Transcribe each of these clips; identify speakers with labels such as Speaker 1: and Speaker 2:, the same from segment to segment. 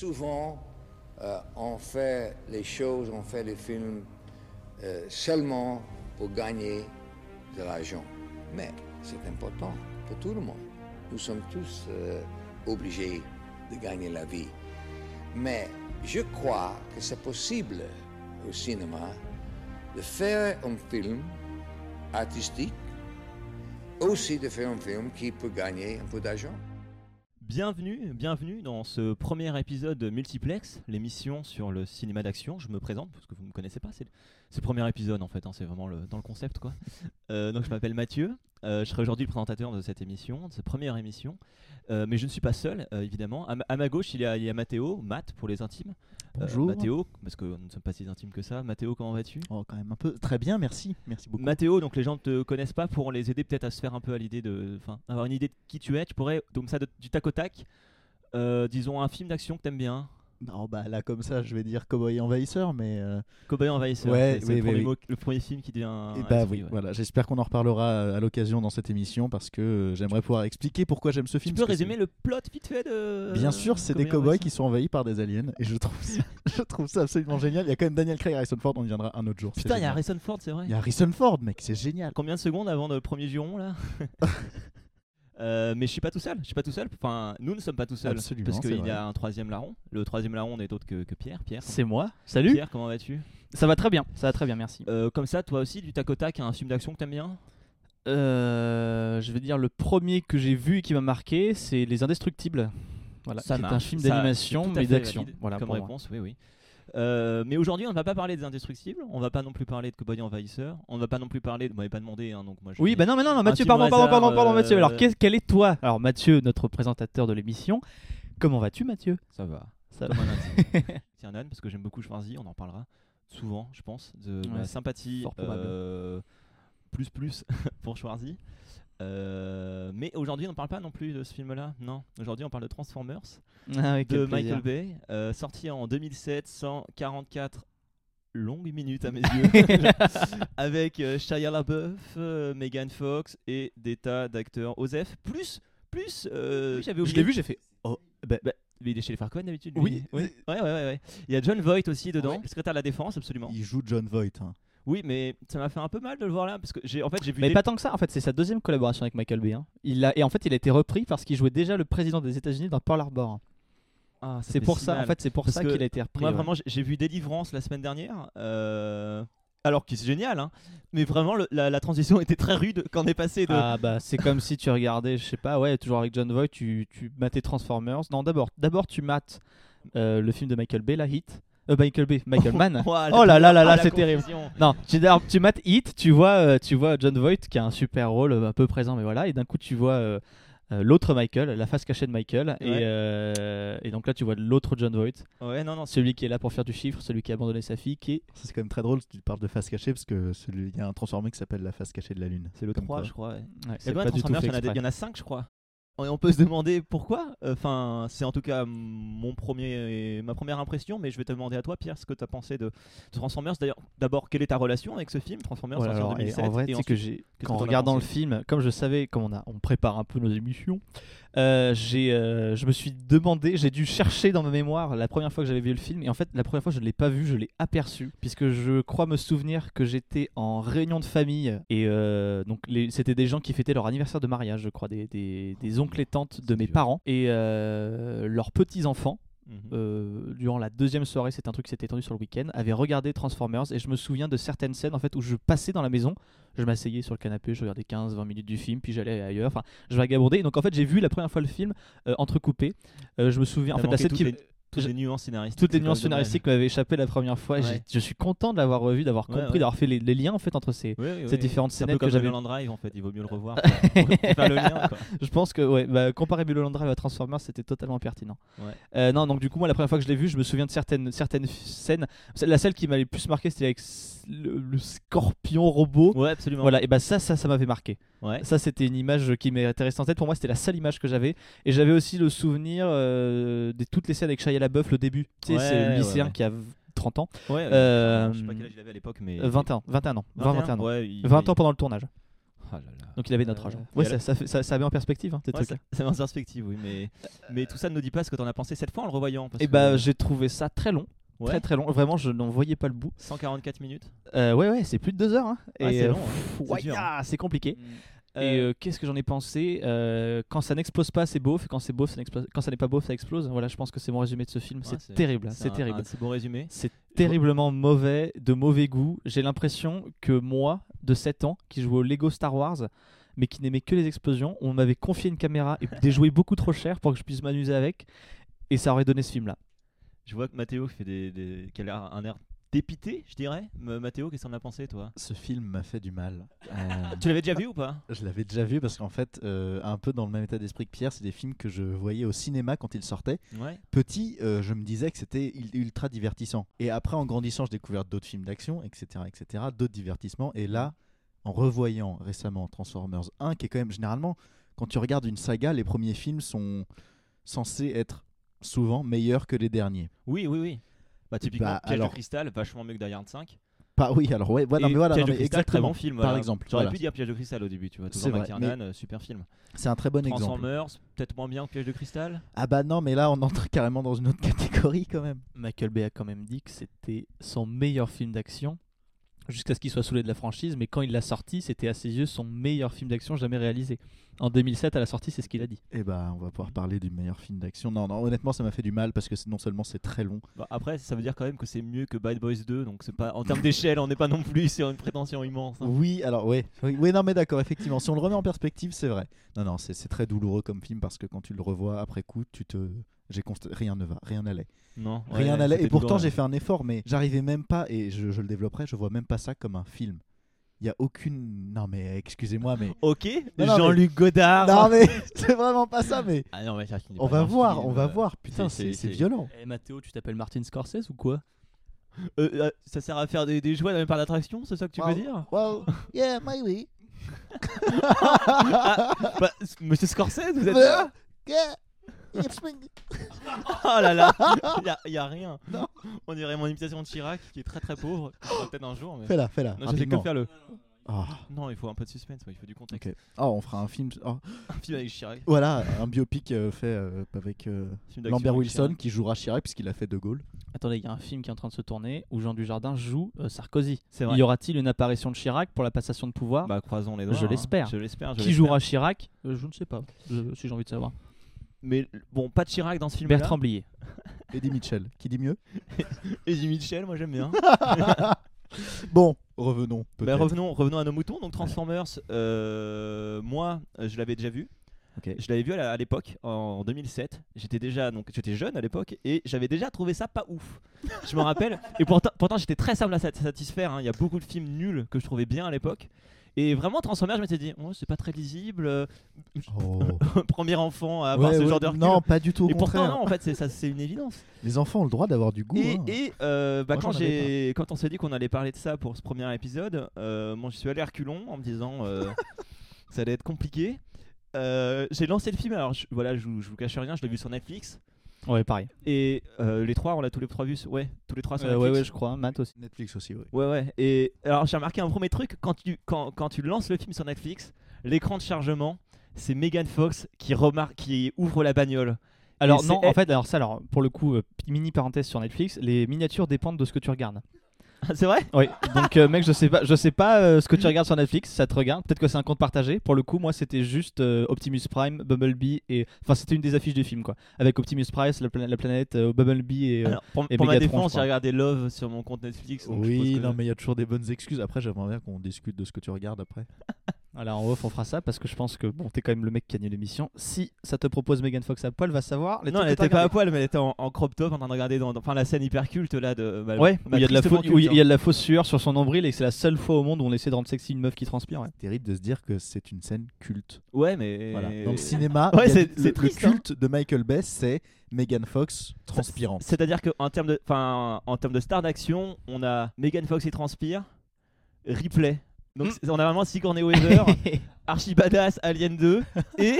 Speaker 1: Souvent, euh, on fait les choses, on fait les films euh, seulement pour gagner de l'argent. Mais c'est important pour tout le monde. Nous sommes tous euh, obligés de gagner la vie. Mais je crois que c'est possible au cinéma de faire un film artistique, aussi de faire un film qui peut gagner un peu d'argent.
Speaker 2: Bienvenue, bienvenue dans ce premier épisode de Multiplex, l'émission sur le cinéma d'action. Je me présente parce que vous ne me connaissez pas, c'est le, c'est le premier épisode en fait, hein, c'est vraiment le, dans le concept quoi. Euh, donc je m'appelle Mathieu, euh, je serai aujourd'hui le présentateur de cette émission, de cette première émission. Euh, mais je ne suis pas seul, euh, évidemment. À, ma- à ma gauche, il y a, il y a Mathéo, Matt pour les intimes. Euh,
Speaker 3: Bonjour.
Speaker 2: Mathéo, parce que nous ne sommes pas si intimes que ça. Mathéo, comment vas-tu
Speaker 3: Oh, quand même un peu. Très bien, merci. Merci beaucoup.
Speaker 2: Mathéo, donc les gens ne te connaissent pas, pour les aider peut-être à se faire un peu à l'idée de. Enfin, avoir une idée de qui tu es, tu pourrais, comme ça, de- du tac au tac, euh, disons un film d'action que t'aimes bien.
Speaker 3: Non, bah là, comme ça, je vais dire Cowboy Envahisseur, mais. euh,
Speaker 2: Cowboy Envahisseur,
Speaker 3: Ouais,
Speaker 2: c'est- c'est le,
Speaker 3: oui, oui,
Speaker 2: premier
Speaker 3: oui.
Speaker 2: mot- le premier film qui devient.
Speaker 3: eh bah oui, voilà. J'espère qu'on en reparlera euh, à l'occasion dans cette émission parce que euh, j'aimerais pouvoir expliquer pourquoi j'aime ce
Speaker 2: Tu
Speaker 3: film.
Speaker 2: peux
Speaker 3: parce que
Speaker 2: résumer le plot vite fait de.
Speaker 3: c'est- Bien sûr, c'est des cowboys qui sont envahis par des aliens et je trouve ça, je trouve ça absolument génial. Il y a quand même Daniel Craig, Harrison Ford, on y viendra un autre jour. c'est
Speaker 2: Putain, il y a
Speaker 3: génial.
Speaker 2: Harrison Ford, c'est vrai.
Speaker 3: Il y a Harrison Ford, mec, c'est génial.
Speaker 2: Combien de secondes avant le premier giron là Euh, mais je suis pas tout seul, je suis pas tout seul. Enfin, nous ne sommes pas tout seuls
Speaker 3: Absolument,
Speaker 2: parce
Speaker 3: c'est
Speaker 2: qu'il y
Speaker 3: vrai.
Speaker 2: a un troisième larron. Le troisième larron n'est autre que, que Pierre. Pierre,
Speaker 4: C'est moi.
Speaker 2: comment-
Speaker 4: Salut.
Speaker 2: Pierre, comment vas-tu
Speaker 4: Ça va très bien. Ça va très bien, merci.
Speaker 2: Euh, Comme ça, toi aussi, du tac au tac, un film d'action que t'aimes bien
Speaker 4: Euh, je vais dire le premier que j'ai vu et qui m'a marqué, c'est Les Indestructibles. Voilà.
Speaker 2: Ça
Speaker 4: qui est un
Speaker 2: marche.
Speaker 4: film
Speaker 2: Ça,
Speaker 4: d'animation
Speaker 2: tout à
Speaker 4: mais
Speaker 2: fait
Speaker 4: d'action.
Speaker 2: valide
Speaker 4: Voilà
Speaker 2: comme
Speaker 4: pour moi.
Speaker 2: réponse, oui, oui. Euh, mais aujourd'hui, on ne va pas parler des indestructibles. On va pas non plus parler de Cowboy Envahisseur. On ne va pas non plus parler. De... Vous m'avez pas demandé, hein, donc moi. je
Speaker 4: Oui,
Speaker 2: dis-
Speaker 4: bah non, mais non, non, Mathieu,
Speaker 2: film au
Speaker 4: pardon, pardon,
Speaker 2: hasard,
Speaker 4: pardon, pardon,
Speaker 2: euh,
Speaker 4: Mathieu. Alors, qu'est-ce- quel est toi Alors, Mathieu, notre présentateur de l'émission. Comment vas-tu, Mathieu
Speaker 2: ça va.
Speaker 4: Ça va.
Speaker 2: Comme un lundi. C'est un âne parce que j'aime beaucoup Schwarzy, on en parlera souvent, je pense, de ma
Speaker 4: Ouais, c'est
Speaker 2: sympathie
Speaker 4: fort probable.
Speaker 2: euh, plus plus pour Schwarzy. Euh, mais aujourd'hui, on ne parle pas non plus de ce film-là. Non, aujourd'hui, on parle de Transformers
Speaker 4: Ah oui, quel
Speaker 2: de
Speaker 4: plaisir.
Speaker 2: Michael Bay, euh, sorti en 2007, 144 longues minutes à mes yeux, avec euh, Shia LaBeouf, euh, Megan Fox et des tas d'acteurs. Osef, plus, plus. euh,
Speaker 4: Oui, j'avais
Speaker 2: je
Speaker 4: oublié.
Speaker 2: l'ai vu, j'ai fait. Oh, bah, bah, mais il est chez les Farquaad d'habitude. lui.
Speaker 3: Oui,
Speaker 2: oui. Ouais, ouais, ouais, ouais. Il y a John Voight
Speaker 4: Ah
Speaker 2: aussi dedans,
Speaker 3: Ouais.
Speaker 2: le secrétaire de la défense, absolument.
Speaker 3: Il joue John Voight. hein.
Speaker 2: Oui, mais ça m'a fait un peu mal de le voir là, parce que j'ai, en fait, j'ai vu.
Speaker 4: Mais
Speaker 2: des-
Speaker 4: pas tant que ça, en fait, c'est sa deuxième collaboration avec Michael Bay. hein. Il a, et en fait, il a été repris parce qu'il jouait déjà le président des États-Unis dans Pearl Harbor.
Speaker 2: Ah,
Speaker 4: C'est
Speaker 2: fait
Speaker 4: pour
Speaker 2: si
Speaker 4: ça, en
Speaker 2: mal.
Speaker 4: fait, c'est pour
Speaker 2: Parce
Speaker 4: ça
Speaker 2: que
Speaker 4: qu'il a été repris.
Speaker 2: Moi,
Speaker 4: ouais.
Speaker 2: vraiment, j'ai- j'ai vu Délivrance la semaine dernière. euh, Alors que c'est génial, hein. mais vraiment le- la, la transition était très rude quand on est passé de.
Speaker 4: Ah bah c'est comme si tu regardais, je sais pas, ouais, toujours avec John Voight, tu, tu matais Transformers. Non, d'abord, d'abord tu mates euh, le film de Michael Bay, la Hit. Euh, Michael Bay, Michael Mann.
Speaker 2: Ouah,
Speaker 4: Oh là là là
Speaker 2: ah,
Speaker 4: là,
Speaker 2: la
Speaker 4: c'est terrible.
Speaker 2: confusion.
Speaker 4: Non, tu, d'abord, tu mates Hit, tu vois, euh, tu vois John Voight qui a un super rôle euh, un peu présent, mais voilà, et d'un coup tu vois euh, euh, l'autre Michael, la face cachée de Michael, et,
Speaker 2: Ouais.
Speaker 4: euh, et donc là tu vois l'autre John Voight,
Speaker 2: Ouais, non, non, c'est-
Speaker 4: celui qui est là pour faire du chiffre, celui qui a abandonné sa fille, qui est
Speaker 3: Ça, C'est quand même très drôle si tu parles de face cachée parce que celui- il y a un transformé qui s'appelle la face cachée de la lune.
Speaker 2: c'est le
Speaker 3: Comme
Speaker 2: 3,
Speaker 3: quoi.
Speaker 2: je crois. ouais.
Speaker 4: Ouais,
Speaker 2: Et
Speaker 4: c'est
Speaker 2: ben,
Speaker 4: pas du tout
Speaker 2: Transformers,
Speaker 4: fait
Speaker 2: il y en a-
Speaker 4: exprès.
Speaker 2: il y en a 5, je crois. Et on peut se demander pourquoi. Enfin, c'est en tout cas mon premier, ma première impression, mais je vais te demander à toi, Pierre, ce que tu as pensé de Transformers. D'ailleurs, d'abord, quelle est ta relation avec ce film, Transformers
Speaker 4: Voilà,
Speaker 2: sorti en
Speaker 4: alors, Oh et
Speaker 2: 2007
Speaker 4: en vrai,
Speaker 2: et
Speaker 4: c'est
Speaker 2: ensuite-
Speaker 4: que j'ai,
Speaker 2: que
Speaker 4: qu'en
Speaker 2: t'en as
Speaker 4: regardant le
Speaker 2: pensé
Speaker 4: film, comme je savais, comme on a, on prépare un peu nos émissions, euh, j'ai, euh, je me suis demandé, j'ai dû chercher dans ma mémoire la première fois que j'avais vu le film, et en fait, la première fois, je ne l'ai pas vu, je l'ai aperçu, puisque je crois me souvenir que j'étais en réunion de famille, et euh, donc les- c'était des gens qui fêtaient leur anniversaire de mariage, je crois, des, des, des oncles et tantes de
Speaker 2: C'est
Speaker 4: mes
Speaker 2: vieux.
Speaker 4: parents et euh, leurs petits enfants.
Speaker 2: Mhm.
Speaker 4: Euh, durant la deuxième soirée, c'était un truc qui s'était étendu sur le week-end, avait regardé Transformers et je me souviens de certaines scènes en fait où je passais dans la maison, je m'asseyais sur le canapé, je regardais 15-20 minutes du film, puis j'allais ailleurs, enfin je vagabondais. Donc en fait j'ai vu la première fois le film euh, entrecoupé. Euh, je me souviens en
Speaker 2: T'as
Speaker 4: fait la
Speaker 2: manqué
Speaker 4: scène
Speaker 2: toutes
Speaker 4: qui
Speaker 2: les- toutes les nuances scénaristiques.
Speaker 4: toutes les
Speaker 2: c'est
Speaker 4: nuances
Speaker 2: quand même dommage.
Speaker 4: scénaristiques m'avaient échappé la première fois. et j'ai-
Speaker 2: Ouais.
Speaker 4: Je suis content de l'avoir revu, d'avoir
Speaker 2: Ouais,
Speaker 4: compris,
Speaker 2: ouais.
Speaker 4: d'avoir fait les, les liens en fait entre ces
Speaker 2: Ouais, ouais,
Speaker 4: ces
Speaker 2: ouais.
Speaker 4: différentes
Speaker 2: C'est un
Speaker 4: scènes
Speaker 2: peu
Speaker 4: que
Speaker 2: comme
Speaker 4: j'avais. Euh.
Speaker 2: Mulholland Drive en fait, il vaut mieux le revoir pour, pour faire le lien. quoi.
Speaker 4: Je pense que ouais, bah, comparer Mulholland Drive à Transformers, c'était totalement pertinent.
Speaker 2: Ouais.
Speaker 4: Euh, non, donc du coup, moi, la première fois que je l'ai vu, je me souviens de certaines, certaines f- scènes. C'est- La scène qui m'a le plus marqué, c'était avec s- le, le scorpion robot.
Speaker 2: Ouais, absolument.
Speaker 4: Voilà, et bah ça, ça, ça m'avait marqué.
Speaker 2: Ouais.
Speaker 4: Ça, c'était une image qui m'est restée en tête. Pour moi, c'était la seule image que j'avais. Et j'avais aussi le souvenir euh, de toutes les scènes avec Shia LaBeouf, le début. Tu sais,
Speaker 2: Ouais,
Speaker 4: c'est le
Speaker 2: ouais,
Speaker 4: lycéen
Speaker 2: ouais.
Speaker 4: qui a v- 30 ans.
Speaker 2: Ouais,
Speaker 4: Euh,
Speaker 2: je sais pas quel âge il avait à l'époque, mais.
Speaker 4: Euh, 21, 21 ans. 20, 21 ans.
Speaker 2: Ouais, il-
Speaker 4: 20 ans pendant le tournage.
Speaker 2: Ah là là.
Speaker 4: Donc il avait notre âge.
Speaker 2: Euh,
Speaker 4: Ouais,
Speaker 2: et
Speaker 4: ça, ça, fait- ça, ça met en perspective, hein, tes
Speaker 2: Ouais,
Speaker 4: trucs.
Speaker 2: ça, ça met en perspective, oui, mais, mais tout ça ne nous dit pas ce que t'en as pensé cette fois en le revoyant. Parce
Speaker 4: Et
Speaker 2: que-
Speaker 4: bah, j'ai trouvé ça très long.
Speaker 2: Ouais.
Speaker 4: Très très long. Vraiment, je n'en voyais pas le bout.
Speaker 2: 144 minutes.
Speaker 4: Euh, ouais, ouais, c'est plus de deux heures. hein.
Speaker 2: Ouais,
Speaker 4: Et,
Speaker 2: c'est
Speaker 4: euh,
Speaker 2: long, hein.
Speaker 4: pff,
Speaker 2: C'est
Speaker 4: ouaia,
Speaker 2: dur, hein.
Speaker 4: c'est compliqué. Et
Speaker 2: Et, euh,
Speaker 4: euh, qu'est-ce que j'en ai pensé Euh, Quand ça n'explose pas, c'est beauf. Et quand c'est beauf, ça n'explose. Quand ça n'est pas beauf, ça explose. Voilà, je pense que c'est mon résumé de ce film.
Speaker 2: Ouais,
Speaker 4: c'est terrible, hein, c'est
Speaker 2: un-
Speaker 4: terrible.
Speaker 2: un- C'est bon résumé.
Speaker 4: C'est terriblement mauvais, de mauvais goût. J'ai l'impression que moi, de 7 ans, qui jouais au Lego Star Wars, mais qui n'aimait que les explosions, on m'avait confié une caméra et des jouets beaucoup trop chers pour que je puisse m'amuser avec. Et ça aurait donné ce film-là.
Speaker 2: Je vois que Mathéo fait des, des... qu'elle a un air dépité, je dirais. M- Mathéo, qu'est-ce que t'en as pensé, toi
Speaker 3: Ce film m'a fait du mal. euh,
Speaker 2: Tu l'avais déjà vu ou pas
Speaker 3: Je l'avais déjà vu parce qu'en fait, euh, un peu dans le même état d'esprit que Pierre, c'est des films que je voyais au cinéma quand ils sortaient.
Speaker 2: Ouais.
Speaker 3: Petit, euh, je me disais que c'était il- ultra divertissant. Et après, en grandissant, j'ai découvert d'autres films d'action, etc., etc., d'autres divertissements. Et là, en revoyant récemment Transformers 1, qui est quand même généralement, quand tu regardes une saga, les premiers films sont censés être souvent meilleurs que les derniers.
Speaker 2: Oui, oui, oui. Bah, typiquement,
Speaker 3: Bah,
Speaker 2: Piège
Speaker 3: alors-
Speaker 2: de cristal, vachement mieux que Die Hard 5.
Speaker 3: Pas oui, alors ouais, voilà,
Speaker 2: Et
Speaker 3: mais voilà,
Speaker 2: Piège
Speaker 3: non,
Speaker 2: de
Speaker 3: mais
Speaker 2: cristal, très
Speaker 3: exactement.
Speaker 2: bon film.
Speaker 3: par
Speaker 2: voilà.
Speaker 3: exemple,
Speaker 2: J'aurais
Speaker 3: voilà.
Speaker 2: pu dire Piège de cristal au début, tu vois.
Speaker 3: C'est
Speaker 2: Toujours
Speaker 3: vrai,
Speaker 2: McTiernan, euh, super film.
Speaker 3: C'est un très bon exemple.
Speaker 2: Transformers, peut-être moins bien que Piège de cristal.
Speaker 3: Ah bah non, mais là, on entre carrément dans une autre catégorie quand même.
Speaker 4: Michael Bay a quand même dit que c'était son meilleur film d'action jusqu'à ce qu'il soit saoulé de la franchise, mais quand il l'a sorti, c'était à ses yeux son meilleur film d'action jamais réalisé. En 2007, à la sortie, c'est ce qu'il a dit.
Speaker 3: Eh bah, on va pouvoir parler du meilleur film d'action. Non, non, honnêtement, ça m'a fait du mal parce que c'est- non seulement c'est très long.
Speaker 2: Bah, après, ça veut dire quand même que c'est mieux que Bad Boys 2, donc c'est pas en termes d'échelle, on n'est pas non plus sur une prétention immense. hein.
Speaker 3: Oui, alors ouais, oui, oui, non, mais d'accord, effectivement. Si on le remet en perspective, c'est vrai. Non, non, c'est c'est très douloureux comme film parce que quand tu le revois après coup, tu te, j'ai constaté rien ne va, rien n'allait,
Speaker 2: Non.
Speaker 3: rien n'allait. Et pourtant, j'ai
Speaker 2: fait
Speaker 3: fait un effort, mais j'arrivais même pas, et je, je le développerai, je vois même pas ça comme un film. Il y a aucune, non mais excusez-moi, mais
Speaker 2: Ok,
Speaker 3: Non, non, mais-
Speaker 2: Jean-Luc Godard.
Speaker 3: non mais c'est vraiment pas ça, mais
Speaker 2: Ah non, mais ça, ce n'est
Speaker 3: on
Speaker 2: pas
Speaker 3: va
Speaker 2: un
Speaker 3: voir,
Speaker 2: film,
Speaker 3: on va
Speaker 2: euh,
Speaker 3: voir. Putain,
Speaker 2: c'est-
Speaker 3: c'est
Speaker 2: c'est-
Speaker 3: c'est violent.
Speaker 4: Eh Mathéo, tu t'appelles Martin Scorsese ou quoi
Speaker 2: Euh, euh, ça sert à faire des, des jouets dans même part d'attraction, c'est ça que tu veux
Speaker 3: Wow.
Speaker 2: dire
Speaker 3: Wow, yeah, maybe.
Speaker 2: Bah, s- Monsieur Scorsese, vous êtes.
Speaker 3: Bah, yeah, it's me.
Speaker 2: Oh là là Il y a, y a rien. On dirait mon imitation de Chirac qui est très très pauvre. qui sera Peut-être un jour, mais.
Speaker 3: Fais-la, fais-la.
Speaker 2: Non, je sais que
Speaker 3: rapidement.
Speaker 2: faire le.
Speaker 3: Ah,
Speaker 2: Non, il faut un peu de suspense, ouais, il faut du contexte.
Speaker 3: ok. Ah, on fera un film. ah.
Speaker 2: Un film avec Chirac.
Speaker 3: Voilà, un biopic euh, fait euh, avec euh,
Speaker 2: un film d'action
Speaker 3: Lambert
Speaker 2: avec
Speaker 3: Wilson
Speaker 2: Chirac.
Speaker 3: qui jouera Chirac puisqu'il a fait De Gaulle.
Speaker 4: Attendez, il y a un film qui est en train de se tourner où Jean Dujardin joue euh, Sarkozy.
Speaker 2: C'est vrai.
Speaker 4: Y aura-t-il une apparition de Chirac pour la passation de pouvoir
Speaker 2: Bah, croisons les doigts.
Speaker 4: Je
Speaker 2: hein.
Speaker 4: l'espère.
Speaker 2: Je l'espère. je
Speaker 4: Qui
Speaker 2: l'espère.
Speaker 4: jouera Chirac Euh, Je ne sais pas, Je- si j'ai envie de savoir.
Speaker 2: Mais bon, pas de Chirac dans ce film.
Speaker 4: Bertrand Blier.
Speaker 3: Eddie Mitchell, qui dit mieux
Speaker 2: Et Jimmy Mitchell, moi j'aime bien.
Speaker 3: Bon, revenons.
Speaker 2: Bah,
Speaker 3: Peut-être.
Speaker 2: revenons, revenons à nos moutons. Donc Transformers, euh, moi, euh, je l'avais déjà vu.
Speaker 3: Ok.
Speaker 2: Je l'avais vu à la- à l'époque, en 2007. J'étais déjà, donc j'étais jeune à l'époque et j'avais déjà trouvé ça pas ouf. Je me rappelle. Et pourtant, pourtant j'étais très simple à sat- satisfaire. hein. Il y a beaucoup de films nuls que je trouvais bien à l'époque. Et vraiment, Transformers, je m'étais dit, oh, c'est pas très lisible. euh,
Speaker 3: Oh.
Speaker 2: premier enfant à avoir
Speaker 3: Ouais,
Speaker 2: ce
Speaker 3: ouais,
Speaker 2: genre de recul.
Speaker 3: Non, pas du tout. Au
Speaker 2: et pourtant,
Speaker 3: contraire.
Speaker 2: non, en fait, c'est ça, c'est une évidence.
Speaker 3: Les enfants ont le droit d'avoir du goût.
Speaker 2: Et,
Speaker 3: hein.
Speaker 2: et, euh, bah,
Speaker 3: Moi,
Speaker 2: quand,
Speaker 3: j'en avais
Speaker 2: j'ai, quand on s'est dit qu'on allait parler de ça pour ce premier épisode, euh, moi je suis allé à reculons en me disant euh, ça allait être compliqué. Euh, j'ai lancé le film, alors je, voilà, je, vous- je vous cache rien, je l'ai vu sur Netflix.
Speaker 4: Ouais, pareil.
Speaker 2: Et euh, les trois, on l'a tous les trois vu, sur- ouais, tous les trois sur
Speaker 4: Euh, ouais,
Speaker 2: Netflix.
Speaker 4: ouais, je crois. hein, Matt aussi.
Speaker 3: Netflix aussi, oui.
Speaker 2: Ouais, ouais. Et alors, j'ai remarqué un premier truc quand tu, quand, quand tu lances le film sur Netflix, l'écran de chargement, c'est Megan Fox qui, remarque, qui ouvre la bagnole.
Speaker 4: Alors
Speaker 2: c'est
Speaker 4: non,
Speaker 2: elle-
Speaker 4: en fait, alors ça, alors pour le coup, euh, p- mini parenthèse sur Netflix, les miniatures dépendent de ce que tu regardes.
Speaker 2: c'est vrai
Speaker 4: Oui. Donc euh, mec, je sais pas, je sais pas euh, ce que tu regardes sur Netflix, ça te regarde. Peut-être que c'est un compte partagé. Pour le coup, moi, c'était juste euh, Optimus Prime, Bumblebee et, enfin, c'était une des affiches du film quoi, avec Optimus Prime, la, pla- la planète euh, Bumblebee et. euh,
Speaker 2: Alors, pour,
Speaker 4: et
Speaker 2: pour ma
Speaker 4: Megatron, je
Speaker 2: défense, j'ai
Speaker 4: crois.
Speaker 2: regardé Love sur mon compte Netflix. donc je
Speaker 3: Oui,
Speaker 2: suppose que-
Speaker 3: non, mais il y a toujours des bonnes excuses. Après, j'aimerais bien qu'on discute de ce que tu regardes après.
Speaker 4: Voilà, en off, on fera ça parce que je pense que bon, t'es quand même le mec qui gagne l'émission. Si ça te propose Megan Fox à poil, va savoir. les
Speaker 2: non,
Speaker 4: trucs
Speaker 2: elle
Speaker 4: que t'as
Speaker 2: était pas à
Speaker 4: regardés.
Speaker 2: poil, mais elle était en, en crop top en train de regarder dans, dans- enfin, la scène hyper culte là de. bah,
Speaker 4: Ouais, où
Speaker 2: bah,
Speaker 4: il y a de la
Speaker 2: tristement
Speaker 4: fausse, où il y a
Speaker 2: culte,
Speaker 4: de la fausse sueur sur son nombril et que c'est la seule fois au monde où on essaie de rendre sexy une meuf qui transpire. ouais.
Speaker 3: Terrible de se dire que c'est une scène culte.
Speaker 2: hein. Ouais, mais.
Speaker 3: Voilà. Dans le cinéma,
Speaker 2: Ouais,
Speaker 3: il y a
Speaker 2: c'est-
Speaker 3: du-
Speaker 2: c'est
Speaker 3: le, le
Speaker 2: triste, hein.
Speaker 3: culte de Michael Bay, c'est Megan Fox transpirante.
Speaker 2: C'est-à-dire qu'en termes de, enfin, en termes de star d'action, on a Megan Fox qui transpire, Ripley. Donc
Speaker 4: Mm.
Speaker 2: c'est- on a vraiment Sigourney Weaver, Ah. Archibadass, Alien 2 et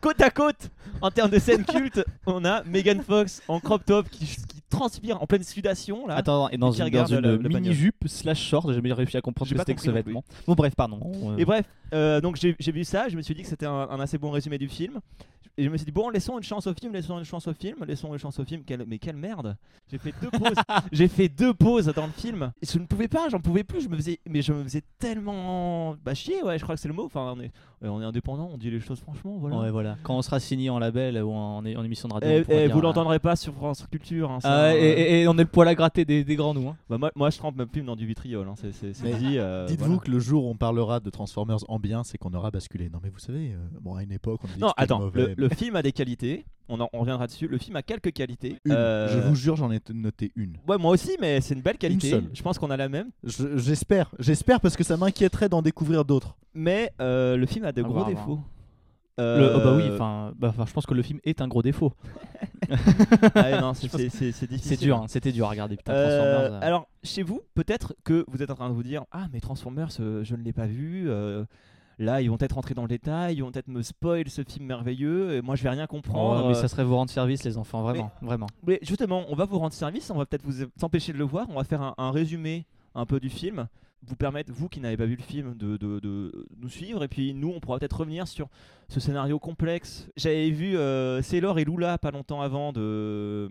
Speaker 2: côte à côte en termes de scène culte, on a Megan Fox en crop top qui, qui transpire en pleine sudation là.
Speaker 4: Attends, et dans
Speaker 2: qui
Speaker 4: une, dans
Speaker 2: regarde euh,
Speaker 4: une
Speaker 2: le- le bagnole.
Speaker 4: mini-jupe slash short, j'ai jamais réussi à comprendre
Speaker 2: J'ai
Speaker 4: ce que
Speaker 2: pas
Speaker 4: c'était que ce
Speaker 2: compris non
Speaker 4: vêtement. Bon, bref, pardon.
Speaker 2: Et bref, euh, donc j'ai j'ai vu ça, je me suis dit que c'était un, un assez bon résumé du film. Et je me suis dit, bon, laissons une chance au film, laissons une chance au film, laissons une chance au film. Quelle- mais quelle merde J'ai fait deux pauses. j'ai fait deux pauses dans le film. Et je ne pouvais pas, j'en pouvais plus. Je me faisais, mais je me faisais tellement bah, chier, ouais, je crois que c'est le mot. Enfin, on est, euh, on est indépendant, on dit les choses franchement. Voilà.
Speaker 4: Ouais, voilà. Quand on sera signé en label ou en, en émission de radio,
Speaker 2: Et,
Speaker 4: on pourra
Speaker 2: et
Speaker 4: dire,
Speaker 2: eh, vous
Speaker 4: ah,
Speaker 2: l'entendrez pas sur France Culture. hein, ça,
Speaker 4: ah, et,
Speaker 2: euh,
Speaker 4: et- et on est le poil à gratter des, des grands nous. hein.
Speaker 2: bah, moi, moi, je trempe ma plume dans du vitriol. hein, c'est- c'est c'est
Speaker 3: Mais
Speaker 2: dit. euh,
Speaker 3: Dites-vous
Speaker 2: voilà.
Speaker 3: que le jour où on parlera de Transformers en bien, c'est qu'on aura basculé. Non, mais vous savez, euh, bon, à une époque, on disait
Speaker 2: Non,
Speaker 3: que c'était
Speaker 2: attends,
Speaker 3: mauvais.
Speaker 2: le, le film a des qualités. On, en, on reviendra dessus. Le film a quelques qualités.
Speaker 3: Une.
Speaker 2: Euh,
Speaker 3: Je vous jure, j'en ai t- noté une.
Speaker 2: Ouais, moi aussi, mais c'est une belle qualité.
Speaker 3: seule.
Speaker 2: Je pense qu'on a la même.
Speaker 3: Je- J'espère, j'espère parce que ça m'inquiéterait d'en découvrir d'autres.
Speaker 2: Mais euh, le film a de
Speaker 4: Ah,
Speaker 2: gros
Speaker 4: bravo, hein.
Speaker 2: défauts.
Speaker 4: Le-
Speaker 2: Euh,
Speaker 4: oh bah oui, enfin, bah, enfin, je pense que le film est un gros défaut.
Speaker 2: ah ouais, non, c'est c'est- c'est- c'est difficile.
Speaker 4: C'est dur, hein, c'était dur à regarder. Putain,
Speaker 2: Euh,
Speaker 4: Transformers. euh.
Speaker 2: alors, chez vous, peut-être que vous êtes en train de vous dire Ah, mais Transformers, euh, je ne l'ai pas vu. euh, là, ils vont peut-être rentrer dans le détail. Ils vont peut-être me spoil ce film merveilleux. Et moi, je vais rien
Speaker 4: Oh,
Speaker 2: comprendre.
Speaker 4: mais ça serait vous rendre service, les enfants, vraiment, vraiment.
Speaker 2: Mais justement, on va vous rendre service, on va peut-être vous empêcher de le voir, on va faire un, un résumé un peu du film, vous permettre, vous qui n'avez pas vu le film, de, de- de nous suivre, et puis nous, on pourra peut-être revenir sur ce scénario complexe. J'avais vu euh, Sailor et Lula pas longtemps avant de,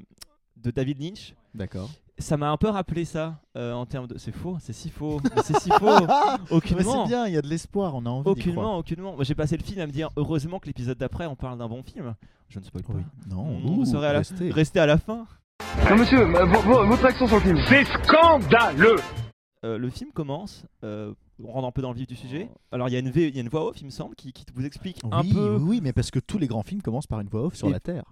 Speaker 2: de David Lynch.
Speaker 3: D'accord.
Speaker 2: Ça m'a un peu rappelé ça euh, en termes de. C'est faux, c'est si faux, mais c'est si faux.
Speaker 3: Mais c'est
Speaker 2: Aucunement,
Speaker 3: bien, il y a de l'espoir, on a envie. d'y croire.
Speaker 2: aucunement, aucunement. Moi, J'ai passé le film à me dire heureusement que l'épisode d'après, on parle d'un bon film. Je ne spoil pas.
Speaker 3: Oui. Non,
Speaker 2: On
Speaker 3: ouh,
Speaker 2: saurait à la-
Speaker 3: restez.
Speaker 2: Restez à la fin.
Speaker 5: Non, monsieur, euh, vo- vo- votre action sur le film. C'est scandaleux
Speaker 2: Euh, le film commence, euh, on rentre un peu dans le vif du sujet. Alors il y, a une V- il y a une voix off, il me semble, qui, qui vous explique
Speaker 3: Oui,
Speaker 2: un peu.
Speaker 3: oui, oui, mais parce que tous les grands films commencent par une voix off sur
Speaker 2: Et-
Speaker 3: la Terre.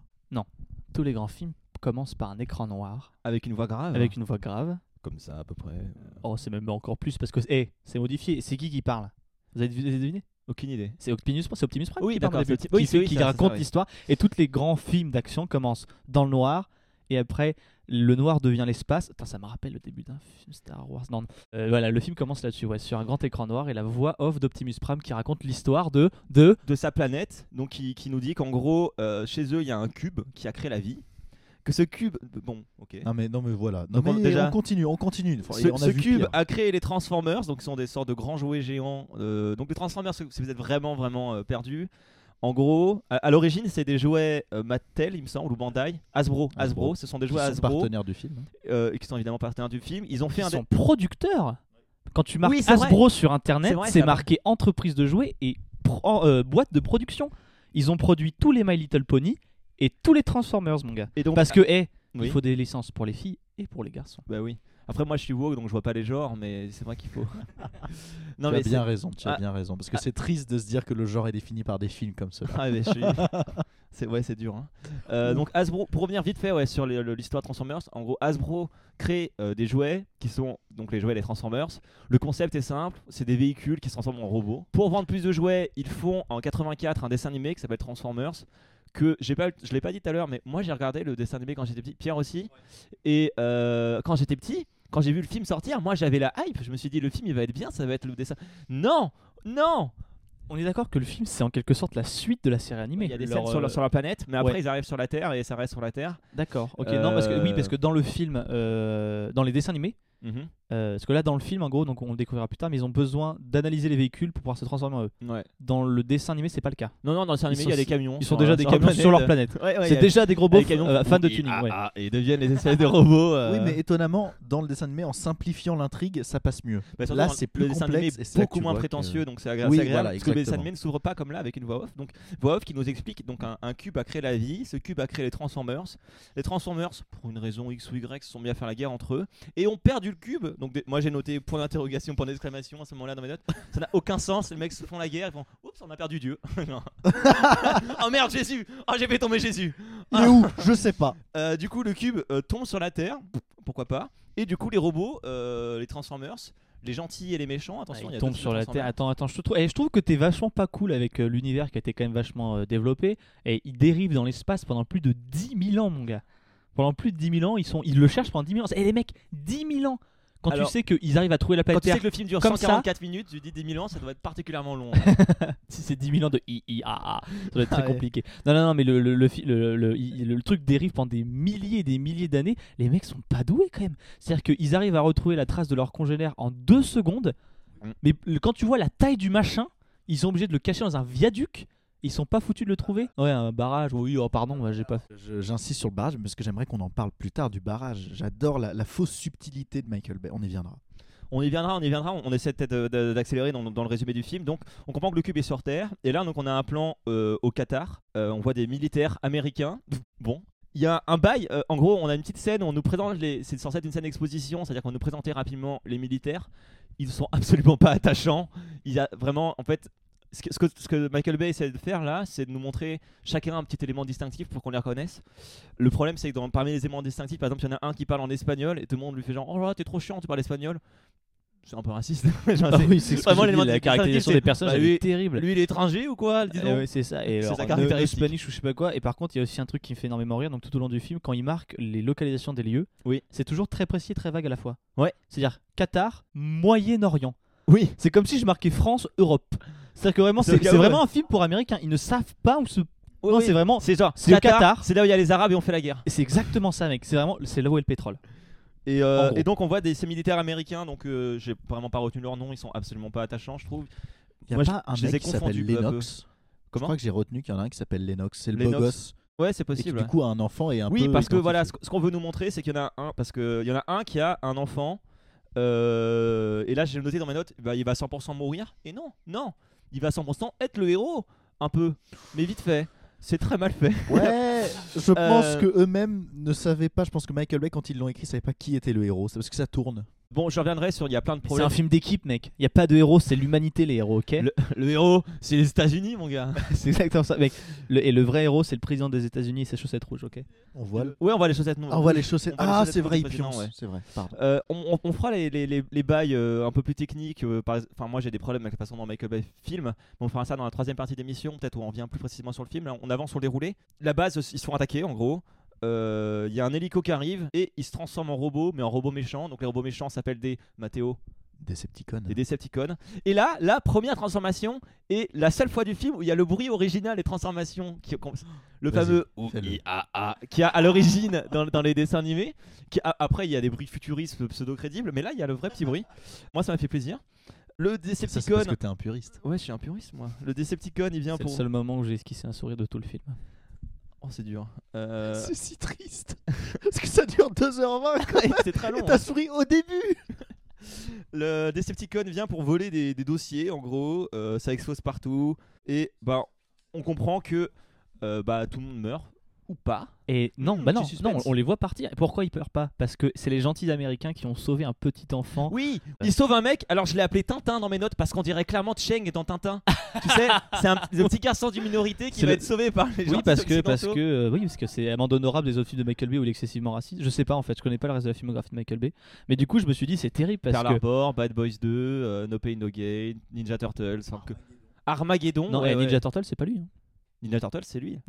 Speaker 4: Tous les grands films commencent par un écran noir,
Speaker 2: Avec une voix grave.
Speaker 4: avec une voix grave.
Speaker 2: Comme ça, à peu près.
Speaker 4: Oh, c'est même encore plus parce que, hé, c'est modifié. C'est qui qui parle Vous avez vous avez deviné
Speaker 2: Aucune idée.
Speaker 4: C'est Optimus Prime. C'est Optimus Prime.
Speaker 2: Oui,
Speaker 4: qui parle au
Speaker 2: d'accord,
Speaker 4: début,
Speaker 2: c'est
Speaker 4: qui,
Speaker 2: Opti- oui,
Speaker 4: fait-
Speaker 2: oui,
Speaker 4: qui
Speaker 2: ça, ça,
Speaker 4: raconte
Speaker 2: oui.
Speaker 4: l'histoire. Et tous les grands films d'action commencent dans le noir. Et après, le noir devient l'espace. Putain, ça me rappelle le début d'un film Star Wars. Non, non. Euh, voilà, le film commence là-dessus, ouais, sur un grand écran noir et la voix off d'Optimus Prime qui raconte l'histoire de de
Speaker 2: De sa planète, donc qui, qui nous dit qu'en gros, euh, chez eux, il y a un cube qui a créé la vie. Que ce cube. Bon, ok.
Speaker 3: Non mais non mais voilà. Non
Speaker 2: Donc, on-
Speaker 3: mais
Speaker 2: déjà-
Speaker 3: on continue, on continue. Faut-
Speaker 2: Ce,
Speaker 3: on a
Speaker 2: ce
Speaker 3: vu
Speaker 2: cube
Speaker 3: pire.
Speaker 2: a créé les Transformers, donc ce sont des sortes de grands jouets géants. euh, donc les Transformers, si vous êtes vraiment vraiment euh, perdu, en gros, à, à l'origine c'est des jouets euh, Mattel, il me semble, ou Bandai, Hasbro, Hasbro.
Speaker 3: Hasbro.
Speaker 2: ce sont des
Speaker 3: Qui
Speaker 2: jouets
Speaker 3: sont
Speaker 2: Hasbro
Speaker 3: partenaires du film. hein.
Speaker 2: euh, qui sont évidemment partenaires du film. Ils ont fait
Speaker 4: qui
Speaker 2: un dé-
Speaker 4: sont producteurs. Quand tu marques
Speaker 2: Oui, c'est vrai.
Speaker 4: Hasbro sur
Speaker 2: C'est
Speaker 4: internet,
Speaker 2: vrai, ça
Speaker 4: c'est
Speaker 2: va.
Speaker 4: marqué entreprise de jouets et pro- euh, boîte de production. Ils ont produit tous les My Little Pony et tous les Transformers, mon gars.
Speaker 2: et donc
Speaker 4: Parce que, hé,
Speaker 2: Ah. Oui.
Speaker 4: il faut des licences pour les filles et pour les garçons.
Speaker 2: Bah oui. Après, moi, je suis woke, donc je vois pas les genres, mais c'est moi qu'il faut. non,
Speaker 3: tu as
Speaker 2: mais
Speaker 3: bien raison, tu as
Speaker 2: Ah.
Speaker 3: bien raison, parce que c'est triste de se dire que le genre est défini par des films comme
Speaker 2: c'est-
Speaker 3: cela.
Speaker 2: Ah, mais je suis- c'est ouais, c'est dur. hein. Euh, donc Hasbro, pour revenir vite fait ouais, sur les- le- l'histoire de Transformers, en gros, Hasbro crée euh, des jouets qui sont donc les jouets des Transformers. Le concept est simple, c'est des véhicules qui se transforment en robots. Pour vendre plus de jouets, ils font en 84 un dessin animé qui s'appelle Transformers que j'ai pas, je l'ai pas dit tout à l'heure, mais moi j'ai regardé le dessin animé quand j'étais petit, Pierre aussi, et euh, quand j'étais petit, quand j'ai vu le film sortir, moi j'avais la hype, je me suis dit le film il va être bien, ça va être le dessin. Non, non,
Speaker 4: On est d'accord que le film, c'est en quelque sorte la suite de la série animée.
Speaker 2: il y a des
Speaker 4: Leur,
Speaker 2: scènes sur, la-
Speaker 4: euh,
Speaker 2: sur la planète, mais après
Speaker 4: ouais.
Speaker 2: ils arrivent sur la Terre et ça reste sur la Terre.
Speaker 4: D'accord. Ok. Non, parce que oui, parce que dans le film, euh, dans les dessins animés, euh, parce que là, dans le film, en gros, donc on le découvrira plus tard, mais ils ont besoin d'analyser les véhicules pour pouvoir se transformer en eux.
Speaker 2: Ouais.
Speaker 4: Dans le dessin animé, c'est pas le cas.
Speaker 2: Non, non, dans le dessin
Speaker 4: Ils
Speaker 2: animé
Speaker 4: sont-
Speaker 2: il y a des camions.
Speaker 4: Ils sont
Speaker 2: sur-
Speaker 4: déjà des
Speaker 2: sur
Speaker 4: camions
Speaker 2: la
Speaker 4: sur leur planète.
Speaker 2: Ouais, ouais, il y
Speaker 4: c'est
Speaker 2: a-
Speaker 4: déjà des gros
Speaker 2: il y a
Speaker 4: beaux
Speaker 2: des camions
Speaker 4: fans de
Speaker 2: où ils-
Speaker 4: tuning.
Speaker 2: ah,
Speaker 4: ouais.
Speaker 2: ah, et ils deviennent les espèces de robots. euh.
Speaker 3: Oui, mais étonnamment, dans le dessin animé, en simplifiant l'intrigue, ça passe mieux.
Speaker 2: Bah, surtout
Speaker 3: là,
Speaker 2: dans
Speaker 3: c'est
Speaker 2: le
Speaker 3: plus
Speaker 2: dessin
Speaker 3: complexe.
Speaker 2: animé
Speaker 3: et c'est là que
Speaker 2: beaucoup
Speaker 3: tu
Speaker 2: moins
Speaker 3: vois que-
Speaker 2: prétentieux, donc c'est agré-
Speaker 3: Oui,
Speaker 2: c'est agréable.
Speaker 3: voilà,
Speaker 2: parce que le dessin
Speaker 3: exactement.
Speaker 2: animé ne s'ouvre pas comme là avec une voix off. Donc, voix off qui nous explique donc un, un cube a créé la vie, ce cube a créé les Transformers. Les Transformers, pour une raison X ou Y, se sont mis à faire la guerre entre eux et ont perdu le cube. Donc, des- moi j'ai noté point d'interrogation, point d'exclamation à ce moment-là dans mes notes. Ça n'a aucun sens. Les mecs se font la guerre, ils font Oups, on a perdu Dieu. Non. oh merde, Jésus Oh, j'ai fait tomber Jésus
Speaker 3: Il est où Je sais pas.
Speaker 2: Euh, du coup, le cube euh, tombe sur la Terre, pourquoi pas. Et du coup, les robots, euh, les Transformers, les gentils et les méchants, attention, il y
Speaker 4: Ah, il
Speaker 2: a
Speaker 4: tombe
Speaker 2: d'autres
Speaker 4: sur la
Speaker 2: Transformers.
Speaker 4: terre. Attends, attends, je te trouve, eh, je trouve que t'es vachement pas cool avec euh, l'univers qui a été quand même vachement euh, développé. Et il dérive dans l'espace pendant plus de Eh, 10 000 ans, mon gars. Pendant plus de 10 000 ans, ils, sont, ils le cherchent pendant 10 000 ans. Et les mecs, 10 000 ans Quand
Speaker 2: Alors-
Speaker 4: tu sais qu'ils arrivent à trouver la
Speaker 2: Quand
Speaker 4: planète
Speaker 2: tu
Speaker 4: Terre,
Speaker 2: sais que le film dure
Speaker 4: Comme
Speaker 2: 144 minutes, tu dis 10 000 ans, ça doit être particulièrement long. hein.
Speaker 4: si c'est 10 000 ans de i i a a, ça doit être très
Speaker 3: Ouais.
Speaker 4: compliqué. Non, non, non, mais le, le, le, fi- le, le- i- le- le truc dérive pendant des milliers et des milliers d'années. Les mecs sont pas doués quand même. C'est-à-dire qu'ils arrivent à retrouver la trace de leur congénère en deux secondes,
Speaker 2: Mm.
Speaker 4: mais le- quand tu vois la taille du machin, ils sont obligés de le cacher dans un viaduc. Ils sont pas foutus de le trouver. Ouais, un barrage. Oui, oh pardon, ouais, j'ai pas.
Speaker 3: Je- J'insiste sur le barrage parce que j'aimerais qu'on en parle plus tard du barrage. J'adore la, la fausse subtilité de Michael Bay. On y viendra.
Speaker 2: On y viendra, on y viendra. On on essaie peut-être euh, de- de- d'accélérer dans, dans le résumé du film. Donc, on comprend que le cube est sur Terre. Et là, donc, on a un plan euh, au Qatar. Euh, on voit des militaires américains. Bon. Il y a un bail. euh, en gros, on a une petite scène où on nous présente les. C'est censé être une scène d'exposition, c'est-à-dire qu'on nous présentait rapidement les militaires. Ils sont absolument pas attachants. Il y a vraiment, en fait. Ce que, ce que- ce que Michael Bay essaie de faire là, c'est de nous montrer chacun un petit élément distinctif pour qu'on les reconnaisse. Le problème, c'est que dans, parmi les éléments distinctifs, par exemple, il y en a un qui parle en espagnol et tout le monde lui fait genre Oh là, t'es trop chiant, tu parles espagnol. C'est un peu raciste. Genre, c'est-
Speaker 4: Ah oui, c'est
Speaker 2: ce que j'ai dit,
Speaker 4: la
Speaker 2: la
Speaker 4: caractérisation
Speaker 2: caractérisation
Speaker 4: des
Speaker 2: des
Speaker 4: personnages.
Speaker 2: personnages, elle est
Speaker 4: est terrible.
Speaker 2: Lui, il est étranger ou quoi dis donc.
Speaker 4: Eh ouais, c'est ça. Et
Speaker 2: C'est
Speaker 4: alors,
Speaker 2: sa
Speaker 4: le-
Speaker 2: caractéristique.
Speaker 4: le Spanish ou je sais pas quoi. Et par contre, il y a aussi un truc qui me fait énormément rire. Donc tout au long du film, quand il marque les localisations des lieux,
Speaker 2: Oui.
Speaker 4: c'est toujours très précis et très vague à la fois.
Speaker 2: Ouais.
Speaker 4: C'est-à-dire Qatar, Moyen-Orient.
Speaker 2: Oui.
Speaker 4: C'est comme si je marquais France, Europe. C'est-à-dire que vraiment,
Speaker 2: C'est au
Speaker 4: c'est
Speaker 2: cas
Speaker 4: c'est
Speaker 2: où,
Speaker 4: vraiment un film pour Américains. Ils ne savent pas où se. non, c'est vraiment.
Speaker 2: C'est genre,
Speaker 4: C'est au Qatar.
Speaker 2: C'est là où il y a les Arabes et on fait la guerre.
Speaker 4: C'est exactement ça, mec. C'est vraiment. C'est là où est le pétrole.
Speaker 2: Et, euh,
Speaker 4: En gros.
Speaker 2: et donc on voit des, ces militaires américains, donc euh, j'ai vraiment pas retenu leur nom, ils sont absolument pas attachants, je trouve.
Speaker 3: Il y a
Speaker 2: Moi,
Speaker 3: pas
Speaker 2: je-
Speaker 3: un
Speaker 2: je les ai
Speaker 3: mec qui s'appelle
Speaker 2: confondus peu à peu.
Speaker 3: Lennox. je
Speaker 2: Comment
Speaker 3: crois que j'ai retenu qu'il y en a un qui s'appelle Lennox. C'est le beau
Speaker 2: Lennox,
Speaker 3: gosse.
Speaker 2: Ouais, c'est
Speaker 3: Et qui,
Speaker 2: possible.
Speaker 3: du
Speaker 2: ouais.
Speaker 3: coup, a un enfant et un
Speaker 2: oui,
Speaker 3: peu
Speaker 2: parce que
Speaker 3: identifié.
Speaker 2: voilà, ce, ce qu'on veut nous montrer, c'est qu'il y en a un, parce que il y en a un qui a un enfant. euh, et là, j'ai noté dans mes notes, bah, il va 100% mourir. Et non, non, il va 100% être le héros, un peu, mais vite fait. C'est très mal fait.
Speaker 3: Ouais, je pense
Speaker 2: Euh,
Speaker 3: que eux-mêmes ne savaient pas. Je pense que Michael Bay, quand ils l'ont écrit, savait pas qui était le héros. C'est parce que ça tourne.
Speaker 2: Bon, je reviendrai sur. Il y a plein de
Speaker 4: C'est
Speaker 2: problèmes.
Speaker 4: un film d'équipe, mec. Il y a pas de héros. C'est l'humanité, les héros, ok
Speaker 2: Le, le héros, c'est les États-Unis, mon gars.
Speaker 4: C'est exactement ça, mec. Le- Et le vrai héros, c'est le président des États-Unis et ses chaussettes rouges, ok
Speaker 3: On voit. le-
Speaker 2: Ouais, on voit les chaussettes noires.
Speaker 3: Ah, on voit les chaussettes.
Speaker 2: on voit les
Speaker 3: Ah,
Speaker 2: chaussettes
Speaker 3: c'est
Speaker 2: pour
Speaker 3: vrai,
Speaker 2: le
Speaker 3: ils
Speaker 2: président,
Speaker 3: pioncent.
Speaker 2: ouais.
Speaker 3: C'est vrai. Pardon.
Speaker 2: Euh, on, on- on fera les, les, les, les bails euh, un peu plus techniques. euh, par ex- Enfin, moi j'ai des problèmes avec la façon dont Michael Bay filme. mais on fera ça dans la troisième partie d'émission, peut-être où on revient plus précisément sur le film. Là, on avance sur le déroulé. La base, ils se font attaquer en gros. Euh, Il y a un hélico qui arrive et il se transforme en robot, mais en robot méchant. Donc les robots méchants s'appellent des Mathéo,
Speaker 3: Decepticon.
Speaker 2: des Decepticons. Et là, la première transformation est la seule fois du film où il y a le bruit original des transformations. Qui, qu'on- le
Speaker 3: Vas-y,
Speaker 2: fameux
Speaker 3: fais-le.
Speaker 2: OIAA qui a à l'origine dans, dans les dessins animés. Qui a- après, il y a des bruits futuristes pseudo-crédibles, mais là, il y a le vrai petit bruit. Moi, ça m'a fait plaisir. Le
Speaker 3: Ça, c'est parce
Speaker 2: Decepticon.
Speaker 3: que t'es un puriste.
Speaker 2: Ouais, je suis un puriste, moi. Le Decepticon, il vient
Speaker 4: C'est le
Speaker 2: pour.
Speaker 4: seul moment où j'ai esquissé un sourire de tout le film.
Speaker 2: Oh, c'est dur. Euh,
Speaker 3: C'est si triste. Parce que ça dure 2h20 quand même.
Speaker 2: c'est très long.
Speaker 3: Et
Speaker 2: hein.
Speaker 3: t'as souri au début.
Speaker 2: Le Decepticon vient pour voler des, des dossiers, en gros. euh, ça explose partout. Et bah, on comprend que euh, bah, tout le monde meurt. Ou pas.
Speaker 4: Et non,
Speaker 2: Hmm,
Speaker 4: bah non,
Speaker 2: petit
Speaker 4: non,
Speaker 2: suspense.
Speaker 4: on les voit partir. Et pourquoi ils pleurent pas Parce que c'est les gentils Américains qui ont sauvé un petit enfant.
Speaker 2: Oui, il sauve un mec. Alors je l'ai appelé Tintin dans mes notes parce qu'on dirait clairement Cheng est dans Tintin. tu sais, c'est un, c'est un petit garçon du minorité qui
Speaker 4: C'est
Speaker 2: va
Speaker 4: le-
Speaker 2: être sauvé par les gens.
Speaker 4: Oui, parce que parce que euh, oui, parce que c'est amende honorable des autres films de Michael Bay où il est excessivement raciste. Je sais pas en fait, je connais pas le reste de la filmographie de Michael Bay. Mais du coup, je me suis dit c'est terrible parce
Speaker 2: Pearl
Speaker 4: que
Speaker 2: Harbor, Bad Boys 2, euh, No Pain No Gain, Ninja Turtles, enfin, que- Armageddon.
Speaker 4: non,
Speaker 2: ouais,
Speaker 4: et
Speaker 2: ouais.
Speaker 4: Ninja Turtle, c'est pas lui. hein.
Speaker 2: Ninja Turtles, c'est lui.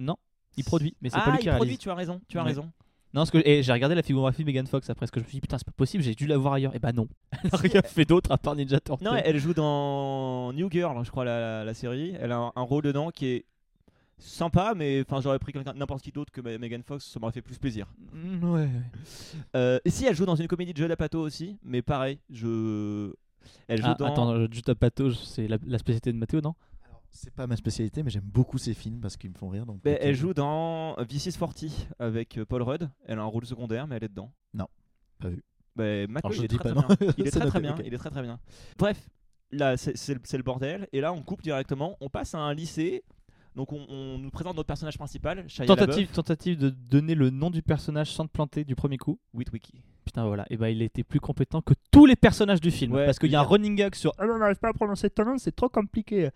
Speaker 4: Il produit, mais c'est
Speaker 2: ah,
Speaker 4: pas lui
Speaker 2: il
Speaker 4: qui
Speaker 2: produit.
Speaker 4: réalise.
Speaker 2: Tu as raison. Tu as
Speaker 4: Ouais.
Speaker 2: raison.
Speaker 4: Non, parce que et j'ai regardé la filmographie de Megan Fox après, parce que je me suis dit putain, c'est pas possible, j'ai dû la voir ailleurs. Et bah non. Elle a rien fait d'autre à part Ninja Turtle.
Speaker 2: Non, elle joue dans New Girl, hein, je crois, la, la- la série. Elle a un, un rôle dedans qui est sympa, mais enfin, j'aurais pris quelqu'un, n'importe qui d'autre que Me- Megan Fox, ça m'aurait fait plus plaisir.
Speaker 4: Mm, ouais, ouais.
Speaker 2: Euh, et si elle joue dans une comédie de Judd Apatow aussi, mais pareil, je. Elle joue
Speaker 4: Ah,
Speaker 2: dans.
Speaker 4: Attends, je tape patauge, c'est la, la spécialité de Mathéo, non
Speaker 3: C'est pas ma spécialité, mais j'aime beaucoup ces films parce qu'ils me font rire. donc
Speaker 2: Ben,
Speaker 3: peut-être-
Speaker 2: elle joue dans V640 avec euh, Paul Rudd. Elle a un rôle secondaire, mais elle est dedans.
Speaker 3: Non, pas vu.
Speaker 2: Ben, Matt,
Speaker 3: Alors,
Speaker 2: il
Speaker 3: je
Speaker 2: est
Speaker 3: dis
Speaker 2: très,
Speaker 3: pas
Speaker 2: très
Speaker 3: non.
Speaker 2: bien. Il est
Speaker 3: C'est
Speaker 2: très très bien.
Speaker 3: noté, ok.
Speaker 2: Il est très très bien. Bref, là c'est c'est le c'est le bordel. Et là on coupe directement. On passe à un lycée. Donc on, on nous présente notre personnage principal, Shia LaBeouf,
Speaker 4: Tentative, tentative de donner le nom du personnage sans te planter du premier coup.
Speaker 2: Witwicky.
Speaker 4: Putain, voilà, et bah il était plus compétent que tous les personnages du film.
Speaker 2: Ouais,
Speaker 4: parce qu'il y a un
Speaker 2: lui-
Speaker 4: running gag sur Ah, on n'arrive pas à prononcer ton nom, c'est trop compliqué.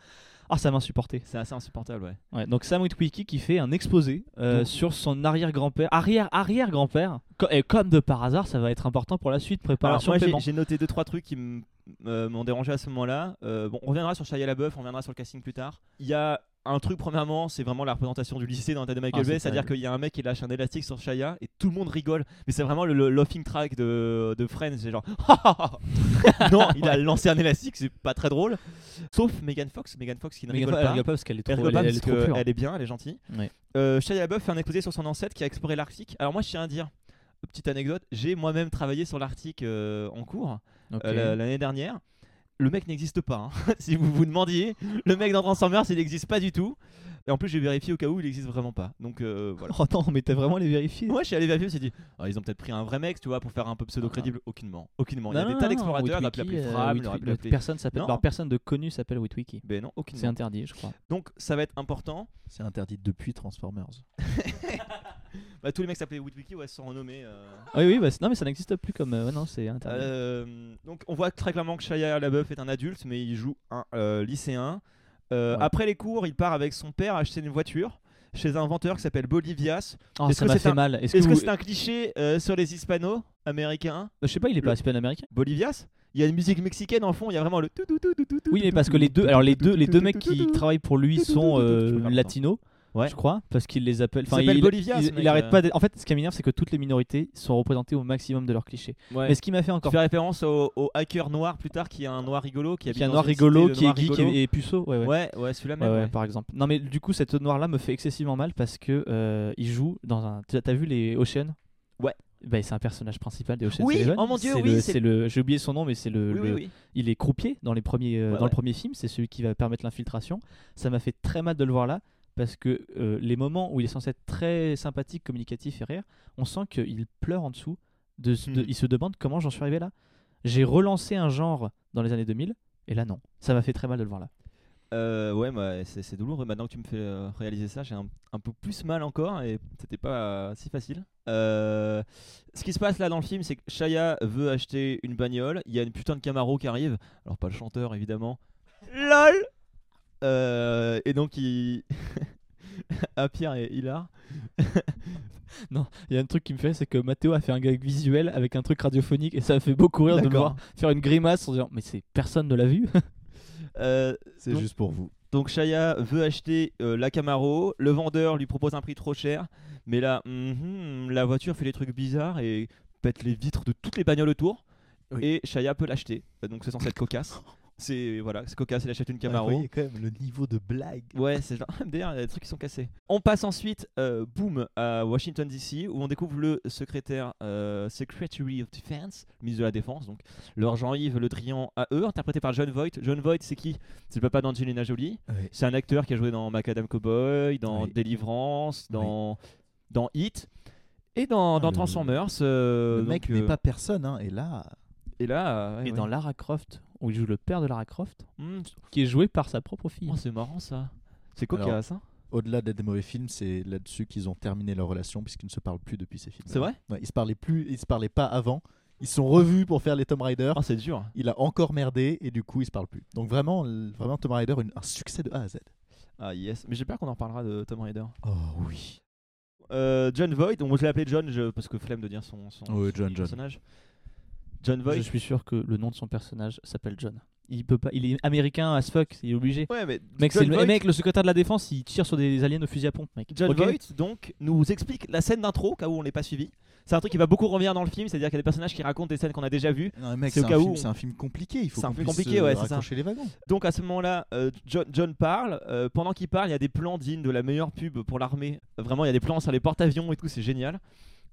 Speaker 4: Ah, ça m'a insupporté.
Speaker 2: C'est assez insupportable, ouais.
Speaker 4: Ouais, donc Sam Witwicky qui fait un exposé euh,
Speaker 2: Donc-
Speaker 4: sur son arrière-grand-père. Arrière-arrière-grand-père. Co- Et comme de par hasard, ça va être important pour la suite,
Speaker 2: Alors,
Speaker 4: préparation,
Speaker 2: moi, j'ai-
Speaker 4: paiement.
Speaker 2: j'ai noté deux trois trucs qui m- euh, m'ont dérangé à ce moment-là. Euh, bon, on reviendra sur Shia LaBeouf, on reviendra sur le casting plus tard. Il y a un truc, premièrement, c'est vraiment la représentation du lycée dans la tête de Michael
Speaker 3: Ah,
Speaker 2: Bay,
Speaker 3: c'est
Speaker 2: c'est-à-dire
Speaker 3: terrible.
Speaker 2: qu'il y a un mec qui lâche un élastique sur Shia et tout le monde rigole. Mais c'est vraiment le, le laughing track de, de Friends, c'est genre. non, il a lancé un élastique, c'est pas très drôle. Sauf Megan Fox, Megan Fox qui ne
Speaker 4: Mais
Speaker 2: rigole
Speaker 4: elle
Speaker 2: pas.
Speaker 4: rigole pas parce qu'elle est
Speaker 2: Elle
Speaker 4: trop,
Speaker 2: rigole
Speaker 4: elle,
Speaker 2: pas
Speaker 4: elle
Speaker 2: parce
Speaker 4: est trop pure.
Speaker 2: qu'elle est bien, elle est gentille.
Speaker 4: Ouais.
Speaker 2: Euh, Shia LaBeouf fait un exposé sur son ancêtre qui a exploré l'Arctique. Alors moi, je tiens à dire, petite anecdote, j'ai moi-même travaillé sur l'Arctique euh, en cours
Speaker 4: Ok.
Speaker 2: euh, la- l'année dernière. Le mec n'existe pas. hein. si vous vous demandiez, le mec dans Transformers, il n'existe pas du tout. Et en plus, j'ai vérifié au cas où, il n'existe vraiment pas. Donc euh, voilà.
Speaker 4: Oh non, mais t'as vraiment les vérifier
Speaker 2: Moi, je suis allé vérifier, je me suis dit, Ah, ils ont peut-être pris un vrai mec, tu vois, pour faire un peu
Speaker 4: Ah,
Speaker 2: pseudo-crédible. Aucunement. Aucunement. Il y a des tas d'explorateurs, ils auraient pu l'appeler Fram, ils auraient pu l'appeler-
Speaker 4: euh, Personne s'appelle.
Speaker 2: Non.
Speaker 4: alors, personne de connu s'appelle Witwiki.
Speaker 2: Ben non,
Speaker 4: C'est
Speaker 2: aucunement.
Speaker 4: interdit, je crois.
Speaker 2: Donc, ça va être important.
Speaker 3: C'est interdit depuis Transformers.
Speaker 2: Bah, tous les mecs qui s'appelaient Witwiki, ouais, se sont renommés. euh.
Speaker 4: Ah oui, oui, bah, c'est- non, mais ça n'existe plus comme. euh, ouais, non, c'est interdit.
Speaker 2: Euh, donc on voit très clairement que Shia LaBeouf est un adulte, mais il joue un euh, lycéen. Euh,
Speaker 4: Ouais.
Speaker 2: Après les cours, il part avec son père acheter une voiture chez un venteur qui s'appelle Bolivias.
Speaker 4: Oh,
Speaker 2: est-ce
Speaker 4: ça
Speaker 2: que
Speaker 4: m'a
Speaker 2: c'est
Speaker 4: fait
Speaker 2: un-
Speaker 4: mal. Est-ce que,
Speaker 2: Est-ce que
Speaker 4: vous- Bah,
Speaker 2: c'est un cliché euh, sur les hispano-américains
Speaker 4: Je sais pas, il est
Speaker 2: le-
Speaker 4: pas hispano-américain
Speaker 2: Bolivias Il y a une musique mexicaine en fond, il y a vraiment le tout tout tout tout tout tout
Speaker 4: Oui, mais
Speaker 2: tout
Speaker 4: parce
Speaker 2: tout
Speaker 4: que les
Speaker 2: tout
Speaker 4: deux,
Speaker 2: tout
Speaker 4: alors les
Speaker 2: tout
Speaker 4: deux,
Speaker 2: tout
Speaker 4: les
Speaker 2: tout
Speaker 4: deux
Speaker 2: tout
Speaker 4: mecs
Speaker 2: tout
Speaker 4: qui
Speaker 2: tout.
Speaker 4: travaillent pour lui sont
Speaker 2: Je peux
Speaker 4: euh,
Speaker 2: faire
Speaker 4: latinos,
Speaker 2: Ouais.
Speaker 4: je crois, parce qu'il les appelle.
Speaker 2: Il
Speaker 4: Enfin,
Speaker 2: s'appelle
Speaker 4: il,
Speaker 2: Bolivia, ce
Speaker 4: il, il
Speaker 2: mec,
Speaker 4: arrête
Speaker 2: euh.
Speaker 4: pas. d'être- En fait, ce qui est minable, c'est que toutes les minorités sont représentées au maximum de leurs clichés.
Speaker 2: Ouais.
Speaker 4: Mais ce qui m'a fait
Speaker 2: Tu
Speaker 4: encore
Speaker 2: fais référence au, au hacker noir plus tard qui est un noir rigolo qui
Speaker 4: qui
Speaker 2: habite
Speaker 4: est un
Speaker 2: dans
Speaker 4: noir
Speaker 2: une
Speaker 4: rigolo,
Speaker 2: cité de
Speaker 4: qui est
Speaker 2: noirs
Speaker 4: geek
Speaker 2: rigolos.
Speaker 4: et, et puceau. Ouais, ouais.
Speaker 2: Ouais, ouais, celui-là même.
Speaker 4: Ouais, ouais,
Speaker 2: ouais.
Speaker 4: par exemple. Non, mais du coup, cette noire là me fait excessivement mal parce que euh, il joue dans un. T'as t'as vu les Ocean
Speaker 2: Ouais.
Speaker 4: Bah, c'est un personnage principal des Ocean
Speaker 2: Oui,
Speaker 4: Eleven.
Speaker 2: oh mon Dieu,
Speaker 4: C'est
Speaker 2: oui,
Speaker 4: le-
Speaker 2: c'est-
Speaker 4: C'est le. J'ai oublié son nom, mais c'est le.
Speaker 2: Oui,
Speaker 4: le-
Speaker 2: oui, oui.
Speaker 4: Il est croupier dans les premiers. euh,
Speaker 2: Ouais,
Speaker 4: dans
Speaker 2: ouais.
Speaker 4: le premier film, c'est celui qui va permettre l'infiltration. Ça m'a fait très mal de le voir là parce que euh, les moments où il est censé être très sympathique, communicatif et rire, on sent qu'il pleure en dessous. De, de-
Speaker 2: Hmm.
Speaker 4: Il se demande comment j'en suis arrivé là. J'ai relancé un genre dans les années 2000 et là non. Ça m'a fait très mal de le voir là.
Speaker 2: Euh, ouais, bah, c'est c'est douloureux. Maintenant que tu me fais euh, réaliser ça, j'ai un, un peu plus mal encore et c'était pas euh, si facile. Euh, ce qui se passe là dans le film, c'est que Shia veut acheter une bagnole. Il y a une putain de Camaro qui arrive. Alors, pas le chanteur évidemment. LOL Euh, Et donc, il. à Pierre et Hilar.
Speaker 4: Non, il y a un truc qui me fait, c'est que Mathéo a fait un gag visuel avec un truc radiophonique et ça m'a fait beaucoup rire de me
Speaker 2: D'accord.
Speaker 4: voir faire une grimace en disant Mais c'est personne ne l'a vu
Speaker 2: Euh,
Speaker 3: C'est
Speaker 2: Donc-
Speaker 3: juste pour vous.
Speaker 2: Donc Shaya veut acheter euh, la Camaro, le vendeur lui propose un prix trop cher, mais là, mhm, la voiture fait des trucs bizarres et pète les vitres de toutes les bagnoles autour,
Speaker 3: Oui.
Speaker 2: et Shaya peut l'acheter. Euh, Donc c'est censé être cocasse. C'est voilà, c'est cocasse, il achète une Camaro.
Speaker 3: Vous voyez quand même le niveau de blague.
Speaker 2: Ouais, c'est genre MDR, il y a des trucs qui sont cassés. On passe ensuite, euh, boum, à Washington DC, où on découvre le secrétaire euh, Secretary of Defense, le ministre de la Défense, donc leur Jean-Yves Le Drian à eux, interprété par John Voight. John Voight, c'est qui C'est le papa d'Angelina Jolie.
Speaker 3: Ouais.
Speaker 2: C'est un acteur qui a joué dans Macadam Cowboy, dans
Speaker 3: Oui.
Speaker 2: Deliverance, dans, dans Hit. Et dans,
Speaker 3: Ah,
Speaker 2: dans
Speaker 3: le-
Speaker 2: Transformers, euh,
Speaker 3: le mec
Speaker 2: donc,
Speaker 3: n'est
Speaker 2: euh,
Speaker 3: pas personne, hein, et là.
Speaker 2: Et là, euh, ouais,
Speaker 4: Et
Speaker 2: ouais.
Speaker 4: dans Lara Croft, où il joue le père de Lara Croft,
Speaker 2: Hmm,
Speaker 4: qui est joué par sa propre fille.
Speaker 2: oh, c'est marrant ça. C'est cocasse, hein
Speaker 3: Au-delà des mauvais films, c'est là-dessus qu'ils ont terminé leur relation puisqu'ils ne se parlent plus depuis ces films.
Speaker 2: C'est vrai
Speaker 3: ouais, Ils se parlaient plus, ils se parlaient pas avant. Ils se sont revus pour faire les Tomb Raider.
Speaker 2: Ah, c'est dur.
Speaker 3: Il a encore merdé et du coup ils se parlent plus. Donc vraiment, l- vraiment Tomb Raider, une- un succès de A à Z.
Speaker 2: Ah, yes. Mais j'ai peur qu'on en reparlera de Tom Raider.
Speaker 3: Oh oui.
Speaker 2: Euh, John Voight, donc moi je l'ai appelé John je- parce que flemme de dire son, son,
Speaker 3: Oui,
Speaker 2: son
Speaker 3: John, John.
Speaker 2: personnage. John Voight.
Speaker 4: Je suis sûr que le nom de son personnage s'appelle John. Il peut pas, il est américain as fuck, il est obligé.
Speaker 2: Ouais, mais
Speaker 4: Mec,
Speaker 2: John
Speaker 4: c'est le,
Speaker 2: Voight-
Speaker 4: et mec, le secrétaire de la défense, il tire sur des aliens au fusil à pompe, mec.
Speaker 2: John
Speaker 4: Ok
Speaker 2: Voight, donc, nous explique la scène d'intro, au cas où on l'ait pas suivi. C'est un truc qui va beaucoup revenir dans le film, c'est-à-dire qu'il y a des personnages qui racontent des scènes qu'on a déjà vues.
Speaker 3: Non, mais mec,
Speaker 2: C'est
Speaker 3: c'est
Speaker 2: au
Speaker 3: un,
Speaker 2: cas où
Speaker 3: film-
Speaker 2: on-
Speaker 3: c'est un film compliqué. Il faut
Speaker 2: C'est un
Speaker 3: qu'on
Speaker 2: film
Speaker 3: puisse,
Speaker 2: compliqué,
Speaker 3: euh,
Speaker 2: ouais, c'est ça.
Speaker 3: raccrocher les wagons.
Speaker 2: Donc à ce moment-là, euh, John, John parle. Euh, pendant qu'il parle, il y a des plans dignes de la meilleure pub pour l'armée. Vraiment, il y a des plans sur les porte-avions et tout, c'est génial.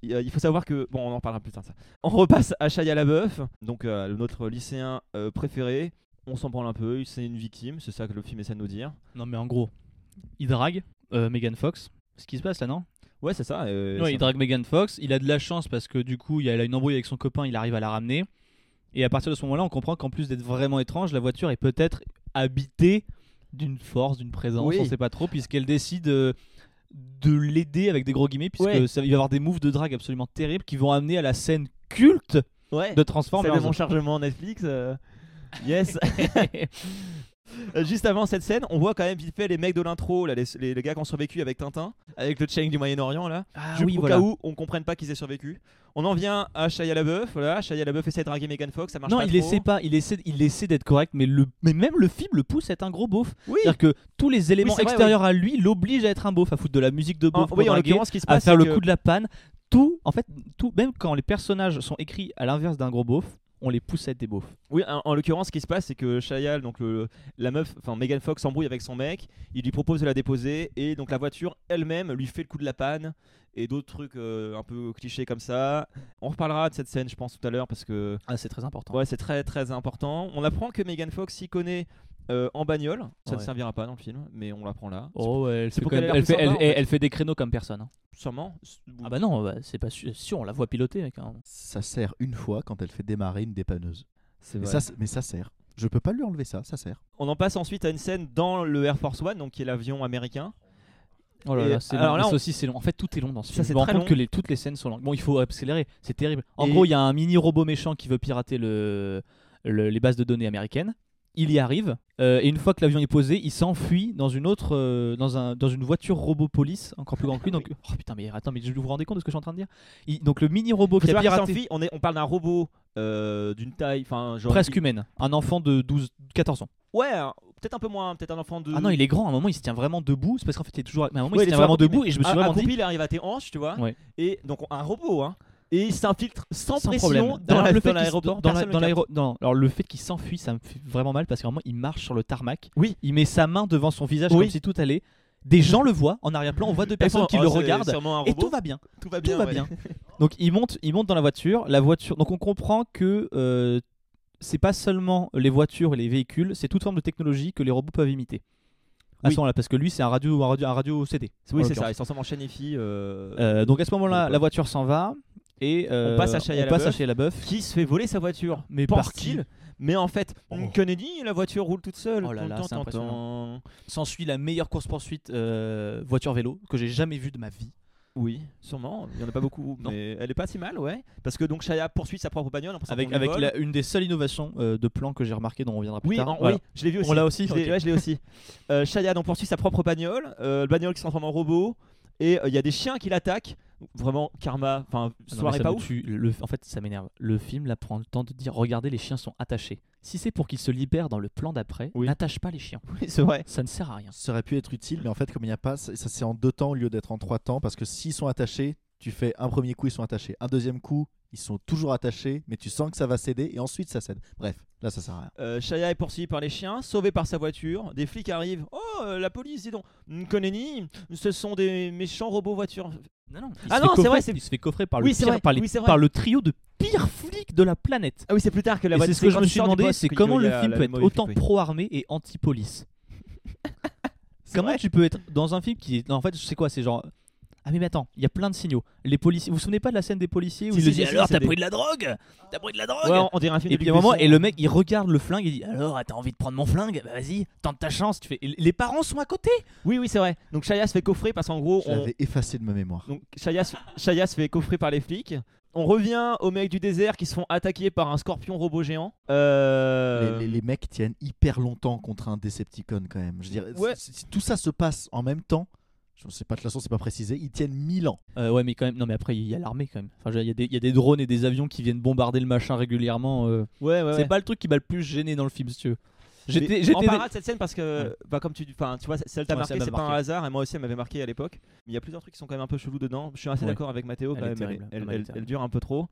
Speaker 2: Il euh, il faut savoir que. Bon, on en parlera plus tard, ça. On repasse à Shia LaBeouf, donc euh, le- notre lycéen euh, préféré. On s'en branle un peu, il- c'est une victime, c'est ça que le film essaie de nous dire.
Speaker 4: Non, mais en gros, il drague euh, Megan Fox. Ce qui se passe là, non
Speaker 2: Ouais, c'est ça. euh,
Speaker 4: Ouais,
Speaker 2: ça-
Speaker 4: il drague Megan Fox. Il a de la chance parce que du coup, il a, elle a une embrouille avec son copain, il arrive à la ramener. Et à partir de ce moment-là, on comprend qu'en plus d'être vraiment étrange, la voiture est peut-être habitée d'une force, d'une présence,
Speaker 2: Oui.
Speaker 4: on sait pas trop, puisqu'elle décide euh, de l'aider avec des gros guillemets, puisque
Speaker 2: Ouais.
Speaker 4: ça, il va y avoir des moves de drague absolument terribles qui vont amener à la scène culte
Speaker 2: Ouais.
Speaker 4: de
Speaker 2: Ça
Speaker 4: Transformers.
Speaker 2: mon chargement Netflix. euh, Yes. Euh, Juste avant cette scène, on voit quand même vite fait les mecs de l'intro, là, les, les- les gars qui ont survécu avec Tintin, avec le Cheng du Moyen-Orient là.
Speaker 4: Ah
Speaker 2: Ju- au cas où on comprenne pas qu'ils aient survécu. On en vient à Shia LaBeouf. Voilà, Shia LaBeouf essaie de draguer Megan Fox, ça marche
Speaker 4: Non,
Speaker 2: pas.
Speaker 4: il
Speaker 2: trop.
Speaker 4: essaie pas, il essaie, il essaie d'être correct, mais, le, mais même le film le pousse à être un gros beauf.
Speaker 2: Oui.
Speaker 4: C'est-à-dire que tous les éléments
Speaker 2: c'est vrai,
Speaker 4: extérieurs à lui l'obligent à être un beauf, à foutre de la musique de
Speaker 2: En, oui,
Speaker 4: beauf,
Speaker 2: en
Speaker 4: bringuer,
Speaker 2: l'occurrence, ce qui se
Speaker 4: à
Speaker 2: passe,
Speaker 4: faire
Speaker 2: c'est
Speaker 4: le
Speaker 2: que-
Speaker 4: coup de la panne. Tout, en fait, tout, même quand les personnages sont écrits à l'inverse d'un gros beauf, on les pousse à être des beaufs.
Speaker 2: Oui, en, en l'occurrence, ce qui se passe, c'est que Chayal, donc le- la meuf, enfin Megan Fox s'embrouille avec son mec, il lui propose de la déposer, et donc la voiture elle-même lui fait le coup de la panne, et d'autres trucs euh, un peu clichés comme ça. On reparlera de cette scène, je pense, tout à l'heure, parce que
Speaker 4: Ah, c'est très important.
Speaker 2: ouais, c'est très très important. On apprend que Megan Fox s'y connaît euh, en bagnole, ça ne
Speaker 4: Ouais.
Speaker 2: servira pas dans le film, mais on l'apprend là.
Speaker 4: Oh, ouais, elle,
Speaker 2: C'est
Speaker 4: fait
Speaker 2: pour
Speaker 4: quand
Speaker 2: qu'elle
Speaker 4: même-
Speaker 2: ait l'air
Speaker 4: elle fait,
Speaker 2: plus sympa,
Speaker 4: elle-
Speaker 2: en fait.
Speaker 4: elle fait des créneaux comme personne. hein.
Speaker 2: Sûrement. s-
Speaker 4: Ah bah non, bah, c'est pas sûr, sûr, on la voit piloter. mec, hein.
Speaker 3: Ça sert une fois quand elle fait démarrer une dépanneuse.
Speaker 2: c'est
Speaker 3: Mais
Speaker 2: vrai.
Speaker 3: ça, c'est- mais ça sert. Je peux pas lui enlever ça, ça sert.
Speaker 2: On en passe ensuite à une scène dans le Air Force One, donc qui est l'avion américain.
Speaker 4: Oh là
Speaker 2: Et-
Speaker 4: là, c'est
Speaker 2: alors
Speaker 4: long.
Speaker 2: là,
Speaker 4: Mais
Speaker 2: on-
Speaker 4: ça aussi, c'est long. En fait, tout est long dans ce
Speaker 2: Ça,
Speaker 4: film.
Speaker 2: c'est
Speaker 4: Je me rends
Speaker 2: très
Speaker 4: compte
Speaker 2: long.
Speaker 4: que les- toutes les scènes sont longues. Bon, il faut accélérer, c'est terrible. En
Speaker 2: Et-
Speaker 4: gros, il y a un mini robot méchant qui veut pirater le, le- les bases de données américaines. Il y arrive, euh, et une fois que l'avion est posé, il s'enfuit dans une autre, euh, dans, un, dans une voiture robot police, encore plus grande que lui. Donc, oh putain, mais attends, mais vous vous rendez compte de ce que je suis en train de dire Il- Donc le mini robot
Speaker 2: Faut
Speaker 4: qui a
Speaker 2: savoir que
Speaker 4: piraté,
Speaker 2: Sophie, on, est, on parle d'un robot euh, d'une taille, enfin genre
Speaker 4: presque humaine, un enfant de 12, 14 ans.
Speaker 2: Ouais, un- peut-être un peu moins, hein, peut-être un enfant de.
Speaker 4: Ah non, il est grand. À un moment, il se tient vraiment debout. C'est parce qu'en fait, il est toujours. Mais à un moment,
Speaker 2: Ouais,
Speaker 4: il se
Speaker 2: des
Speaker 4: tient
Speaker 2: fois,
Speaker 4: vraiment
Speaker 2: accroupi,
Speaker 4: debout, et je me suis
Speaker 2: a-
Speaker 4: vraiment
Speaker 2: accroupi,
Speaker 4: dit.
Speaker 2: il arrive à tes hanches, tu vois.
Speaker 4: Ouais.
Speaker 2: Et donc un robot, hein. Et il s'infiltre sans,
Speaker 4: sans
Speaker 2: pression
Speaker 4: problème.
Speaker 2: dans
Speaker 4: Alors,
Speaker 2: la-
Speaker 4: le fait
Speaker 2: dans
Speaker 4: qu'il-
Speaker 2: l'aéroport.
Speaker 4: dans la-
Speaker 2: personne
Speaker 4: dans
Speaker 2: le
Speaker 4: l'aéro- non, alors le fait qu'il s'enfuit, ça me fait vraiment mal parce qu'à un moment, il marche sur le tarmac.
Speaker 2: Oui.
Speaker 4: Il met sa main devant son visage
Speaker 2: Oui.
Speaker 4: comme si tout allait. Des gens le voient en arrière-plan, on voit deux
Speaker 2: capte.
Speaker 4: personnes qui
Speaker 2: Oh,
Speaker 4: le
Speaker 2: c'est
Speaker 4: regardent
Speaker 2: sûrement un
Speaker 4: et
Speaker 2: robot.
Speaker 4: tout va bien.
Speaker 2: Tout va
Speaker 4: Tout
Speaker 2: bien.
Speaker 4: va
Speaker 2: ouais.
Speaker 4: bien. Donc il monte, il monte dans la voiture. La voiture. Donc on comprend que euh, c'est pas seulement les voitures et les véhicules, c'est toute forme de technologie que les robots peuvent imiter. À
Speaker 2: Oui.
Speaker 4: ce moment-là, parce que lui, c'est un radio, un radio, un radio CD.
Speaker 2: Oui,
Speaker 4: en
Speaker 2: c'est
Speaker 4: l'occurrence.
Speaker 2: ça. Ils s'ensemble en chaîne et filles. euh,
Speaker 4: Euh, donc à ce moment-là,
Speaker 2: Ouais.
Speaker 4: la voiture s'en va et euh,
Speaker 2: passe à Shia
Speaker 4: on passe à
Speaker 2: LaBeouf.
Speaker 4: Shia LaBeouf.
Speaker 2: Qui se fait voler sa voiture
Speaker 4: Mais par
Speaker 2: Pense-t-il Mais en fait,
Speaker 3: Oh.
Speaker 2: Kennedy, la voiture roule toute seule.
Speaker 4: Oh là là,
Speaker 2: Tan, tan,
Speaker 4: c'est
Speaker 2: tan,
Speaker 4: impressionnant.
Speaker 2: tan.
Speaker 4: S'ensuit la meilleure course-poursuite euh, voiture-vélo que j'ai jamais vue de ma vie.
Speaker 2: Oui, sûrement. Il y en a pas beaucoup,
Speaker 4: Non.
Speaker 2: mais elle est pas si mal, ouais. Parce que donc Shia poursuit sa propre bagnole. en pensant qu'on
Speaker 4: Avec,
Speaker 2: lui
Speaker 4: avec
Speaker 2: vole.
Speaker 4: la- une des seules innovations euh, de plan que j'ai remarqué dont on reviendra plus
Speaker 2: Oui,
Speaker 4: tard.
Speaker 2: en-
Speaker 4: Voilà.
Speaker 2: oui, je l'ai vu aussi.
Speaker 4: On l'a aussi
Speaker 2: Je l'ai-
Speaker 4: Ok.
Speaker 2: ouais, je l'ai aussi. Euh, Shaya donc poursuit sa propre bagnole, euh, le bagnole qui se transforme en robot, et euh, il y a des chiens qui l'attaquent. Vraiment, karma, enfin,
Speaker 4: Ah non, mais
Speaker 2: soirée
Speaker 4: ça
Speaker 2: pas
Speaker 4: me
Speaker 2: ouf.
Speaker 4: tue. Le- en fait, ça m'énerve. Le film là prend le temps de dire regardez, les chiens sont attachés. Si c'est pour qu'ils se libèrent dans le plan d'après,
Speaker 2: Oui.
Speaker 4: n'attache pas les chiens.
Speaker 2: Oui, c'est vrai.
Speaker 4: Ça ne sert à rien.
Speaker 3: Ça aurait pu être utile, mais en fait, comme il n'y a pas, ça ça, c'est en deux temps au lieu d'être en trois temps, parce que s'ils sont attachés, tu fais un premier coup, ils sont attachés, un deuxième coup, ils sont toujours attachés, mais tu sens que ça va céder, et ensuite ça cède. Bref, là, ça sert à rien.
Speaker 2: Euh, Shaya est poursuivie par les chiens, sauvée par sa voiture. Des flics arrivent. Oh, euh, la police, dis donc. Koneni, ce sont des méchants robots voitures.
Speaker 4: Non, non,
Speaker 2: Ah non, c'est vrai, c'est-
Speaker 4: Il se fait coffrer par,
Speaker 2: Oui,
Speaker 4: le,
Speaker 2: c'est
Speaker 4: pire-
Speaker 2: vrai.
Speaker 4: par, les-
Speaker 2: Oui, c'est vrai.
Speaker 4: par le trio de pires flics de la planète.
Speaker 2: Ah oui, c'est plus tard que la
Speaker 4: Et c'est
Speaker 2: voiture.
Speaker 4: ce que je
Speaker 2: quand
Speaker 4: me
Speaker 2: il
Speaker 4: suis
Speaker 2: sort du
Speaker 4: demandé,
Speaker 2: boss
Speaker 4: c'est
Speaker 2: qu'il
Speaker 4: comment
Speaker 2: y
Speaker 4: le
Speaker 2: a
Speaker 4: film
Speaker 2: la
Speaker 4: peut être
Speaker 2: mémoire du
Speaker 4: autant
Speaker 2: flic, oui.
Speaker 4: pro-armée et anti-police
Speaker 2: C'est
Speaker 4: Comment
Speaker 2: vrai.
Speaker 4: tu peux être dans un film qui est. non, en fait, je sais quoi, c'est genre. Ah, mais attends, il y a plein de signaux. Les policiers. Vous vous souvenez pas de la scène des policiers où
Speaker 2: Si,
Speaker 4: il
Speaker 2: si,
Speaker 4: le dit
Speaker 2: si, si,
Speaker 4: alors
Speaker 2: c'est
Speaker 4: t'as
Speaker 2: des-
Speaker 4: pris de la drogue T'as pris de la drogue
Speaker 2: Ouais, on- on dirait un film
Speaker 4: Et
Speaker 2: de
Speaker 4: puis à un
Speaker 2: Luc
Speaker 4: moment,
Speaker 2: Besson.
Speaker 4: et le mec il regarde le flingue et dit alors ah, t'as envie de prendre mon flingue Bah vas-y, tente ta chance. Tu fais. Et Les parents sont à côté
Speaker 2: hein. Oui, oui, c'est vrai. Donc Shaya se fait coffrer parce qu'en gros,
Speaker 3: Je
Speaker 2: on,
Speaker 3: l'avais effacé de ma mémoire.
Speaker 2: Donc Shaya, se- Shaya se fait coffrer par les flics. On revient aux mecs du désert qui se font attaquer par un scorpion robot géant. Euh,
Speaker 3: Les, les- les mecs tiennent hyper longtemps contre un Decepticon quand même. Je dirais,
Speaker 2: Ouais.
Speaker 3: si, si tout ça se passe en même temps, je ne sais pas de toute façon, c'est pas précisé, ils tiennent 1000 ans.
Speaker 4: Euh, ouais, mais quand même. Non, mais après il y a l'armée quand même. Enfin, je veux dire, il y, a des- il y a des drones et des avions qui viennent bombarder le machin régulièrement. euh.
Speaker 2: Ouais, ouais,
Speaker 4: C'est
Speaker 2: ouais.
Speaker 4: pas le truc qui m'a le plus gêné dans le film, si tu veux.
Speaker 2: Mais
Speaker 4: J'étais.
Speaker 2: On
Speaker 4: j'étais-
Speaker 2: parlera de cette scène parce que,
Speaker 4: Ouais.
Speaker 2: bah, comme tu, enfin, tu vois, celle t'a
Speaker 4: Ouais,
Speaker 2: marqué,
Speaker 4: ça m'a
Speaker 2: c'est pas un
Speaker 4: marqué.
Speaker 2: hasard. Et moi aussi, elle m'avait marqué à l'époque. Mais il y a plusieurs trucs qui sont quand même un peu chelous dedans. Je suis assez
Speaker 4: Ouais.
Speaker 2: d'accord avec Mathéo.
Speaker 4: Elle
Speaker 2: quand
Speaker 4: est
Speaker 2: même,
Speaker 4: terrible.
Speaker 2: elle,
Speaker 4: Non, mais elle est
Speaker 2: elle-
Speaker 4: terrible.
Speaker 2: elle dure un peu trop.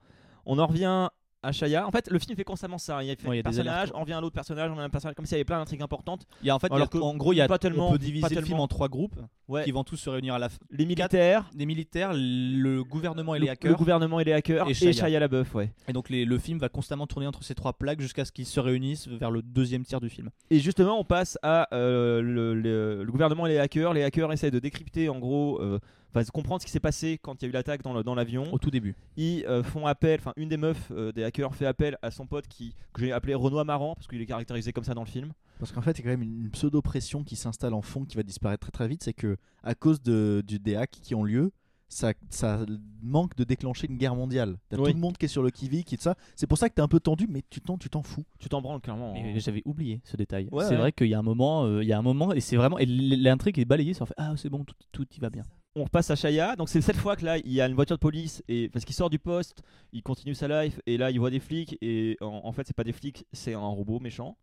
Speaker 2: On en revient à Shaya. En fait, le film fait constamment ça. hein. Il y a
Speaker 4: Ouais, il y
Speaker 2: un
Speaker 4: a des
Speaker 2: personnage,
Speaker 4: allers-retours.
Speaker 2: on revient à l'autre personnage, on a un personnage. Comme s'il y avait plein d'intrigues importantes.
Speaker 4: Il y a en fait, il y a-
Speaker 2: Alors que
Speaker 4: en gros, il y a
Speaker 2: pas tellement-
Speaker 4: on peut
Speaker 2: pas
Speaker 4: diviser le film
Speaker 2: tellement.
Speaker 4: en trois groupes
Speaker 2: Ouais.
Speaker 4: qui vont tous se réunir à la fin.
Speaker 2: Les militaires,
Speaker 4: Les militaires, le gouvernement et
Speaker 2: le,
Speaker 4: les hackers.
Speaker 2: le gouvernement et les hackers,
Speaker 4: Et
Speaker 2: et
Speaker 4: Shia.
Speaker 2: Shia LaBeouf, ouais.
Speaker 4: Et donc les- le film va constamment tourner entre ces trois plaques jusqu'à ce qu'ils se réunissent vers le deuxième tiers du film.
Speaker 2: Et justement, on passe à euh, le, le- le gouvernement et les hackers. Les hackers essayent de décrypter, en gros, euh, enfin, de comprendre ce qui s'est passé quand il y a eu l'attaque dans le- dans l'avion.
Speaker 4: Au tout début.
Speaker 2: Ils euh, font appel, enfin, une des meufs euh, des hackers fait appel à son pote qui, que j'ai appelé Renaud Amaran, parce qu'il est caractérisé comme ça dans le film.
Speaker 3: Parce qu'en fait, il y a quand même une pseudo-pression qui s'installe en fond, qui va disparaître très très vite. C'est que, à cause de, du, des hacks qui ont lieu, ça, ça manque de déclencher une guerre mondiale. T'as
Speaker 2: Oui.
Speaker 3: tout le monde qui est sur le qui-vive, qui ça. C'est pour ça que t'es un peu tendu, mais tu t'en, tu t'en fous.
Speaker 2: Tu t'en branles clairement. hein.
Speaker 6: Mais j'avais oublié ce détail.
Speaker 2: Ouais,
Speaker 6: c'est
Speaker 2: ouais.
Speaker 6: vrai qu'il y a un moment, euh, il y a un moment, et c'est vraiment, et l- l'intrigue est balayée, ça fait ah c'est bon, tout, tout y va bien.
Speaker 2: On repasse à Shaya. Donc c'est cette fois que là, il y a une voiture de police et parce qu'il sort du poste, il continue sa life et là, il voit des flics et en, en fait, c'est pas des flics, c'est un robot méchant.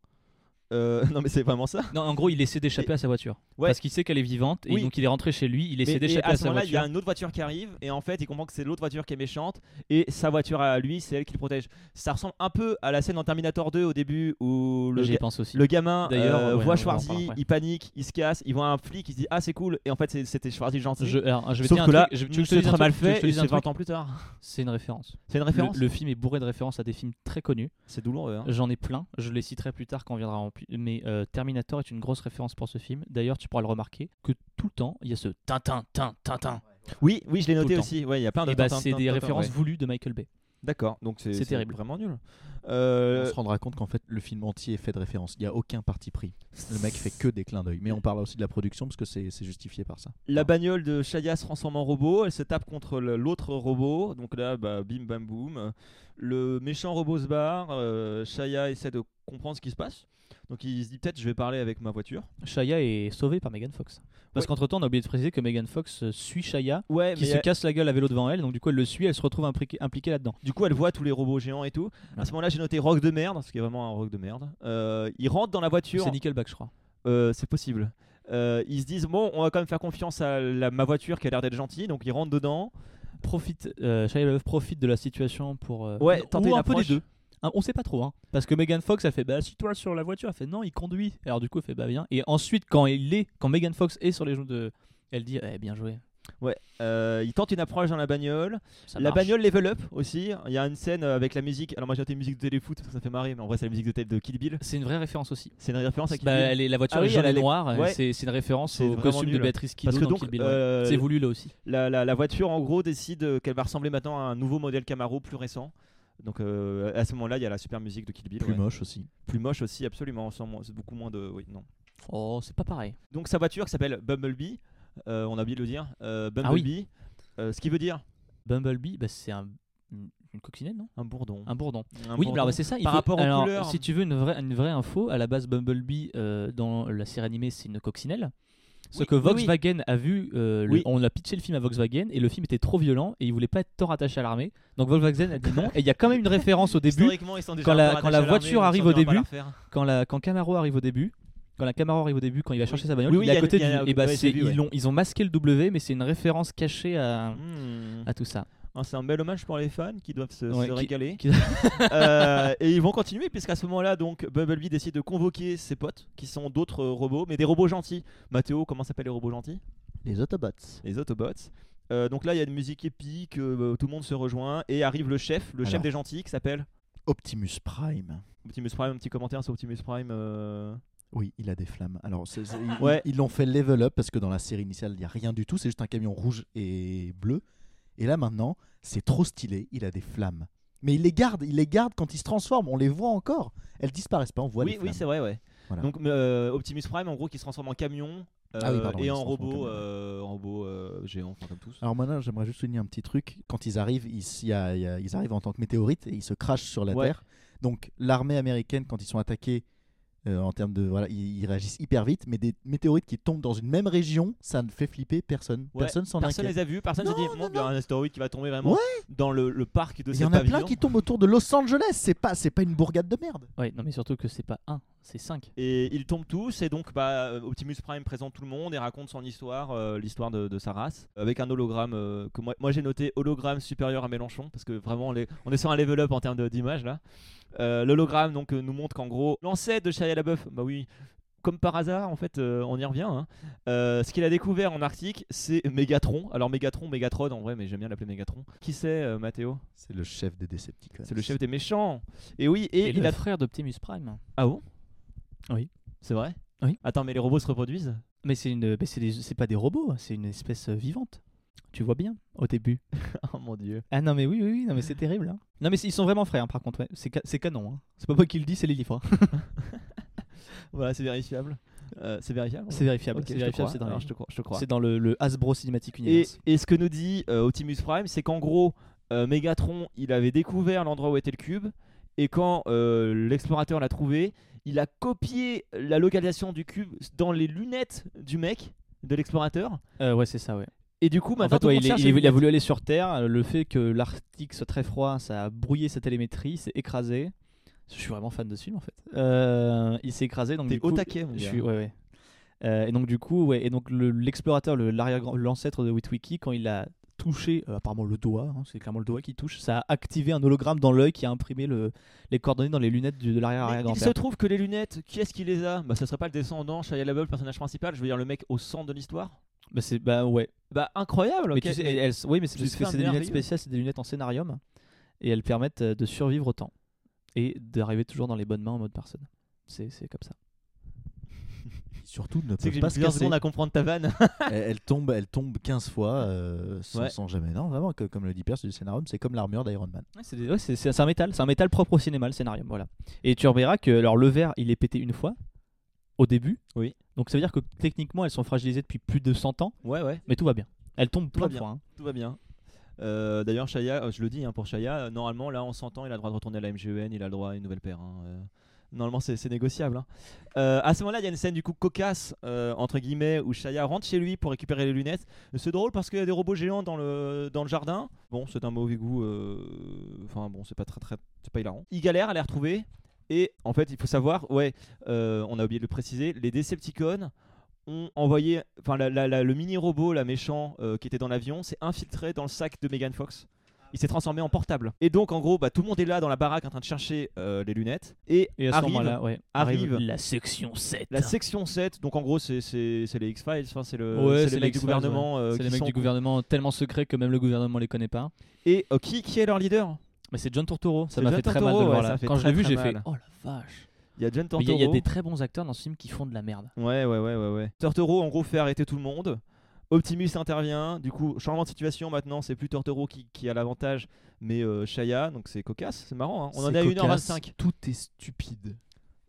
Speaker 2: Euh, non mais c'est vraiment ça.
Speaker 4: Non, en gros, il essaie d'échapper à sa voiture.
Speaker 2: Ouais.
Speaker 4: Parce qu'il sait qu'elle est vivante et
Speaker 2: Oui.
Speaker 4: donc il est rentré chez lui, il
Speaker 2: Mais-
Speaker 4: essaie
Speaker 2: et
Speaker 4: d'échapper à,
Speaker 2: à ce
Speaker 4: sa
Speaker 2: moment-là, il y
Speaker 4: voiture.
Speaker 2: a une autre voiture qui arrive et en fait, il comprend que c'est l'autre voiture qui est méchante et sa voiture à lui, c'est elle qui le protège. Ça ressemble un peu à la scène dans Terminator 2 au début où le,
Speaker 4: J'y
Speaker 2: ga-
Speaker 4: pense aussi.
Speaker 2: le gamin
Speaker 4: D'ailleurs,
Speaker 2: euh,
Speaker 4: ouais, on va
Speaker 2: voit
Speaker 4: en parler
Speaker 2: Schwarzy,
Speaker 4: après.
Speaker 2: il panique, il se casse, il voit un flic, il se dit ah c'est cool et en fait c'est- c'était Schwarzy gentil.
Speaker 4: Je, alors, je vais te
Speaker 2: Sauf
Speaker 4: dire un
Speaker 2: que là,
Speaker 4: truc, je- tu veux que je te
Speaker 2: c'est
Speaker 4: dise un
Speaker 2: très mal
Speaker 4: truc, tu veux que je
Speaker 2: fait
Speaker 4: te
Speaker 2: et
Speaker 4: dise un
Speaker 2: c'est 20
Speaker 4: truc
Speaker 2: ans plus tard.
Speaker 4: C'est une référence.
Speaker 2: C'est une
Speaker 4: Le,
Speaker 2: référence.
Speaker 4: le film est bourré de références à des films très connus.
Speaker 2: C'est douloureux. hein.
Speaker 4: J'en ai plein, je les citerai plus tard quand on viendra en pu- Mais euh, Terminator est une grosse référence pour ce film. D'ailleurs, tu pourras le remarquer que tout le temps, il y a ce Tintin, Tintin, Tintin.
Speaker 2: Oui, oui, je l'ai
Speaker 4: Tout
Speaker 2: noté
Speaker 4: le temps.
Speaker 2: aussi. Ouais, il y a plein de.
Speaker 4: Et bah,
Speaker 2: Ah, Tintin,
Speaker 4: c'est
Speaker 2: Tintin,
Speaker 4: des
Speaker 2: Tintin,
Speaker 4: références
Speaker 2: ouais.
Speaker 4: voulues de Michael Bay.
Speaker 2: D'accord. Donc c'est
Speaker 4: C'est
Speaker 2: c'est
Speaker 4: terrible.
Speaker 2: Vraiment nul.
Speaker 3: On
Speaker 2: Euh,
Speaker 3: se rendra compte qu'en fait, le film entier est fait de références. Il y a aucun parti pris. Le mec fait que des clins d'œil. Mais on parle aussi de la production parce que c'est, c'est justifié par ça.
Speaker 2: La bagnole de Shaya se transforme en robot, elle se tape contre le- l'autre robot, donc là, bah, bim bam boum. Le méchant robot se barre, euh, Shaya essaie de comprendre ce qui se passe, donc il se dit peut-être je vais parler avec ma voiture.
Speaker 4: Shia est sauvé par Megan Fox. Parce
Speaker 2: Ouais.
Speaker 4: qu'entre temps, on a oublié de préciser que Megan Fox euh, suit Shia,
Speaker 2: Ouais,
Speaker 4: qui se casse la gueule à vélo devant elle. Donc, du coup, elle le suit, elle se retrouve impliquée, impliquée là-dedans.
Speaker 2: Du coup, elle voit tous les robots géants et tout. À ce moment-là, j'ai noté rock de merde, ce qui est vraiment un rock de merde. Euh, il rentre dans la voiture.
Speaker 4: C'est Nickelback, je crois.
Speaker 2: Euh, c'est possible. Euh, ils se disent bon, on va quand même faire confiance à la, ma voiture qui a l'air d'être gentille, donc ils rentrent dedans.
Speaker 4: Profite, euh, Shia LaBeouf profite de la situation pour. euh,
Speaker 2: Ouais,
Speaker 4: ou
Speaker 2: tenter une
Speaker 4: un peu des
Speaker 2: approche.
Speaker 4: deux. Hein, on sait pas trop, hein. Parce que Megan Fox, elle fait bah si toi sur la voiture, elle fait non, il conduit. Alors du coup, elle fait bah viens. Et ensuite, quand il est, quand Megan Fox est sur les genoux de, elle dit eh bien joué.
Speaker 2: Euh, ils tentent une approche dans la bagnole.
Speaker 4: ça
Speaker 2: la
Speaker 4: marche.
Speaker 2: bagnole level up aussi. Il y a une scène euh, avec la musique. Alors moi j'ai noté musique de téléfoot, parce que ça fait marrer, mais en vrai c'est la musique de, tête de Kill Bill.
Speaker 4: C'est une vraie référence aussi.
Speaker 2: C'est une référence à Kill
Speaker 4: Bah,
Speaker 2: Bill.
Speaker 4: elle est, la voiture
Speaker 2: Ah
Speaker 4: est
Speaker 2: oui,
Speaker 4: jaune
Speaker 2: elle
Speaker 4: et
Speaker 2: est-
Speaker 4: noire.
Speaker 2: ouais.
Speaker 4: C'est c'est une référence
Speaker 2: C'est
Speaker 4: au
Speaker 2: vraiment
Speaker 4: costume de
Speaker 2: nul.
Speaker 4: Béatrice Kiddo
Speaker 2: Parce que
Speaker 4: dans
Speaker 2: donc
Speaker 4: Kill Bill, ouais.
Speaker 2: euh,
Speaker 4: C'est voulu là aussi.
Speaker 2: la, la- la voiture en gros décide euh, qu'elle va ressembler maintenant à un nouveau modèle Camaro plus récent. Donc euh, à ce moment-là, il y a la super musique de Kill Bill.
Speaker 3: Plus
Speaker 2: ouais.
Speaker 3: moche aussi.
Speaker 2: Plus moche aussi, absolument. Sans moins- c'est beaucoup moins de. Oui, non.
Speaker 4: Oh, c'est pas pareil.
Speaker 2: Donc sa voiture qui s'appelle Bumblebee, euh, on a oublié de le dire, euh,
Speaker 4: Ah oui.
Speaker 2: Bumblebee, euh, ce qui veut dire
Speaker 4: Bumblebee, bah, c'est un, une une coccinelle, non
Speaker 2: un bourdon.
Speaker 4: Un bourdon.
Speaker 2: Un
Speaker 4: Ah. oui,
Speaker 2: bourdon.
Speaker 4: alors bah, c'est ça. il
Speaker 2: Par
Speaker 4: faut-
Speaker 2: rapport aux
Speaker 4: alors,
Speaker 2: couleurs.
Speaker 4: Si tu veux une vraie, une vraie info, à la base, Bumblebee euh, dans la série animée, c'est une coccinelle. Ce
Speaker 2: Oui,
Speaker 4: que
Speaker 2: oui, oui.
Speaker 4: Volkswagen a vu, euh, le-
Speaker 2: Oui.
Speaker 4: on a pitché le film à Volkswagen et le film était trop violent et il voulait pas être tant rattaché à l'armée. Donc Volkswagen a dit non. Et il y a quand même une référence au début
Speaker 2: Historiquement, ils sont déjà
Speaker 4: quand la-
Speaker 2: un peu
Speaker 4: quand la
Speaker 2: rattachés à l'armée,
Speaker 4: voiture
Speaker 2: donc
Speaker 4: arrive
Speaker 2: ça, on va
Speaker 4: au
Speaker 2: pas la
Speaker 4: début,
Speaker 2: refaire.
Speaker 4: quand la quand Camaro arrive au début. Quand la Camaro arrive au début, quand il va chercher sa bagnole,
Speaker 2: Oui, oui,
Speaker 4: il est
Speaker 2: il y a-
Speaker 4: à côté
Speaker 2: il y a-
Speaker 4: du. Et bah,
Speaker 2: ouais, j'ai
Speaker 4: c'est-
Speaker 2: vu,
Speaker 4: ils
Speaker 2: ouais.
Speaker 4: l'ont- ils ont masqué le W, mais c'est une référence cachée à,
Speaker 2: Hmm.
Speaker 4: à tout ça.
Speaker 2: Ah, c'est un bel hommage pour les fans qui doivent se,
Speaker 4: Ouais,
Speaker 2: se
Speaker 4: qui-
Speaker 2: régaler.
Speaker 4: qui-
Speaker 2: Euh, et ils vont continuer puisqu'à ce moment-là, donc Bumblebee décide de convoquer ses potes qui sont d'autres euh, robots, mais des robots gentils. Mathéo, comment s'appellent les robots gentils
Speaker 3: Les Autobots.
Speaker 2: Les Autobots. Euh, donc là, il y a une musique épique, euh, tout le monde se rejoint et arrive le chef, le chef
Speaker 3: Alors.
Speaker 2: des gentils qui s'appelle
Speaker 3: Optimus Prime.
Speaker 2: Optimus Prime. Un petit commentaire sur Optimus Prime. euh,
Speaker 3: Oui, il a des flammes. Alors, c'est- c'est- ils-
Speaker 2: Ouais.
Speaker 3: ils ils l'ont fait level up parce que dans la série initiale, il n'y a rien du tout. C'est juste un camion rouge et bleu. Et là, maintenant, c'est trop stylé. Il a des flammes. Mais il les garde. Il les garde quand il se transforme. On les voit encore. Elles disparaissent pas. On voit les
Speaker 2: Oui,
Speaker 3: flammes.
Speaker 2: oui, c'est vrai, ouais.
Speaker 3: Voilà.
Speaker 2: Donc euh, Optimus Prime, en gros, qui se transforme en camion euh,
Speaker 3: Ah oui, pardon, il
Speaker 2: et
Speaker 3: se
Speaker 2: en
Speaker 3: transforme en
Speaker 2: robot,
Speaker 3: camion.
Speaker 2: euh, en robot euh, géant, enfin comme tous.
Speaker 3: Alors maintenant, j'aimerais juste souligner un petit truc. Quand ils arrivent, ils, il y a- il y a- ils arrivent en tant que météorites et ils se crachent sur la
Speaker 2: Ouais.
Speaker 3: Terre. Donc l'armée américaine, quand ils sont attaqués, euh, en termes de voilà, ils, ils réagissent hyper vite. Mais des météorites qui tombent dans une même région, ça ne fait flipper personne.
Speaker 2: Ouais,
Speaker 3: Personne s'en
Speaker 2: Personne
Speaker 3: inquiète.
Speaker 2: les a vus, personne s'est
Speaker 3: Non,
Speaker 2: dit,
Speaker 3: non,
Speaker 2: bon, il y a un astéroïde qui va tomber vraiment
Speaker 3: Ouais.
Speaker 2: dans le, le parc de
Speaker 3: Il
Speaker 2: ces
Speaker 3: y en a
Speaker 2: pavillons.
Speaker 3: plein qui tombent autour de Los Angeles. C'est pas, c'est pas une bourgade de merde.
Speaker 4: Ouais, non mais surtout que c'est pas un, c'est cinq.
Speaker 2: Et ils tombent tous, et donc bah, Optimus Prime présente tout le monde et raconte son histoire, euh, l'histoire de, de sa race, avec un hologramme euh, que moi, moi, j'ai noté hologramme supérieur à Mélenchon, parce que vraiment on est, on est sur un level up en termes de- d'image là. Euh, L'hologramme donc euh, nous montre qu'en gros l'ancêtre de Shia LaBeouf, bah oui, comme par hasard en fait, euh, on y revient. hein. Euh, ce qu'il a découvert en Arctique, c'est Megatron. Alors Megatron, Megatron en vrai, mais j'aime bien l'appeler Megatron. Qui c'est, euh, Mathéo
Speaker 3: C'est le chef des Decepticons.
Speaker 2: C'est le chef des méchants. Et oui, et,
Speaker 4: Et,
Speaker 2: il
Speaker 4: le
Speaker 2: a.
Speaker 4: frère d'Optimus Prime.
Speaker 2: Ah bon
Speaker 4: Oui.
Speaker 2: C'est vrai
Speaker 4: Oui.
Speaker 2: Attends, mais les robots se reproduisent
Speaker 4: Mais c'est une, mais c'est des- c'est pas des robots, c'est une espèce euh, vivante. Tu vois bien au début.
Speaker 2: Oh mon dieu.
Speaker 4: Ah non mais oui oui, oui non mais c'est terrible. hein. Non mais c'est- ils sont vraiment frères hein, par hein. contre. ouais. C'est ca- c'est canon. hein. C'est pas moi qui le dis, c'est les livres.
Speaker 2: Voilà, c'est vérifiable. Euh, c'est vérifiable
Speaker 4: C'est vérifiable,
Speaker 2: Ok,
Speaker 4: c'est
Speaker 2: je te
Speaker 4: vérifiable,
Speaker 2: crois.
Speaker 4: c'est dans,
Speaker 2: Alors,
Speaker 4: les-
Speaker 2: je te crois. Je te crois.
Speaker 4: c'est dans le, le Hasbro Cinematic
Speaker 2: Et,
Speaker 4: Universe.
Speaker 2: et ce que nous dit euh, Optimus Prime, c'est qu'en gros, euh, Megatron, il avait découvert l'endroit où était le cube, et quand euh, l'explorateur l'a trouvé, il a copié la localisation du cube dans les lunettes du mec, de l'explorateur,
Speaker 4: Euh, ouais, c'est ça, ouais.
Speaker 2: et du coup,
Speaker 4: En
Speaker 2: maintenant,
Speaker 4: fait,
Speaker 2: tout le
Speaker 4: ouais,
Speaker 2: monde
Speaker 4: il, est-
Speaker 2: cherche
Speaker 4: il
Speaker 2: les
Speaker 4: est- il a
Speaker 2: lunettes.
Speaker 4: voulu aller sur Terre. Le fait que l'Arctique soit très froid, ça a brouillé sa télémétrie, il s'est écrasé. Je suis vraiment fan de ce film en fait. Euh, il s'est écrasé, donc
Speaker 2: T'es
Speaker 4: du
Speaker 2: au
Speaker 4: coup,
Speaker 2: taquet, mon
Speaker 4: je
Speaker 2: gars.
Speaker 4: suis- ouais, ouais. Euh, et donc du coup, ouais, et donc le- l'explorateur, le- l'arrière- l'ancêtre de Witwicky, quand il a touché, euh, apparemment le doigt, hein, c'est clairement le doigt qui touche, ça a activé un hologramme dans l'œil qui a imprimé le, les coordonnées dans les lunettes du- de
Speaker 2: Mais Il
Speaker 4: l'arrière-arrière-grand-père.
Speaker 2: se trouve que les lunettes, qui est-ce qui les a Bah, ça serait pas le descendant, Shia LaBeouf, le personnage principal, je veux dire le mec au centre de l'histoire.
Speaker 4: Bah, c'est bah ouais.
Speaker 2: Bah, incroyable
Speaker 4: Mais
Speaker 2: quel-
Speaker 4: tu sais, elles- elles- oui, mais c'est
Speaker 2: je
Speaker 4: parce que
Speaker 2: suis un
Speaker 4: c'est des lunettes
Speaker 2: merveilleux.
Speaker 4: spéciales, c'est des lunettes en scénarium, et elles permettent euh, de survivre au temps et d'arriver toujours dans les bonnes mains en mode personne. C'est c'est comme ça.
Speaker 3: Surtout, ne
Speaker 2: Tu sais que
Speaker 3: peut
Speaker 2: j'ai
Speaker 3: pas
Speaker 2: mis
Speaker 3: se
Speaker 2: plusieurs
Speaker 3: casser.
Speaker 2: secondes à comprendre ta vanne.
Speaker 3: Elle, elle tombe, elle tombe 15 fois euh, sans,
Speaker 2: Ouais.
Speaker 3: sans jamais. Non, vraiment, que- comme le dit Pierre, c'est du scénarium, c'est comme l'armure d'Iron Man.
Speaker 4: Ouais, c'est des- ouais, c'est c'est- c'est un métal, c'est un métal propre au cinéma, le scénario. Voilà. Et tu reverras que alors le verre, il est pété une fois au début.
Speaker 2: Oui.
Speaker 4: Donc ça veut dire que techniquement, elles sont fragilisées depuis plus de 100 ans,
Speaker 2: ouais, ouais.
Speaker 4: mais tout va bien. Elles tombent
Speaker 2: Tout va
Speaker 4: plein de
Speaker 2: bien.
Speaker 4: fois. hein.
Speaker 2: Tout va bien. Euh, D'ailleurs, Shaya, euh, je le dis hein, pour Shaya, euh, normalement, là, en 100 ans, il a le droit de retourner à la MGEN, il a le droit à une nouvelle paire. hein, euh. Normalement, c'est c'est négociable. hein. Euh, à ce moment-là, il y a une scène du coup cocasse, euh, entre guillemets, où Shaya rentre chez lui pour récupérer les lunettes. C'est drôle parce qu'il y a des robots géants dans le, dans le jardin. Bon, c'est un mauvais goût. euh, Enfin, bon, c'est pas très, très. C'est pas hilarant. Il galère à les retrouver. Et en fait, il faut savoir, ouais, euh, on a oublié de le préciser, les Decepticons ont envoyé, enfin la- la- la- le mini-robot, la méchant euh, qui était dans l'avion, s'est infiltré dans le sac de Megan Fox. Il s'est transformé en portable. Et donc en gros, bah, tout le monde est là dans la baraque en train de chercher euh, les lunettes. Et,
Speaker 4: Et à ce
Speaker 2: arrive
Speaker 4: moment-là, ouais,
Speaker 2: arrive.
Speaker 4: la section 7.
Speaker 2: la section 7. Donc en gros, c'est c'est- c'est les X-Files, enfin, c'est le,
Speaker 4: Ouais,
Speaker 2: c'est
Speaker 4: c'est
Speaker 2: les
Speaker 4: les
Speaker 2: mecs du
Speaker 4: X-Files,
Speaker 2: gouvernement. euh,
Speaker 4: c'est les
Speaker 2: qui
Speaker 4: mecs
Speaker 2: sont-
Speaker 4: du gouvernement tellement secret que même le gouvernement les connaît pas.
Speaker 2: Et euh, qui, qui est leur leader
Speaker 4: Mais c'est John Turturro, ça
Speaker 2: C'est
Speaker 4: m'a
Speaker 2: John
Speaker 4: fait très mal
Speaker 2: Turturro,
Speaker 4: de le
Speaker 2: ouais,
Speaker 4: voir
Speaker 2: ça
Speaker 4: là.
Speaker 2: fait
Speaker 4: Quand je
Speaker 2: très,
Speaker 4: l'ai vu,
Speaker 2: très
Speaker 4: j'ai fait
Speaker 2: mal.
Speaker 4: oh la vache.
Speaker 2: Il y a John
Speaker 4: Mais Il y,
Speaker 2: Turturro.
Speaker 4: a- il y a des très bons acteurs dans ce film qui font de la merde.
Speaker 2: Ouais, ouais, ouais, ouais, ouais. Tortoro, en gros, fait arrêter tout le monde. Optimus intervient. Du coup, changement de situation maintenant, c'est plus Tortoro qui, qui a l'avantage, mais euh, Shaya. Donc c'est cocasse, c'est marrant. hein. On en
Speaker 3: C'est
Speaker 2: est à
Speaker 3: cocasse,
Speaker 2: 1h25.
Speaker 3: Tout est stupide.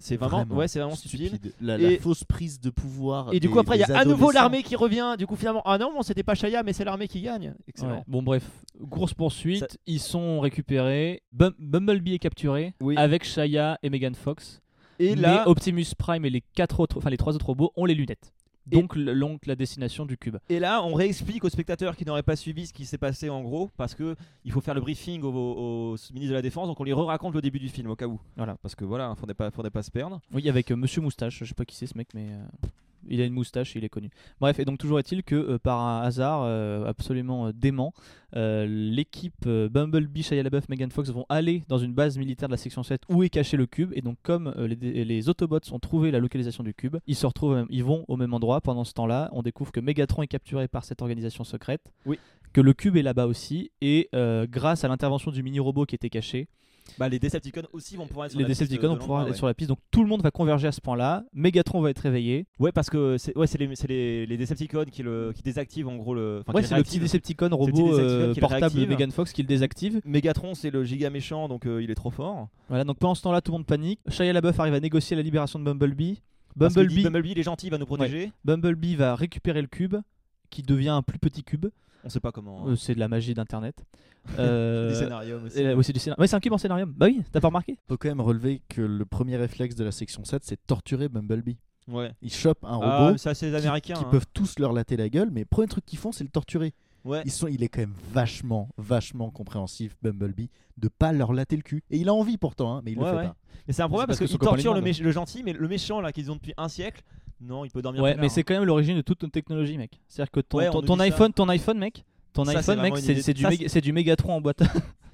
Speaker 2: C'est vraiment, ouais, c'est vraiment stupide.
Speaker 3: La, la
Speaker 2: Et-
Speaker 3: fausse prise de pouvoir.
Speaker 2: Et du
Speaker 3: des-
Speaker 2: coup, après, il y
Speaker 3: des
Speaker 2: a à nouveau
Speaker 3: adolescents.
Speaker 2: l'armée qui revient. Du coup, finalement, ah non, bon, c'était pas Shaya, mais c'est l'armée qui gagne. Excellent.
Speaker 4: Ouais. Bon bref, course poursuite,
Speaker 2: Ça-
Speaker 4: ils sont récupérés, Bum- Bumblebee est capturé
Speaker 2: Oui.
Speaker 4: avec Shia et Megan Fox.
Speaker 2: Et là,
Speaker 4: mais Optimus Prime et les quatre autres, enfin les trois autres robots ont les lunettes.
Speaker 2: Et-
Speaker 4: Donc le- donc la destination du cube.
Speaker 2: Et là, on réexplique aux spectateurs qui n'auraient pas suivi ce qui s'est passé en gros, parce que il faut faire le briefing au, au- au ministre de la Défense, donc on lui raconte le début du film au cas où.
Speaker 4: Voilà.
Speaker 2: Parce que voilà, faudrait pas, faudrait pas se perdre.
Speaker 4: Oui, avec euh, Monsieur Moustache, je sais pas qui c'est ce mec, mais euh, il a une moustache et il est connu. Bref, et donc toujours est-il que euh, par un hasard euh, absolument euh, dément, euh, l'équipe euh, Bumblebee, Shia LaBeouf, Megan Fox vont aller dans une base militaire de la section 7 où est caché le cube. Et donc comme euh, les, dé- les Autobots ont trouvé la localisation du cube, ils se retrouvent, au même- ils vont au même endroit. Pendant ce temps-là, on découvre que Megatron est capturé par cette organisation secrète.
Speaker 2: Oui.
Speaker 4: Que le cube est là-bas aussi, et euh, grâce à l'intervention du mini-robot qui était caché,
Speaker 2: Bah, les Decepticons aussi vont pouvoir être Ah, sur
Speaker 4: les
Speaker 2: la piste de
Speaker 4: Decepticons vont pouvoir
Speaker 2: l'endroit,
Speaker 4: être sur la piste, donc tout le monde va converger à ce point-là. Megatron va être réveillé.
Speaker 2: ouais. Ouais, parce que c'est ouais, c'est les, c'est les, les Decepticons qui, le, qui désactivent en gros le. enfin,
Speaker 4: Ouais,
Speaker 2: qui
Speaker 4: c'est le petit
Speaker 2: réactivent.
Speaker 4: Decepticon
Speaker 2: le petit
Speaker 4: robot
Speaker 2: Decepticon
Speaker 4: euh,
Speaker 2: qui le
Speaker 4: portable
Speaker 2: réactive.
Speaker 4: Megan Fox qui le désactive.
Speaker 2: Megatron, c'est le giga méchant, donc euh, il est trop fort.
Speaker 4: Voilà, donc pendant ce temps-là, tout le monde panique. Shia LaBeouf arrive à négocier la libération de Bumblebee.
Speaker 2: Parce qu'il dit,
Speaker 4: Bumblebee,
Speaker 2: Bumblebee, il est gentil, il va nous protéger.
Speaker 4: Bumblebee va récupérer le cube, qui devient un plus petit cube.
Speaker 2: On sait pas comment. hein.
Speaker 4: Euh, c'est de la magie d'Internet.
Speaker 2: Du
Speaker 4: Euh,
Speaker 2: scénario aussi.
Speaker 4: et là, ouais, c'est du scénario. Ouais, c'est un cube en scénarium. Bah oui, t'as pas remarqué
Speaker 3: Faut quand même relever que le premier réflexe de la section 7, c'est torturer Bumblebee.
Speaker 2: Ouais.
Speaker 3: Ils chopent un
Speaker 2: Ah,
Speaker 3: robot.
Speaker 2: mais ça, c'est les
Speaker 3: qui-
Speaker 2: Américains.
Speaker 3: qui
Speaker 2: hein.
Speaker 3: peuvent tous leur latter la gueule, mais le premier truc qu'ils font, c'est le torturer.
Speaker 2: Ouais.
Speaker 3: Ils sont, il est quand même vachement, vachement compréhensif, Bumblebee, de pas leur latter le cul. Et il a envie pourtant, hein, mais il
Speaker 2: Ouais,
Speaker 3: le fait
Speaker 2: ouais.
Speaker 3: pas.
Speaker 2: Mais c'est un problème parce,
Speaker 4: C'est parce que
Speaker 2: qu'ils
Speaker 4: son copain lui
Speaker 2: torturent le,
Speaker 4: demande.
Speaker 2: mé- le gentil, mais le méchant là qu'ils ont depuis un siècle, non, il peut dormir.
Speaker 4: Ouais,
Speaker 2: plus
Speaker 4: mais
Speaker 2: tard,
Speaker 4: c'est quand même l'origine de toute notre technologie, mec. C'est-à-dire que ton,
Speaker 2: hein. Ouais, on
Speaker 4: ton,
Speaker 2: nous
Speaker 4: ton
Speaker 2: dit ça.
Speaker 4: iPhone, ton iPhone, mec, ton
Speaker 2: Ça, c'est
Speaker 4: iPhone, mec,
Speaker 2: vraiment une
Speaker 4: c'est
Speaker 2: idée-
Speaker 4: c'est du,
Speaker 2: ça,
Speaker 4: méga- c'est du Mégatron en boîte.
Speaker 2: hein.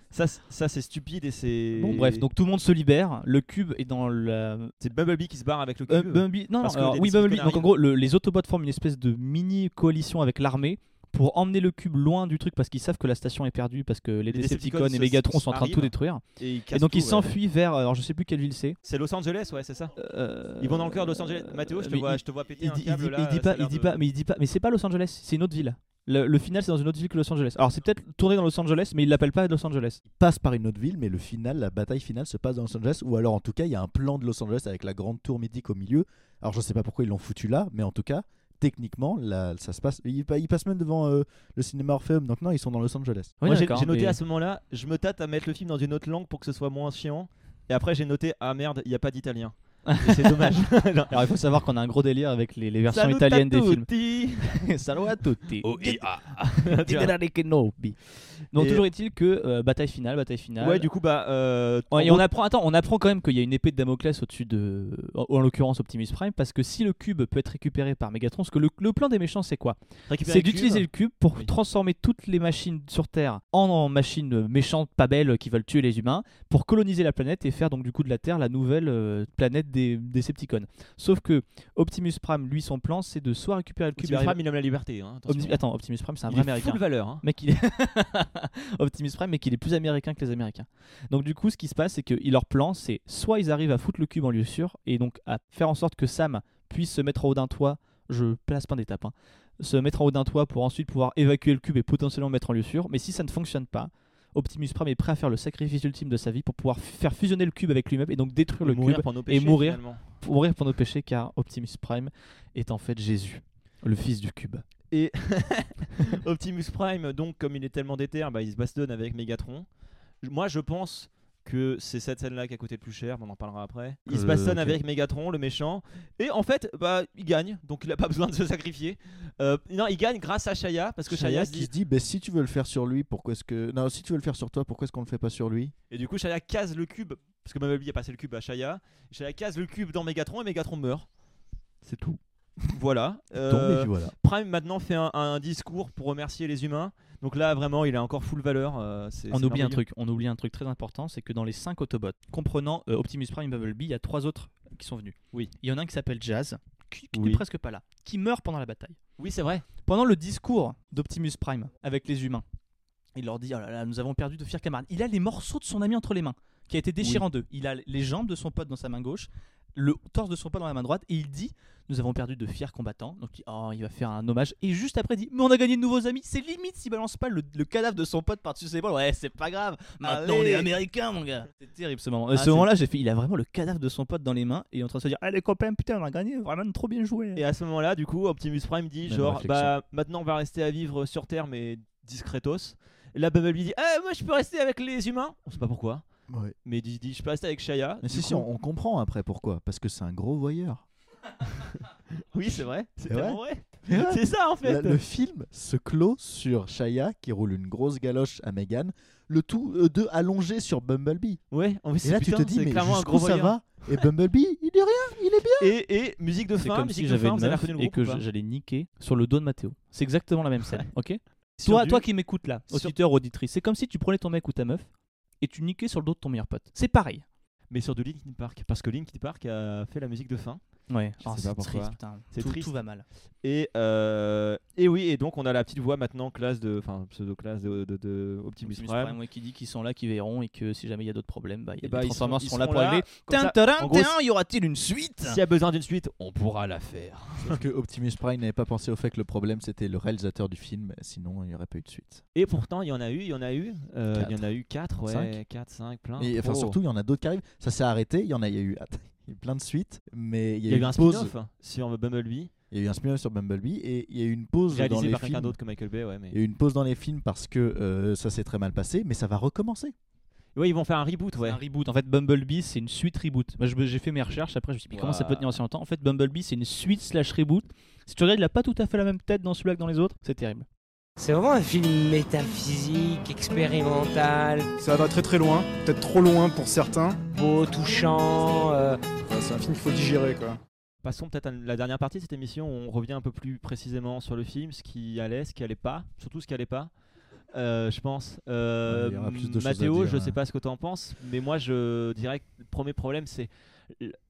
Speaker 2: Ça, c'est- ça c'est stupide et c'est.
Speaker 4: Bon, bref, donc tout le monde se libère. Le cube est dans la.
Speaker 2: c'est Bumblebee qui se barre avec le
Speaker 4: Euh,
Speaker 2: cube.
Speaker 4: Bumblebee- non, non,
Speaker 2: Parce que
Speaker 4: alors,
Speaker 2: les
Speaker 4: oui,
Speaker 2: Decepticons
Speaker 4: Bumblebee. Donc en
Speaker 2: arrivent.
Speaker 4: gros, le- les Autobots forment une espèce de mini coalition avec l'armée pour emmener le cube loin du truc parce qu'ils savent que la station est perdue parce que les,
Speaker 2: Les
Speaker 4: Decepticons,
Speaker 2: Decepticons
Speaker 4: et Megatron
Speaker 2: se-
Speaker 4: sont en train de tout
Speaker 2: arrivent.
Speaker 4: détruire.
Speaker 2: et, ils
Speaker 4: Et
Speaker 2: cassent
Speaker 4: donc
Speaker 2: tout,
Speaker 4: ils
Speaker 2: ouais.
Speaker 4: s'enfuient vers. euh, Alors je sais plus quelle ville c'est.
Speaker 2: C'est Los Angeles, ouais, c'est ça.
Speaker 4: Euh,
Speaker 2: Ils vont dans le cœur de Los Angeles. Mathéo, je te
Speaker 4: mais
Speaker 2: vois,
Speaker 4: il-
Speaker 2: je te vois péter
Speaker 4: il
Speaker 2: un
Speaker 4: dit, il
Speaker 2: câble
Speaker 4: dit-
Speaker 2: là.
Speaker 4: il dit
Speaker 2: ça a
Speaker 4: pas,
Speaker 2: l'air
Speaker 4: il dit
Speaker 2: de-
Speaker 4: pas, mais il dit pas, mais c'est pas Los Angeles, c'est une autre ville. Le, le final, c'est dans une autre ville que Los Angeles. Alors, c'est peut-être tourné dans Los Angeles, mais il l'appelle pas Los Angeles.
Speaker 3: passe par une autre ville, mais le final, la bataille finale se passe dans Los Angeles, ou alors en tout cas, il y a un plan de Los Angeles avec la grande tour mythique au milieu. Alors je sais pas pourquoi ils l'ont foutu là, mais en tout cas, techniquement, là, ça se passe. Ils, pa- ils passent même devant euh, le cinéma Orpheum, donc non, ils sont dans Los Angeles.
Speaker 4: Oui,
Speaker 2: Moi j'ai
Speaker 4: d'accord,
Speaker 2: j'ai noté
Speaker 4: mais-
Speaker 2: à ce moment-là, je me tâte à mettre le film dans une autre langue pour que ce soit moins chiant. Et après j'ai noté, ah merde, il n'y a pas d'italien. Et c'est dommage. Genre,
Speaker 4: Alors, il faut savoir qu'on a un gros délire avec les, les versions
Speaker 2: Salut
Speaker 4: italiennes des films.
Speaker 2: tutti.
Speaker 4: Salut à tutti.
Speaker 2: Oh, Tu vois.
Speaker 4: Donc,
Speaker 2: Et-
Speaker 4: toujours est-il que euh, bataille finale, bataille finale.
Speaker 2: Ouais, du coup, bah. euh, en
Speaker 4: Ouais, et
Speaker 2: gros,
Speaker 4: on apprend, attends, on apprend quand même qu'il y a une épée de Damoclès au-dessus de, en, en l'occurrence Optimus Prime, parce que si le cube peut être récupéré par Megatron, parce que le, le plan des méchants c'est quoi
Speaker 2: récupérer
Speaker 4: C'est
Speaker 2: le cube.
Speaker 4: d'utiliser le cube pour
Speaker 2: Oui.
Speaker 4: transformer toutes les machines sur Terre en, en machines euh, méchantes, pas belles, euh, qui veulent tuer les humains, pour coloniser la planète et faire donc du coup de la Terre la nouvelle euh, planète des des Decepticons. Sauf que Optimus Prime, lui, son plan, c'est de soit récupérer le cube.
Speaker 2: Optimus
Speaker 4: arriver-
Speaker 2: Prime, il aime la liberté. Hein, attention.
Speaker 4: Optimus- Attends, Optimus Prime, c'est un
Speaker 2: il
Speaker 4: vrai
Speaker 2: est
Speaker 4: américain.
Speaker 2: full valeur. hein.
Speaker 4: Mec, il est Optimus Prime, mais qu'il est plus américain que les Américains. Donc du coup, ce qui se passe, c'est que il- leur plan, c'est soit ils arrivent à foutre le cube en lieu sûr et donc à faire en sorte que Sam puisse se mettre en haut d'un toit. Je place plein d'étapes. hein. Se mettre en haut d'un toit pour ensuite pouvoir évacuer le cube et potentiellement le mettre en lieu sûr. Mais si ça ne fonctionne pas, Optimus Prime est prêt à faire le sacrifice ultime de sa vie pour pouvoir faire fusionner le cube avec lui-même et donc détruire le
Speaker 2: mourir
Speaker 4: cube
Speaker 2: pour nos
Speaker 4: et
Speaker 2: péchés,
Speaker 4: mourir.
Speaker 2: finalement.
Speaker 4: pour mourir pour nos péchés, car Optimus Prime est en fait Jésus, le fils du cube.
Speaker 2: Et Optimus Prime, donc, comme il est tellement déter, bah, il se bastonne avec Megatron. J- Moi, je pense que c'est cette scène-là qui a coûté le plus cher, mais on en parlera après. Il se
Speaker 3: Euh,
Speaker 2: bastonne
Speaker 3: ok.
Speaker 2: avec Megatron, le méchant. Et en fait, bah, il gagne, donc il a pas besoin de se sacrifier. Euh, non, il gagne grâce à Shaya, parce que Shaya, se
Speaker 3: qui
Speaker 2: dit.
Speaker 3: se dit, bah, si tu veux le faire sur lui, pourquoi est-ce que. Non, si tu veux le faire sur toi, pourquoi est-ce qu'on le fait pas sur lui
Speaker 2: Et du coup, Shaya case le cube, parce que Mamabi a passé le cube à Shaya. Shaya case le cube dans Megatron et Megatron meurt. C'est tout. Voilà.
Speaker 3: Donc,
Speaker 2: Euh,
Speaker 3: et puis voilà.
Speaker 2: Prime maintenant fait un, un discours pour remercier les humains. Donc là, vraiment, il a encore full valeur. euh, c'est-
Speaker 4: On
Speaker 2: c'est
Speaker 4: oublie un
Speaker 2: merveilleux.
Speaker 4: truc, on oublie un truc très important, c'est que dans les 5 Autobots, comprenant euh, Optimus Prime et Bumblebee, il y a trois autres qui sont venus.
Speaker 2: Oui.
Speaker 4: Il y en a un qui s'appelle Jazz, qui, qui
Speaker 2: Oui.
Speaker 4: n'est presque pas là, qui meurt pendant la bataille.
Speaker 2: Oui, c'est vrai.
Speaker 4: Pendant le discours d'Optimus Prime avec les humains, il leur dit Oh là là, nous avons perdu de fiers camarades. Il a les morceaux de son ami entre les mains, qui a été déchiré en deux. Il a les jambes de son pote dans sa main gauche, le torse de son pote dans la main droite, et il dit Nous avons perdu de fiers combattants. Donc il- oh, il va faire un hommage. Et juste après, il dit Mais on a gagné de nouveaux amis. C'est limite s'il balance pas le, le cadavre de son pote par-dessus ses épaules. Ouais, c'est pas grave. Maintenant, on est américain, mon gars. C'est terrible ce moment. Euh,
Speaker 2: Ah,
Speaker 4: ce
Speaker 2: c'est-
Speaker 4: moment-là, j'ai fait Il a vraiment le cadavre de son pote dans les mains, et il est en train de se dire Ah, les copains, putain, on a gagné. Vraiment trop bien joué.
Speaker 2: Et à ce moment-là, du coup, Optimus Prime dit
Speaker 3: Même
Speaker 2: genre,
Speaker 3: réflexion.
Speaker 2: bah maintenant on va rester à vivre sur Terre, mais discretos. Et là, Bumblebee dit, eh, moi je peux rester avec les humains. On sait pas pourquoi,
Speaker 3: Ouais.
Speaker 2: mais il dit, je peux rester avec Shaya.
Speaker 3: Mais
Speaker 2: Du
Speaker 3: si,
Speaker 2: coup-
Speaker 3: si, on, on comprend après pourquoi. Parce que c'est un gros voyeur.
Speaker 2: Oui, c'est vrai. C'est
Speaker 3: Eh ouais.
Speaker 2: tellement vrai. C'est ça en fait.
Speaker 3: La- le film se clôt sur Shaya qui roule une grosse galoche à Megan, le tout euh, deux allongés sur Bumblebee.
Speaker 2: Ouais. En fait,
Speaker 3: Et là,
Speaker 2: putain,
Speaker 3: tu te dis,
Speaker 2: c'est
Speaker 3: mais
Speaker 2: clairement un
Speaker 3: jusqu'où
Speaker 2: gros
Speaker 3: ça
Speaker 2: voyeur.
Speaker 3: va Et Bumblebee, il dit rien.
Speaker 2: Et, et musique de
Speaker 4: C'est
Speaker 2: fin,
Speaker 4: comme si
Speaker 2: musique de
Speaker 4: j'avais
Speaker 2: fin.
Speaker 4: une
Speaker 2: Vous avez
Speaker 4: meuf
Speaker 2: reconnu le
Speaker 4: et
Speaker 2: groupe
Speaker 4: que
Speaker 2: ou pas
Speaker 4: je- j'allais niquer sur le dos de Mathéo. C'est exactement la même scène, ok
Speaker 2: Sur
Speaker 4: Toi,
Speaker 2: du-
Speaker 4: toi qui m'écoutes là,
Speaker 2: Sur-
Speaker 4: auditeur, auditrice, c'est comme si tu prenais ton mec ou ta meuf et tu niquais sur le dos de ton meilleur pote. C'est pareil.
Speaker 2: mais sur du Linkin Park, parce que Linkin Park a fait la musique de fin.
Speaker 4: Ouais, Oh,
Speaker 2: Je sais pas
Speaker 4: c'est
Speaker 2: pourquoi.
Speaker 4: triste, putain.
Speaker 2: C'est
Speaker 4: tout,
Speaker 2: triste.
Speaker 4: tout va mal.
Speaker 2: Et, euh, et oui, et donc on a la petite voix maintenant, classe de, enfin pseudo classe de, de, de Optimus, Prime.
Speaker 4: ouais, qui dit qu'ils sont là, qu'ils verront et que si jamais il y a d'autres problèmes, bah, il
Speaker 2: Et
Speaker 4: y a
Speaker 2: bah,
Speaker 4: des
Speaker 2: ils
Speaker 4: Transformers
Speaker 2: sont-
Speaker 4: qui
Speaker 2: ils
Speaker 4: seront là
Speaker 2: seront
Speaker 4: pour
Speaker 2: là,
Speaker 4: régler.
Speaker 2: comme ça.
Speaker 4: Tin, tarin,
Speaker 2: En gros,
Speaker 4: tin, y aura-t-il une suite
Speaker 2: S'il y a besoin d'une suite, on pourra la faire.
Speaker 3: Sauf que Optimus Prime n'avait pas pensé au fait que le problème c'était le réalisateur du film, sinon il n'y aurait pas eu de suite.
Speaker 2: Et pourtant, il y en a eu, il y en a eu, euh, il y en a eu 4, ouais,
Speaker 3: Cinq.
Speaker 2: 4, 5, plein.
Speaker 3: Mais enfin,
Speaker 2: trop.
Speaker 3: surtout, il y en a d'autres qui arrivent. Ça s'est arrêté, il y en a, il y a eu, il y a eu plein de suites, mais
Speaker 2: il
Speaker 3: il
Speaker 2: y a eu
Speaker 3: une
Speaker 2: un
Speaker 3: pause.
Speaker 2: spin-off sur Bumblebee,
Speaker 3: Il y a eu un spin-off sur Bumblebee et il y a eu une pause dans
Speaker 2: réalisé
Speaker 3: les
Speaker 2: par
Speaker 3: films.
Speaker 2: quelqu'un d'autre que Michael Bay, ouais. Mais...
Speaker 3: Il y a eu une pause dans les films parce que euh, ça s'est très mal passé, mais ça va recommencer.
Speaker 2: Ouais, ils vont faire un reboot, ouais.
Speaker 4: Un reboot. En fait, Bumblebee, c'est une suite reboot. Moi, je me- j'ai fait mes recherches. Après, je me suis dit, mais comment ça peut
Speaker 2: Ouah.
Speaker 4: tenir aussi longtemps En fait, Bumblebee, c'est une suite slash reboot. Si tu regardes, il a pas tout à fait la même tête dans celui-là que dans les autres. C'est terrible.
Speaker 7: C'est vraiment un film métaphysique, expérimental,
Speaker 8: Ça va très très loin, peut-être trop loin pour certains.
Speaker 7: beau, touchant. euh,
Speaker 8: Enfin, c'est un film qu'il faut digérer quoi.
Speaker 2: Passons peut-être à la dernière partie de cette émission où on revient un peu plus précisément sur le film, ce qui allait, ce qui allait pas, surtout ce qui allait pas. Euh, je pense. Euh,
Speaker 3: Ouais, il y aura plus de choses à
Speaker 2: Mathéo,
Speaker 3: dire,
Speaker 2: je
Speaker 3: ouais.
Speaker 2: sais pas ce que tu en penses, mais moi je dirais que le premier problème c'est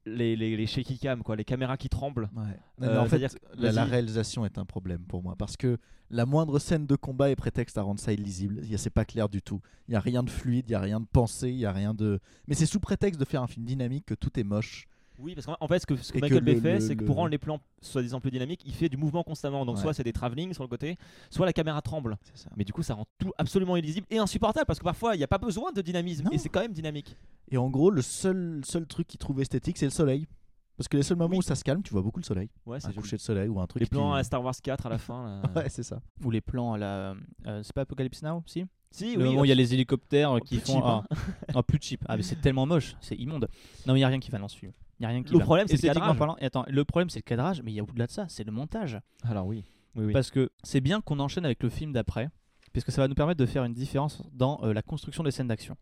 Speaker 2: les, les, les shaky cam, quoi, les caméras qui tremblent.
Speaker 3: Non, mais
Speaker 2: Euh,
Speaker 3: en fait,
Speaker 2: c'est-à-dire que-
Speaker 3: la, la
Speaker 2: vas-y.
Speaker 3: réalisation est un problème pour moi parce que la moindre scène de combat est prétexte à rendre ça illisible. Il y a- C'est pas clair du tout. Il y a rien de fluide, il y a rien de pensé, il y a rien de. Mais c'est sous prétexte de faire un film dynamique que tout est moche.
Speaker 2: Oui, parce qu'en en fait, ce que, ce que
Speaker 3: Et que
Speaker 2: Michael Bay
Speaker 3: le-
Speaker 2: fait,
Speaker 3: le-
Speaker 2: c'est que
Speaker 3: le-
Speaker 2: pour rendre les plans soi-disant plus dynamiques, il fait du mouvement constamment. Donc,
Speaker 3: Ouais.
Speaker 2: soit c'est des travelling sur le côté, soit la caméra tremble.
Speaker 3: C'est ça.
Speaker 2: Mais du coup, ça rend tout absolument illisible et insupportable parce que parfois, il n'y a pas besoin de dynamisme
Speaker 3: Non.
Speaker 2: et c'est quand même dynamique.
Speaker 3: Et en gros, le seul, seul truc qu'ils trouvent esthétique, c'est le soleil. Parce que les seuls moments où ça se calme, tu vois beaucoup le soleil.
Speaker 2: Ouais,
Speaker 3: Un
Speaker 2: c'est joli.
Speaker 3: coucher de soleil ou un truc.
Speaker 2: Ah, Les
Speaker 3: qui-
Speaker 2: plans à Star Wars 4 à la fin. là.
Speaker 3: Ouais, c'est ça.
Speaker 4: Ou les plans à la. euh, c'est pas Apocalypse Now Si
Speaker 2: Si,
Speaker 4: Le
Speaker 2: oui,
Speaker 4: moment où il y a les hélicoptères euh, qui
Speaker 2: plus
Speaker 4: font.
Speaker 2: cheap, hein.
Speaker 4: ah, ah, plus cheap. Ah, mais c'est tellement moche, c'est immonde. Non, mais il n'y a rien qui va dans ce film. Y a rien qui
Speaker 2: Le
Speaker 4: va.
Speaker 2: problème, c'est le
Speaker 4: Esthétiquement
Speaker 2: cadrage.
Speaker 4: parlant- et attends, le problème, c'est le cadrage, mais il y a au-delà de ça, c'est le montage.
Speaker 2: Alors, oui. Oui, oui.
Speaker 4: Parce que c'est bien qu'on enchaîne avec le film d'après, puisque ça va nous permettre de faire une différence dans euh, la construction des scènes d'action.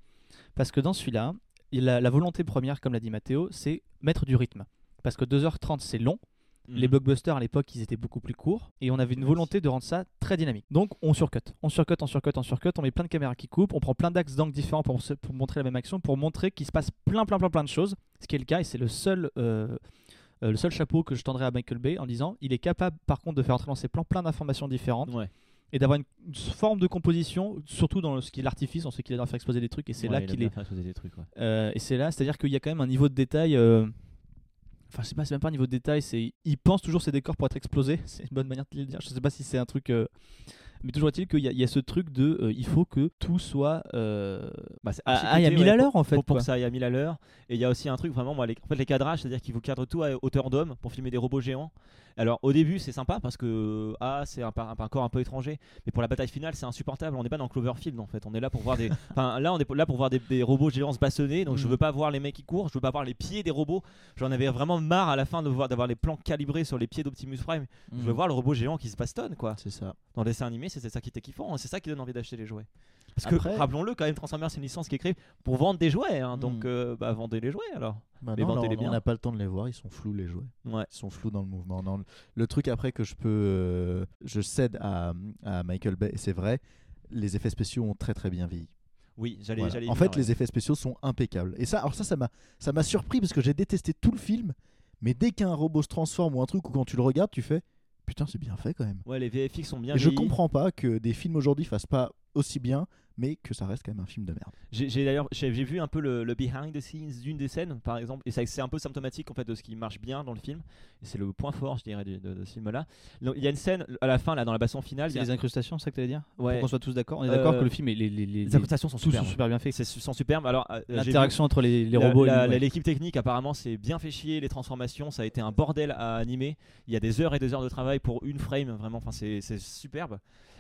Speaker 4: Parce que dans celui-là, il a- la volonté première, comme l'a dit Mathéo, c'est mettre du rythme. Parce que 2h30, c'est long.
Speaker 2: Mhm.
Speaker 4: Les blockbusters à l'époque, ils étaient beaucoup plus courts et on avait une volonté de rendre ça très dynamique. Donc on surcut, on surcut, on surcut, on surcut, on met plein de caméras qui coupent, on prend plein d'axes d'angles différents pour, se- pour montrer la même action, pour montrer qu'il se passe plein, plein, plein, plein de choses. Ce qui est le cas et c'est le seul. euh, euh, le seul chapeau que je tendrai à Michael Bay en disant il est capable par contre de faire entrer dans ses plans plein d'informations différentes
Speaker 2: Ouais.
Speaker 4: et d'avoir une, une forme de composition surtout dans le- ce qui est l'artifice dans ce qu'il adore faire exploser des trucs et c'est
Speaker 2: Ouais,
Speaker 4: là
Speaker 2: il a
Speaker 4: qu'il
Speaker 2: bien
Speaker 4: est
Speaker 2: fait à poser des trucs, ouais.
Speaker 4: euh, et c'est là, c'est-à-dire qu'il y a quand même un niveau de détail. euh, Enfin, je sais pas, c'est même pas un niveau de détail. C'est, il pense toujours ses décors pour être explosés. C'est une bonne manière de le dire. Je sais pas si c'est un truc. euh, Mais toujours est-il qu'il y, a- il y a ce truc de, euh, il faut que tout soit. euh,
Speaker 2: Bah, c'est
Speaker 4: à-
Speaker 2: archi
Speaker 4: à- il y a
Speaker 2: coté,
Speaker 4: mille
Speaker 2: ouais,
Speaker 4: à
Speaker 2: pour-
Speaker 4: l'heure en fait.
Speaker 2: pour, pour
Speaker 4: quoi.
Speaker 2: que ça aille à 1000 à l'heure. Et il y a aussi un truc vraiment, moi, les, en fait, les cadrages, c'est-à-dire qu'ils vous cadrent tout à hauteur d'homme pour filmer des robots géants. Alors au début, c'est sympa parce que ah, c'est un, par- un parcours un peu étranger, mais pour la bataille finale, c'est insupportable. On n'est pas dans Cloverfield en fait. On est là pour voir des, enfin là, on est là pour voir des, des robots géants se bastonner.
Speaker 4: Mm.
Speaker 2: Donc je veux pas voir les mecs qui courent, je veux pas voir les pieds des robots. J'en avais vraiment marre à la fin de voir d'avoir les plans calibrés sur les pieds d'Optimus Prime. Je veux
Speaker 3: Mm.
Speaker 2: voir le robot géant qui se bastonne quoi.
Speaker 3: C'est ça.
Speaker 2: Dans le dessin animé, c'est c'est ça qui était kiffant, hein. c'est ça qui donne envie d'acheter les jouets. Parce que
Speaker 3: Après-
Speaker 2: rappelons-le, quand même, Transformers c'est une licence qui est créée pour vendre des jouets, hein, donc
Speaker 3: Hmm.
Speaker 2: euh, bah, vendez les jouets alors.
Speaker 3: Maintenant,
Speaker 2: ventez-les
Speaker 3: là,
Speaker 2: bien.
Speaker 3: Bah on n'a pas le temps de les voir, ils sont flous les jouets.
Speaker 2: Ouais.
Speaker 3: Ils sont flous dans le mouvement. Non, le- le truc après que je peux. euh, je cède à, à Michael Bay, et c'est vrai, les effets spéciaux ont très très bien vieilli.
Speaker 2: Oui, j'allais.
Speaker 3: Voilà.
Speaker 2: j'allais y
Speaker 3: En
Speaker 2: venir,
Speaker 3: fait, les effets spéciaux sont impeccables. Et ça, alors ça, ça m'a, ça m'a surpris parce que j'ai détesté tout le film. Mais dès qu'un robot se transforme ou un truc, ou quand tu le regardes, tu fais putain, c'est bien fait quand même.
Speaker 2: ouais. Ouais, les VFX sont bien.
Speaker 3: Et je
Speaker 2: vieillis.
Speaker 3: comprends pas que des films aujourd'hui fassent pas aussi bien, mais que ça reste quand même un film de merde.
Speaker 2: J'ai j'ai d'ailleurs j'ai j'ai vu un peu le, le behind the scenes d'une des scènes par exemple et ça c'est un peu symptomatique en fait de ce qui marche bien dans le film et c'est le point fort je dirais de, de- de ce film là. Il y a une scène à la fin là dans la baston finale. il
Speaker 4: C'est
Speaker 2: y a-
Speaker 4: les incrustations, c'est ça que t'allais dire
Speaker 2: Ouais.
Speaker 4: Pour qu'on soit tous d'accord. On est
Speaker 2: Euh,
Speaker 4: d'accord que le film, et les, les, les,
Speaker 2: Les
Speaker 4: les-
Speaker 2: incrustations sont
Speaker 4: tous
Speaker 2: superbes.
Speaker 4: sont super bien faits.
Speaker 2: C'est sont superbes. Alors euh, j'ai vu-
Speaker 4: L'interaction entre les, les
Speaker 2: La-
Speaker 4: robots
Speaker 2: la-
Speaker 4: et
Speaker 2: la-
Speaker 4: les
Speaker 2: L'équipe technique, apparemment, s'est bien fait chier. Les transformations, ça a été un bordel à animer. Il y a des heures et des heures de travail pour une frame, vraiment. Enfin, c'est c'est superbe.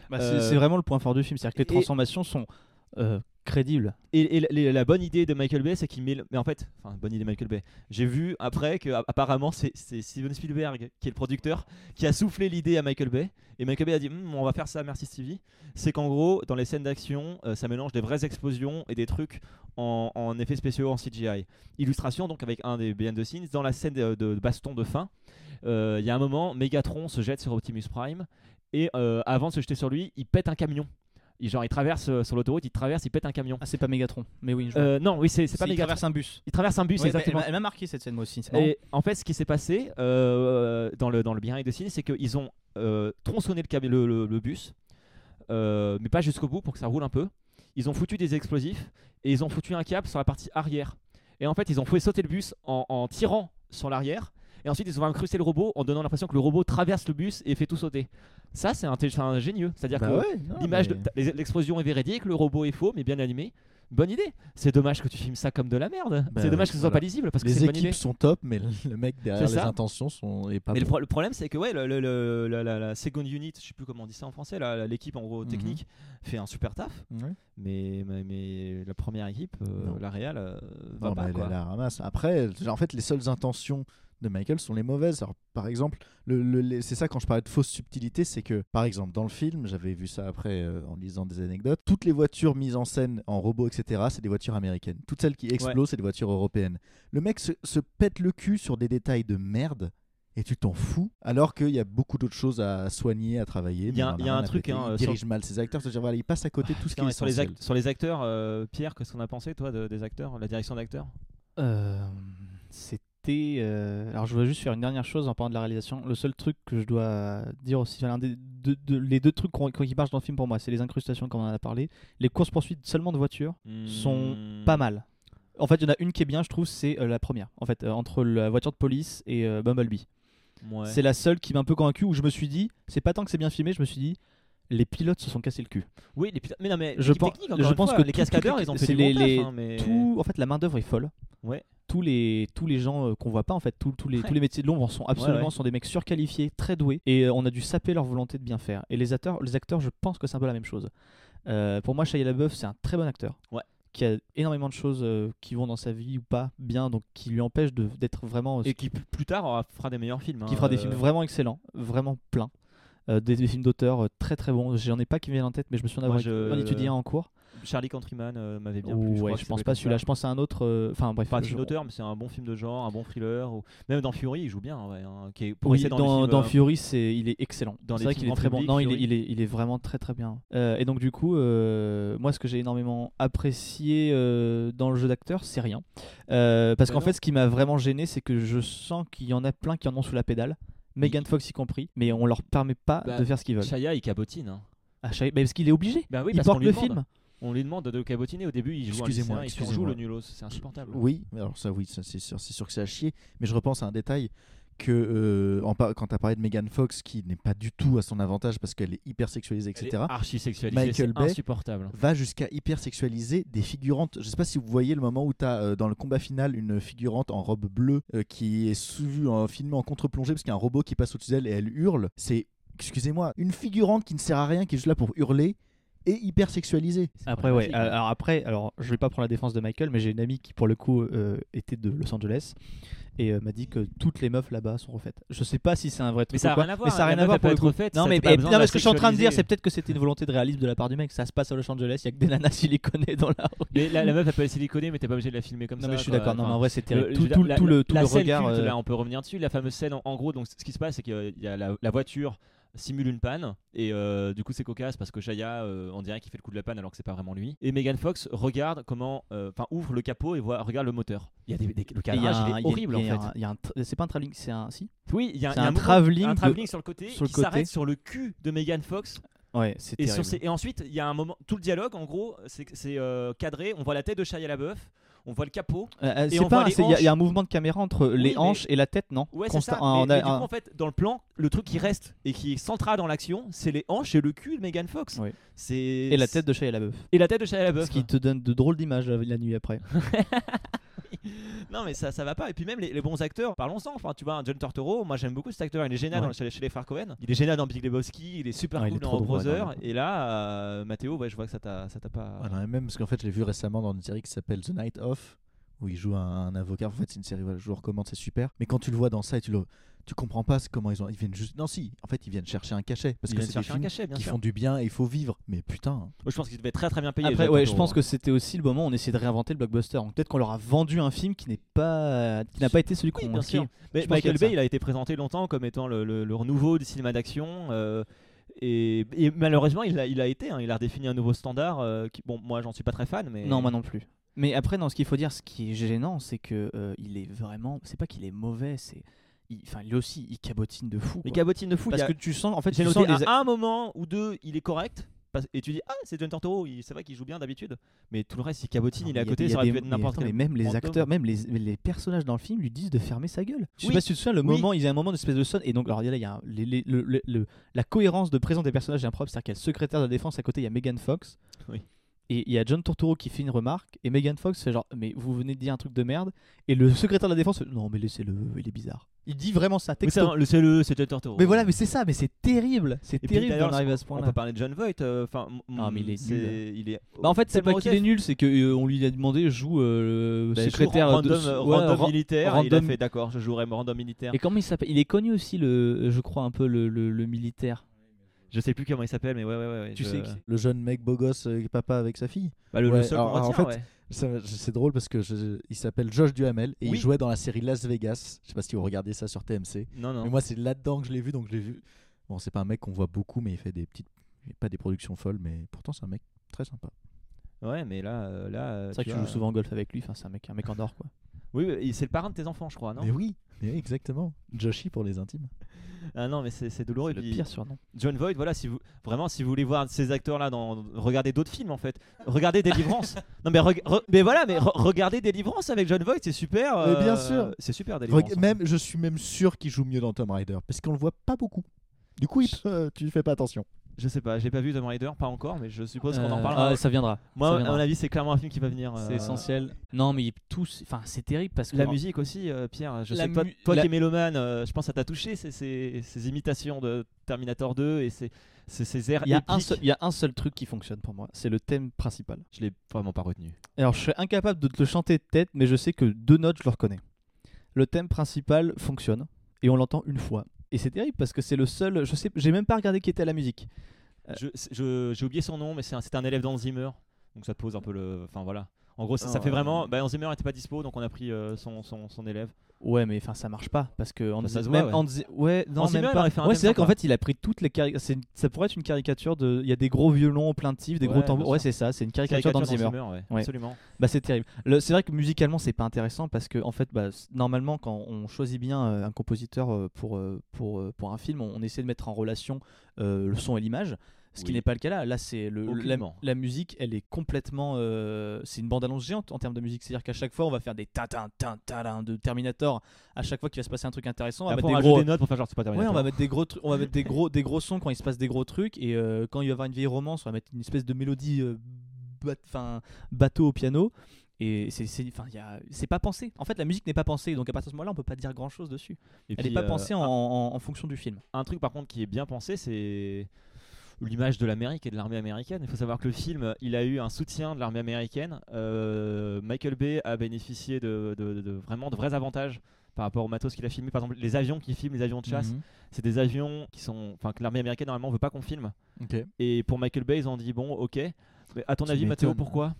Speaker 4: Bah, c'est-
Speaker 2: euh,
Speaker 4: C'est vraiment le point fort du film, c'est-à-dire que les
Speaker 2: et-
Speaker 4: transformations sont euh, crédibles.
Speaker 2: Et, et la- la, la bonne idée de Michael Bay, c'est qu'il met. le- Mais en fait, enfin, bonne idée de Michael Bay. J'ai vu après que a- apparemment c'est c'est Steven Spielberg qui est le producteur qui a soufflé l'idée à Michael Bay. Et Michael Bay a dit Hum, on va faire ça, merci Stevie. C'est qu'en gros, dans les scènes d'action, euh, ça mélange des vraies explosions et des trucs en, en effets spéciaux, en CGI. Illustration donc avec un des behind the scenes dans la scène de, de baston de fin. euh, Il y a un moment, Megatron se jette sur Optimus Prime et euh, avant de se jeter sur lui, il pète un camion. Il, genre, il traverse euh, sur l'autoroute, il traverse, il pète un camion.
Speaker 4: Ah, c'est pas Megatron, mais oui, je vois.
Speaker 2: Euh, non, oui, c'est c'est pas
Speaker 4: il
Speaker 2: Megatron.
Speaker 4: traverse un bus.
Speaker 2: Il traverse un bus,
Speaker 4: Ouais,
Speaker 2: exactement.
Speaker 4: Elle m'a- elle m'a marqué cette scène moi aussi. c'est marrant.
Speaker 2: Et en fait, ce qui s'est passé euh, dans, le, dans le behind the scenes, c'est qu'ils ont euh, tronçonné le, cab- le, le- le bus, euh, mais pas jusqu'au bout pour que ça roule un peu. Ils ont foutu des explosifs et ils ont foutu un câble sur la partie arrière. Et en fait, ils ont fait sauter le bus en, en tirant sur l'arrière. Et ensuite, ils ont incrusté le robot en donnant l'impression que le robot traverse le bus et fait tout sauter. Ça, c'est inté- c'est ingénieux. C'est-à-dire
Speaker 4: Bah
Speaker 3: Bah
Speaker 2: que
Speaker 3: Ah,
Speaker 2: L'image de- t'as- l'explosion est véridique, le robot est faux, mais bien animé. Bonne idée. C'est dommage que tu filmes ça comme de la merde.
Speaker 3: Bah
Speaker 2: c'est dommage
Speaker 3: oui,
Speaker 2: que ce soit
Speaker 3: voilà.
Speaker 2: pas lisible parce que c'est
Speaker 3: les
Speaker 2: une bonne idée.
Speaker 3: équipes sont top, mais le le mec derrière
Speaker 2: C'est
Speaker 3: les
Speaker 2: ça.
Speaker 3: intentions sont est pas
Speaker 2: Mais le,
Speaker 3: bon.
Speaker 2: pro- le problème, c'est que ouais, le, le- le- la, la- la second unit, je sais plus comment on dit ça en français, la- la- l'équipe en gros
Speaker 3: Mhm.
Speaker 2: technique fait un super taf,
Speaker 3: Ouais.
Speaker 2: mais, mais, mais la première équipe, euh,
Speaker 3: Non.
Speaker 2: la Real, euh, va
Speaker 3: Non,
Speaker 2: pas.
Speaker 3: mais elle
Speaker 2: quoi.
Speaker 3: est à la ramasse. Après, genre, en fait, les seules intentions de Michael sont les mauvaises. Alors, par exemple, le- le- les- c'est ça quand je parlais de fausse subtilité, c'est que, par exemple, dans le film, j'avais vu ça après euh, en lisant des anecdotes, toutes les voitures mises en scène en robot, etc., c'est des voitures américaines. Toutes celles qui explosent, c'est des voitures européennes. Le mec se, se pète le cul sur des détails de merde. Et tu t'en fous, alors qu'il y a beaucoup d'autres choses à soigner, à travailler.
Speaker 2: Il y a-
Speaker 3: mais en
Speaker 2: il y a
Speaker 3: rien
Speaker 2: un
Speaker 3: à
Speaker 2: truc,
Speaker 3: péter.
Speaker 2: hein,
Speaker 3: il
Speaker 2: euh,
Speaker 3: dirige mal ses acteurs. C'est-à-dire, voilà, il passe à côté de tout ce qui
Speaker 2: Putain,
Speaker 3: est
Speaker 2: et sur, les
Speaker 3: essentiel.
Speaker 2: act- sur les acteurs, euh, Pierre, qu'est-ce qu'on a pensé toi de- des acteurs, la direction d'acteurs
Speaker 4: Euh, C'était. euh, Alors, je voulais juste faire une dernière chose en parlant de la réalisation. Le seul truc que je dois dire aussi, l'un des deux- deux- les deux trucs qu'on- qui marchent dans le film
Speaker 2: Hmm,
Speaker 4: pour moi, c'est les incrustations, comme on en a parlé. Les courses-poursuites seulement de voitures sont pas mal. En fait, il y en a une qui est bien, je trouve, c'est euh, la première. En fait, euh, entre la voiture de police et euh, Bumblebee.
Speaker 2: Ouais.
Speaker 4: C'est la seule qui m'a un peu convaincu où je me suis dit, c'est pas tant que c'est bien filmé, je me suis dit, les pilotes se sont cassés le cul.
Speaker 2: Oui, les putains- Mais non, mais
Speaker 4: Je
Speaker 2: l'équipe
Speaker 4: pense-
Speaker 2: technique, encore
Speaker 4: je
Speaker 2: une
Speaker 4: pense
Speaker 2: fois,
Speaker 4: que
Speaker 2: les
Speaker 4: toutes les
Speaker 2: cascadeurs, ils ont fait
Speaker 4: c'est
Speaker 2: du
Speaker 4: les-
Speaker 2: bon taf,
Speaker 4: les-
Speaker 2: hein, mais-
Speaker 4: Tout, en fait, la main d'œuvre est folle.
Speaker 2: Ouais.
Speaker 4: Tous les, tous les gens euh, qu'on voit pas, en fait, tous, tous, les,
Speaker 2: Ouais.
Speaker 4: tous les métiers de l'ombre sont absolument
Speaker 2: ouais.
Speaker 4: sont des mecs surqualifiés, très doués, et euh, on a dû saper leur volonté de bien faire. Et les acteurs, les acteurs je pense que c'est un peu la même chose. Euh, pour moi, Shia LaBeouf, c'est un très bon acteur.
Speaker 2: Ouais.
Speaker 4: Qui a énormément de choses euh, qui vont dans sa vie ou pas bien, donc qui lui empêchent de- d'être vraiment. euh,
Speaker 2: Et qui plus plus tard aura- fera des meilleurs films.
Speaker 4: qui
Speaker 2: hein,
Speaker 4: fera des
Speaker 2: euh,
Speaker 4: films vraiment excellents, vraiment pleins. Euh, des, des films d'auteur euh, très très bons. J'en ai pas qui me viennent en tête, mais je me souviens d'avoir
Speaker 2: Moi, je-
Speaker 4: en étudié un en cours.
Speaker 2: Charlie Countryman euh, m'avait bien plu.
Speaker 4: Ouais,
Speaker 2: crois
Speaker 4: je
Speaker 2: que
Speaker 4: pense
Speaker 2: c'est
Speaker 4: pas
Speaker 2: comme
Speaker 4: celui-là,
Speaker 2: ça.
Speaker 4: je pense à un autre. euh, Enfin bref,
Speaker 2: Pas un
Speaker 4: je-
Speaker 2: film d'auteur, mais c'est un bon film de genre, un bon thriller. Ou... Même dans Fury, il joue bien. Ouais, hein, qui est- pour
Speaker 4: Oui,
Speaker 2: rester
Speaker 4: dans,
Speaker 2: dans, les films,
Speaker 4: dans
Speaker 2: euh,
Speaker 4: Fury, c'est il est excellent.
Speaker 2: dans
Speaker 4: c'est
Speaker 2: les
Speaker 4: vrai
Speaker 2: films
Speaker 4: qu'il est
Speaker 2: grand
Speaker 4: très bon.
Speaker 2: public,
Speaker 4: Non, il est,
Speaker 2: Fury.
Speaker 4: il, est, il est vraiment très très bien. Euh, et donc du coup, euh, moi, ce que j'ai énormément apprécié euh, dans le jeu d'acteur, c'est rien. Euh, parce
Speaker 2: Bah
Speaker 4: qu'en
Speaker 2: non.
Speaker 4: fait, ce qui m'a vraiment gêné, c'est que je sens qu'il y en a plein qui en ont sous la pédale. Megan Fox y compris, mais on leur permet pas
Speaker 2: Bah,
Speaker 4: de faire ce qu'ils veulent.
Speaker 2: Shia, il cabotine. hein.
Speaker 4: Ah, Shia- bah, parce qu'il est obligé.
Speaker 2: Bah oui,
Speaker 4: il
Speaker 2: parce
Speaker 4: porte
Speaker 2: qu'on lui
Speaker 4: le
Speaker 2: demande.
Speaker 4: film.
Speaker 2: On lui demande de cabotiner. Au début, il joue un
Speaker 3: Excusez-moi,
Speaker 2: lycéen, il surjoue
Speaker 3: excusez-moi.
Speaker 2: le nulos. C'est insupportable.
Speaker 3: Oui, mais alors ça, oui, ça, c'est sûr, c'est sûr que c'est à chier. Mais je repense à un détail que euh, en par- quand tu as parlé de Megan Fox, qui n'est pas du tout à son avantage parce qu'elle est hyper sexualisée,
Speaker 2: Elle est
Speaker 3: etc.
Speaker 2: Archi sexualisé.
Speaker 3: Michael
Speaker 2: C'est
Speaker 3: Bay.
Speaker 2: insupportable.
Speaker 3: va jusqu'à hyper sexualiser des figurantes. Je sais pas si vous voyez le moment où tu as dans le combat final une figurante en robe bleue euh, qui est sous, en- filmée en contre-plongée parce qu'il y a un robot qui passe au-dessus d'elle et elle hurle. C'est, excusez-moi, une figurante qui ne sert à rien, qui est juste là pour hurler et hyper sexualisée.
Speaker 4: Après, ouais. euh, Alors après, alors je vais pas prendre la défense de Michael, mais j'ai une amie qui pour le coup euh, était de Los Angeles et euh, m'a dit que toutes les meufs là-bas sont refaites. Je sais pas si c'est un vrai truc.
Speaker 2: Mais ça
Speaker 4: ou
Speaker 2: n'a
Speaker 4: quoi,
Speaker 2: rien à voir.
Speaker 4: Mais ça a rien à voir pour le coup. Non mais, et- non, mais ce que je suis en train de dire, c'est peut-être que c'était une volonté de réalisme de la part du mec. Ça se passe à Los Angeles, il y a que des nanas siliconées dans la rue.
Speaker 2: Mais la, la meuf, elle peut la siliconer, mais t'es pas obligé de la filmer comme
Speaker 4: Non
Speaker 2: ça.
Speaker 4: mais je suis
Speaker 2: quoi.
Speaker 4: d'accord. Non
Speaker 2: Enfin,
Speaker 4: mais en vrai c'est
Speaker 2: le-
Speaker 4: terrible.
Speaker 2: je
Speaker 4: Tout,
Speaker 2: veux
Speaker 4: tout-
Speaker 2: dire, la-
Speaker 4: tout le tout
Speaker 2: la
Speaker 4: le
Speaker 2: scène
Speaker 4: regard.
Speaker 2: culte,
Speaker 4: euh,
Speaker 2: là, on peut revenir dessus. La fameuse scène, en, en gros, donc ce qui se passe, c'est qu'il y a la, la voiture simule une panne et euh, du coup c'est cocasse parce que Shaya euh, on dirait qu'il fait le coup de la panne alors que c'est pas vraiment lui et Megan Fox regarde comment euh, enfin ouvre le capot et voit regarde le moteur il y a des, des- le
Speaker 4: et il y a
Speaker 2: cadrage il
Speaker 4: un- il
Speaker 2: est
Speaker 4: y a-
Speaker 2: horrible
Speaker 4: il y a
Speaker 2: en fait
Speaker 4: un- il y a un tr- C'est pas un travelling, c'est un si.
Speaker 2: oui il y a,
Speaker 4: c'est
Speaker 2: il y a
Speaker 4: un
Speaker 2: mouvement-
Speaker 4: travelling
Speaker 2: un
Speaker 4: de-
Speaker 2: travelling sur le côté
Speaker 4: sur le
Speaker 2: qui
Speaker 4: côté.
Speaker 2: s'arrête sur le cul de Megan Fox
Speaker 4: Ouais, c'est
Speaker 2: et, sur
Speaker 4: terrible.
Speaker 2: ces- et ensuite, il y a un moment, tout le dialogue, en gros, c'est c'est, euh, cadré. On voit la tête de Shia LaBeouf, on voit le capot.
Speaker 4: Euh, euh,
Speaker 2: Et
Speaker 4: c'est
Speaker 2: on voit
Speaker 4: pas.
Speaker 2: les
Speaker 4: c'est- Il y a- il y a
Speaker 2: hanches.
Speaker 4: un mouvement de caméra entre
Speaker 2: Oui,
Speaker 4: les
Speaker 2: mais-
Speaker 4: hanches et la tête, non
Speaker 2: Ouais, c'est
Speaker 4: Constant-
Speaker 2: ça.
Speaker 4: un-
Speaker 2: mais, mais du
Speaker 4: un-
Speaker 2: coup, en fait, dans le plan, le truc qui reste et qui est central dans l'action, c'est les hanches et le cul de Megan Fox.
Speaker 4: Oui.
Speaker 2: C'est
Speaker 4: Et la tête de Shia LaBeouf.
Speaker 2: et la tête de Shia LaBeouf.
Speaker 4: Ce qui te donne de drôles d'images euh, la nuit après.
Speaker 2: Non, mais ça, ça va pas. Et puis même les, les bons acteurs, parlons-en. Enfin, tu vois, un John Turturro, moi j'aime beaucoup cet acteur. Il est génial
Speaker 4: Ouais.
Speaker 2: dans- chez, les- chez les frères Cohen. Il est génial dans Big Lebowski. Il est super
Speaker 4: Ah, il
Speaker 2: cool
Speaker 4: est
Speaker 2: dans
Speaker 4: trop drôle, ouais,
Speaker 2: Brother.
Speaker 4: dans
Speaker 2: et là, euh, Mathéo, ouais, je vois que ça t'a ça t'a pas.
Speaker 3: Ah non, et même parce qu'en fait, je l'ai vu récemment dans une série qui s'appelle The Night Off, où il joue un, un avocat. En fait, c'est une série, voilà, je vous recommande, c'est super. Mais quand tu le vois dans ça et tu le, tu comprends pas c'est comment ils ont, ils viennent juste. Non, si, en fait, ils viennent chercher un cachet parce
Speaker 2: Ils
Speaker 3: que
Speaker 2: viennent
Speaker 3: c'est des
Speaker 2: chercher un
Speaker 3: films
Speaker 2: cachet, bien
Speaker 3: qui
Speaker 2: sûr.
Speaker 3: font du bien et il faut vivre. Mais putain,
Speaker 2: Moi, je pense qu'il devait très très bien payer.
Speaker 4: Après,
Speaker 2: John
Speaker 4: ouais, je
Speaker 2: Turturro,
Speaker 4: pense
Speaker 2: hein.
Speaker 4: que c'était aussi le moment où on essayait de réinventer le blockbuster. Donc peut-être qu'on leur a vendu un film qui n'est pas, qui n'a pas été celui
Speaker 2: Oui,
Speaker 4: qu'on
Speaker 2: bien
Speaker 4: qui-
Speaker 2: sûr. Mais
Speaker 4: pense qu'il y a
Speaker 2: Michael
Speaker 4: de
Speaker 2: Bay,
Speaker 4: ça.
Speaker 2: il a été présenté longtemps comme étant le, le- le renouveau du cinéma d'action. euh, et, et malheureusement, il a, il a été. hein, il a redéfini un nouveau standard. euh, qui, bon, moi, j'en suis pas très fan, mais.
Speaker 4: Non, moi non plus. Mais après, non, ce qu'il faut dire, ce qui est gênant, c'est que euh, il est vraiment. C'est pas qu'il est mauvais, c'est. il- Enfin, lui aussi, il cabotine de fou.
Speaker 2: Les
Speaker 4: quoi.
Speaker 2: cabotines de fou.
Speaker 4: Parce
Speaker 2: il y a-
Speaker 4: que tu sens, en fait,
Speaker 2: j'ai
Speaker 4: tu
Speaker 2: noté
Speaker 4: sens
Speaker 2: à
Speaker 4: les.
Speaker 2: un moment ou deux, il est correct. parce- Et tu dis, ah, c'est John Turturro. il- C'est vrai qu'il joue bien d'habitude. Mais tout le reste, il cabotine.
Speaker 4: Non,
Speaker 2: il est à
Speaker 4: mais y a-
Speaker 2: côté.
Speaker 4: y a
Speaker 2: Ça aurait
Speaker 4: des-
Speaker 2: pu être
Speaker 4: mais
Speaker 2: n'importe
Speaker 4: attends,
Speaker 2: quel.
Speaker 4: Mais même les
Speaker 2: random.
Speaker 4: acteurs, même les, les personnages dans le film lui disent de fermer sa gueule. Je
Speaker 2: Oui.
Speaker 4: sais pas si tu te souviens, le
Speaker 2: Oui.
Speaker 4: moment, ils avaient un moment d'espèce de son. Et donc, alors là, il y a un- les- les- le- le- le- la cohérence de présence des personnages est impropre. C'est-à-dire qu'il y a le secrétaire de la défense, à côté, il y a Megan Fox.
Speaker 2: Oui.
Speaker 4: Et il y a John Turturro qui fait une remarque. Et Megan Fox fait genre, mais vous venez de dire un truc de merde. Et le secrétaire de la défense fait, non, mais laissez-le, il est bizarre. Il dit vraiment ça,
Speaker 2: Mais
Speaker 4: texto.
Speaker 2: ça, le CLE, c'est John Turturro.
Speaker 4: Mais voilà, mais c'est ça, mais c'est terrible. C'est
Speaker 2: puis,
Speaker 4: terrible
Speaker 2: d'ailleurs,
Speaker 4: d'en arriver à ce
Speaker 2: On
Speaker 4: point-là.
Speaker 2: peut parler de John Voight. euh, Enfin, m-
Speaker 4: Ah, mais il est
Speaker 2: c'est-
Speaker 4: nul.
Speaker 2: il est-
Speaker 4: Bah, en fait, c'est pas
Speaker 2: tellement
Speaker 4: qu'il
Speaker 2: Joseph.
Speaker 4: est nul, c'est que euh, on lui a demandé joue euh, le
Speaker 2: Bah, je joue
Speaker 4: secrétaire
Speaker 2: random,
Speaker 4: de
Speaker 2: euh,
Speaker 4: ouais,
Speaker 2: random
Speaker 4: ra-
Speaker 2: militaire et il a
Speaker 4: random-
Speaker 2: fait d'accord je jouerai random militaire
Speaker 4: Et comment il s'appelle Il est connu aussi le je crois un peu le, le- le militaire.
Speaker 2: je sais plus comment il s'appelle mais ouais ouais ouais, ouais
Speaker 4: Tu
Speaker 2: je-
Speaker 4: sais qui c'est
Speaker 3: le jeune mec beau gosse, euh, papa avec sa fille.
Speaker 2: Bah, le, le
Speaker 3: Ouais,
Speaker 2: seul
Speaker 3: alors,
Speaker 2: qu'on
Speaker 3: alors, en
Speaker 2: retient,
Speaker 3: fait,
Speaker 2: ouais.
Speaker 3: Ça, je- C'est drôle parce que je- il s'appelle Josh Duhamel et
Speaker 2: Oui.
Speaker 3: il jouait dans la série Las Vegas. Je sais pas si vous regardez ça sur TMC.
Speaker 2: non non
Speaker 3: Mais moi, c'est là-dedans que je l'ai vu, donc je l'ai vu. Bon, c'est pas un mec qu'on voit beaucoup, mais il fait des petites, pas des productions folles, mais pourtant c'est un mec très sympa.
Speaker 2: ouais mais là euh, là euh,
Speaker 4: C'est vrai que
Speaker 2: Bah, tu
Speaker 4: je joue
Speaker 2: vois,
Speaker 4: souvent au golf avec lui. Enfin, c'est un mec, un mec en or quoi.
Speaker 2: Oui, mais c'est le parrain de tes enfants, je crois, non
Speaker 3: Mais oui, mais oui, exactement. Joshi pour les intimes.
Speaker 2: Ah non, mais c'est c'est douloureux.
Speaker 4: le
Speaker 2: et puis-
Speaker 4: pire surnom.
Speaker 2: John Voight, voilà, si vous vraiment si vous voulez voir ces acteurs-là dans regardez d'autres films en fait, regardez Deliverance. non mais reg- re- mais voilà, mais re- regardez Deliverance avec John Voight, c'est super. euh,
Speaker 3: Mais bien sûr.
Speaker 2: c'est super Deliverance.
Speaker 3: Reg- Même, je suis même sûr qu'il joue mieux dans Tomb Raider, parce qu'on le voit pas beaucoup. Du coup, il peut- tu fais pas attention.
Speaker 2: Je sais pas, j'ai pas vu Tomb Raider, pas encore, mais je suppose qu'on en
Speaker 4: Euh,
Speaker 2: parlera.
Speaker 4: ah, ça viendra. ça
Speaker 2: Moi, à
Speaker 4: viendra.
Speaker 2: mon avis, c'est clairement un film qui va venir.
Speaker 4: C'est
Speaker 2: euh,
Speaker 4: essentiel. Non, mais tous. Enfin, c'est terrible parce que.
Speaker 2: La musique aussi, euh, Pierre. Je
Speaker 4: La
Speaker 2: sais que toi,
Speaker 4: mu-
Speaker 2: toi
Speaker 4: la-
Speaker 2: qui es mélomane, euh, je pense que ça t'a touché ces, ces- ces imitations de Terminator 2 et ces, ces, ces airs
Speaker 4: Il y, a un
Speaker 2: épiques.
Speaker 4: seul, il y a un seul truc qui fonctionne pour moi, c'est le thème principal.
Speaker 2: Je l'ai vraiment pas retenu.
Speaker 4: Alors, je suis incapable de te le chanter de tête, mais je sais que deux notes, je le reconnais. Le thème principal fonctionne et on l'entend une fois. Et c'est terrible parce que c'est le seul. Je sais, j'ai même pas regardé qui était à la musique. Euh.
Speaker 2: Je- c'est- je- J'ai oublié son nom, mais c'est un- c'était un élève d'Hans Zimmer. Donc ça pose un peu le. Enfin voilà. En gros, ça, ça
Speaker 3: Oh,
Speaker 2: fait
Speaker 3: ouais.
Speaker 2: vraiment. Bah, Hans Zimmer n'était pas dispo, donc on a pris euh, son, son, son élève.
Speaker 4: Ouais, mais enfin, ça marche pas parce que Hans
Speaker 2: ça se
Speaker 4: Zimmer-
Speaker 2: voit,
Speaker 4: même
Speaker 2: ouais.
Speaker 4: Hans Zi- ouais, non,
Speaker 2: Hans
Speaker 4: même
Speaker 2: Zimmer, il
Speaker 4: pas.
Speaker 2: aurait fait un
Speaker 4: ouais,
Speaker 2: thème
Speaker 4: c'est vrai qu'en
Speaker 2: sympa.
Speaker 4: fait, il a pris toutes les caricatures. Ça pourrait être une caricature de. Il y a des gros violons plein de tifs, des
Speaker 2: Ouais,
Speaker 4: gros
Speaker 2: bien
Speaker 4: tambours. Ouais,
Speaker 2: sûr.
Speaker 4: c'est ça. C'est une caricature, d'Hans Zimmer.
Speaker 2: ouais.
Speaker 4: Ouais.
Speaker 2: Absolument.
Speaker 4: Bah c'est terrible. Le- C'est vrai que musicalement c'est pas intéressant parce que en fait bah, c- normalement quand on choisit bien euh, un compositeur euh, pour, euh, pour, euh, pour un film on, on essaie de mettre en relation euh, le son et l'image. Ce qui
Speaker 2: Oui.
Speaker 4: n'est pas le cas là. Là c'est le le- la,
Speaker 2: Aucunement.
Speaker 4: la musique elle est complètement euh, c'est une bande annonce géante en termes de musique c'est à dire qu'à chaque fois on va faire des ta ta ta de Terminator à chaque fois qu'il va se passer un truc intéressant on va
Speaker 2: Après,
Speaker 4: mettre
Speaker 2: on
Speaker 4: bah, des
Speaker 2: rajoute
Speaker 4: gros
Speaker 2: des notes pour faire genre c'est pas terminé.
Speaker 4: Ouais, on va mettre des gros, tru- on va mettre des gros, des gros sons quand il se passe des gros trucs et euh, quand il va y avoir une vieille romance, on va mettre une espèce de mélodie, euh, bat- 'fin, bateau au piano. Et c'est, c'est, 'fin, il y a- c'est pas pensé. En fait, la musique n'est pas pensée, donc à partir de ce moment-là, on peut pas dire grand chose dessus.
Speaker 2: Et
Speaker 4: Elle n'est
Speaker 2: puis,
Speaker 4: pas
Speaker 2: euh,
Speaker 4: pensée en, en- en fonction du film.
Speaker 2: Un truc par contre qui est bien pensé, c'est l'image de l'Amérique et de l'armée américaine. Il faut savoir que le film, il a eu un soutien de l'armée américaine. Euh, Michael Bay a bénéficié de, de- de- vraiment de vrais avantages par rapport au matos qu'il a filmé. Par exemple, les avions qu'il filme, les avions de
Speaker 4: Mhm.
Speaker 2: chasse, c'est des avions qui sont, enfin que l'armée américaine normalement veut pas qu'on filme.
Speaker 3: Ok.
Speaker 2: Et pour Michael Bay, ils ont dit bon, ok. Mais à ton
Speaker 3: Tu
Speaker 2: avis, Mathéo,
Speaker 3: m'étonnes.
Speaker 2: pourquoi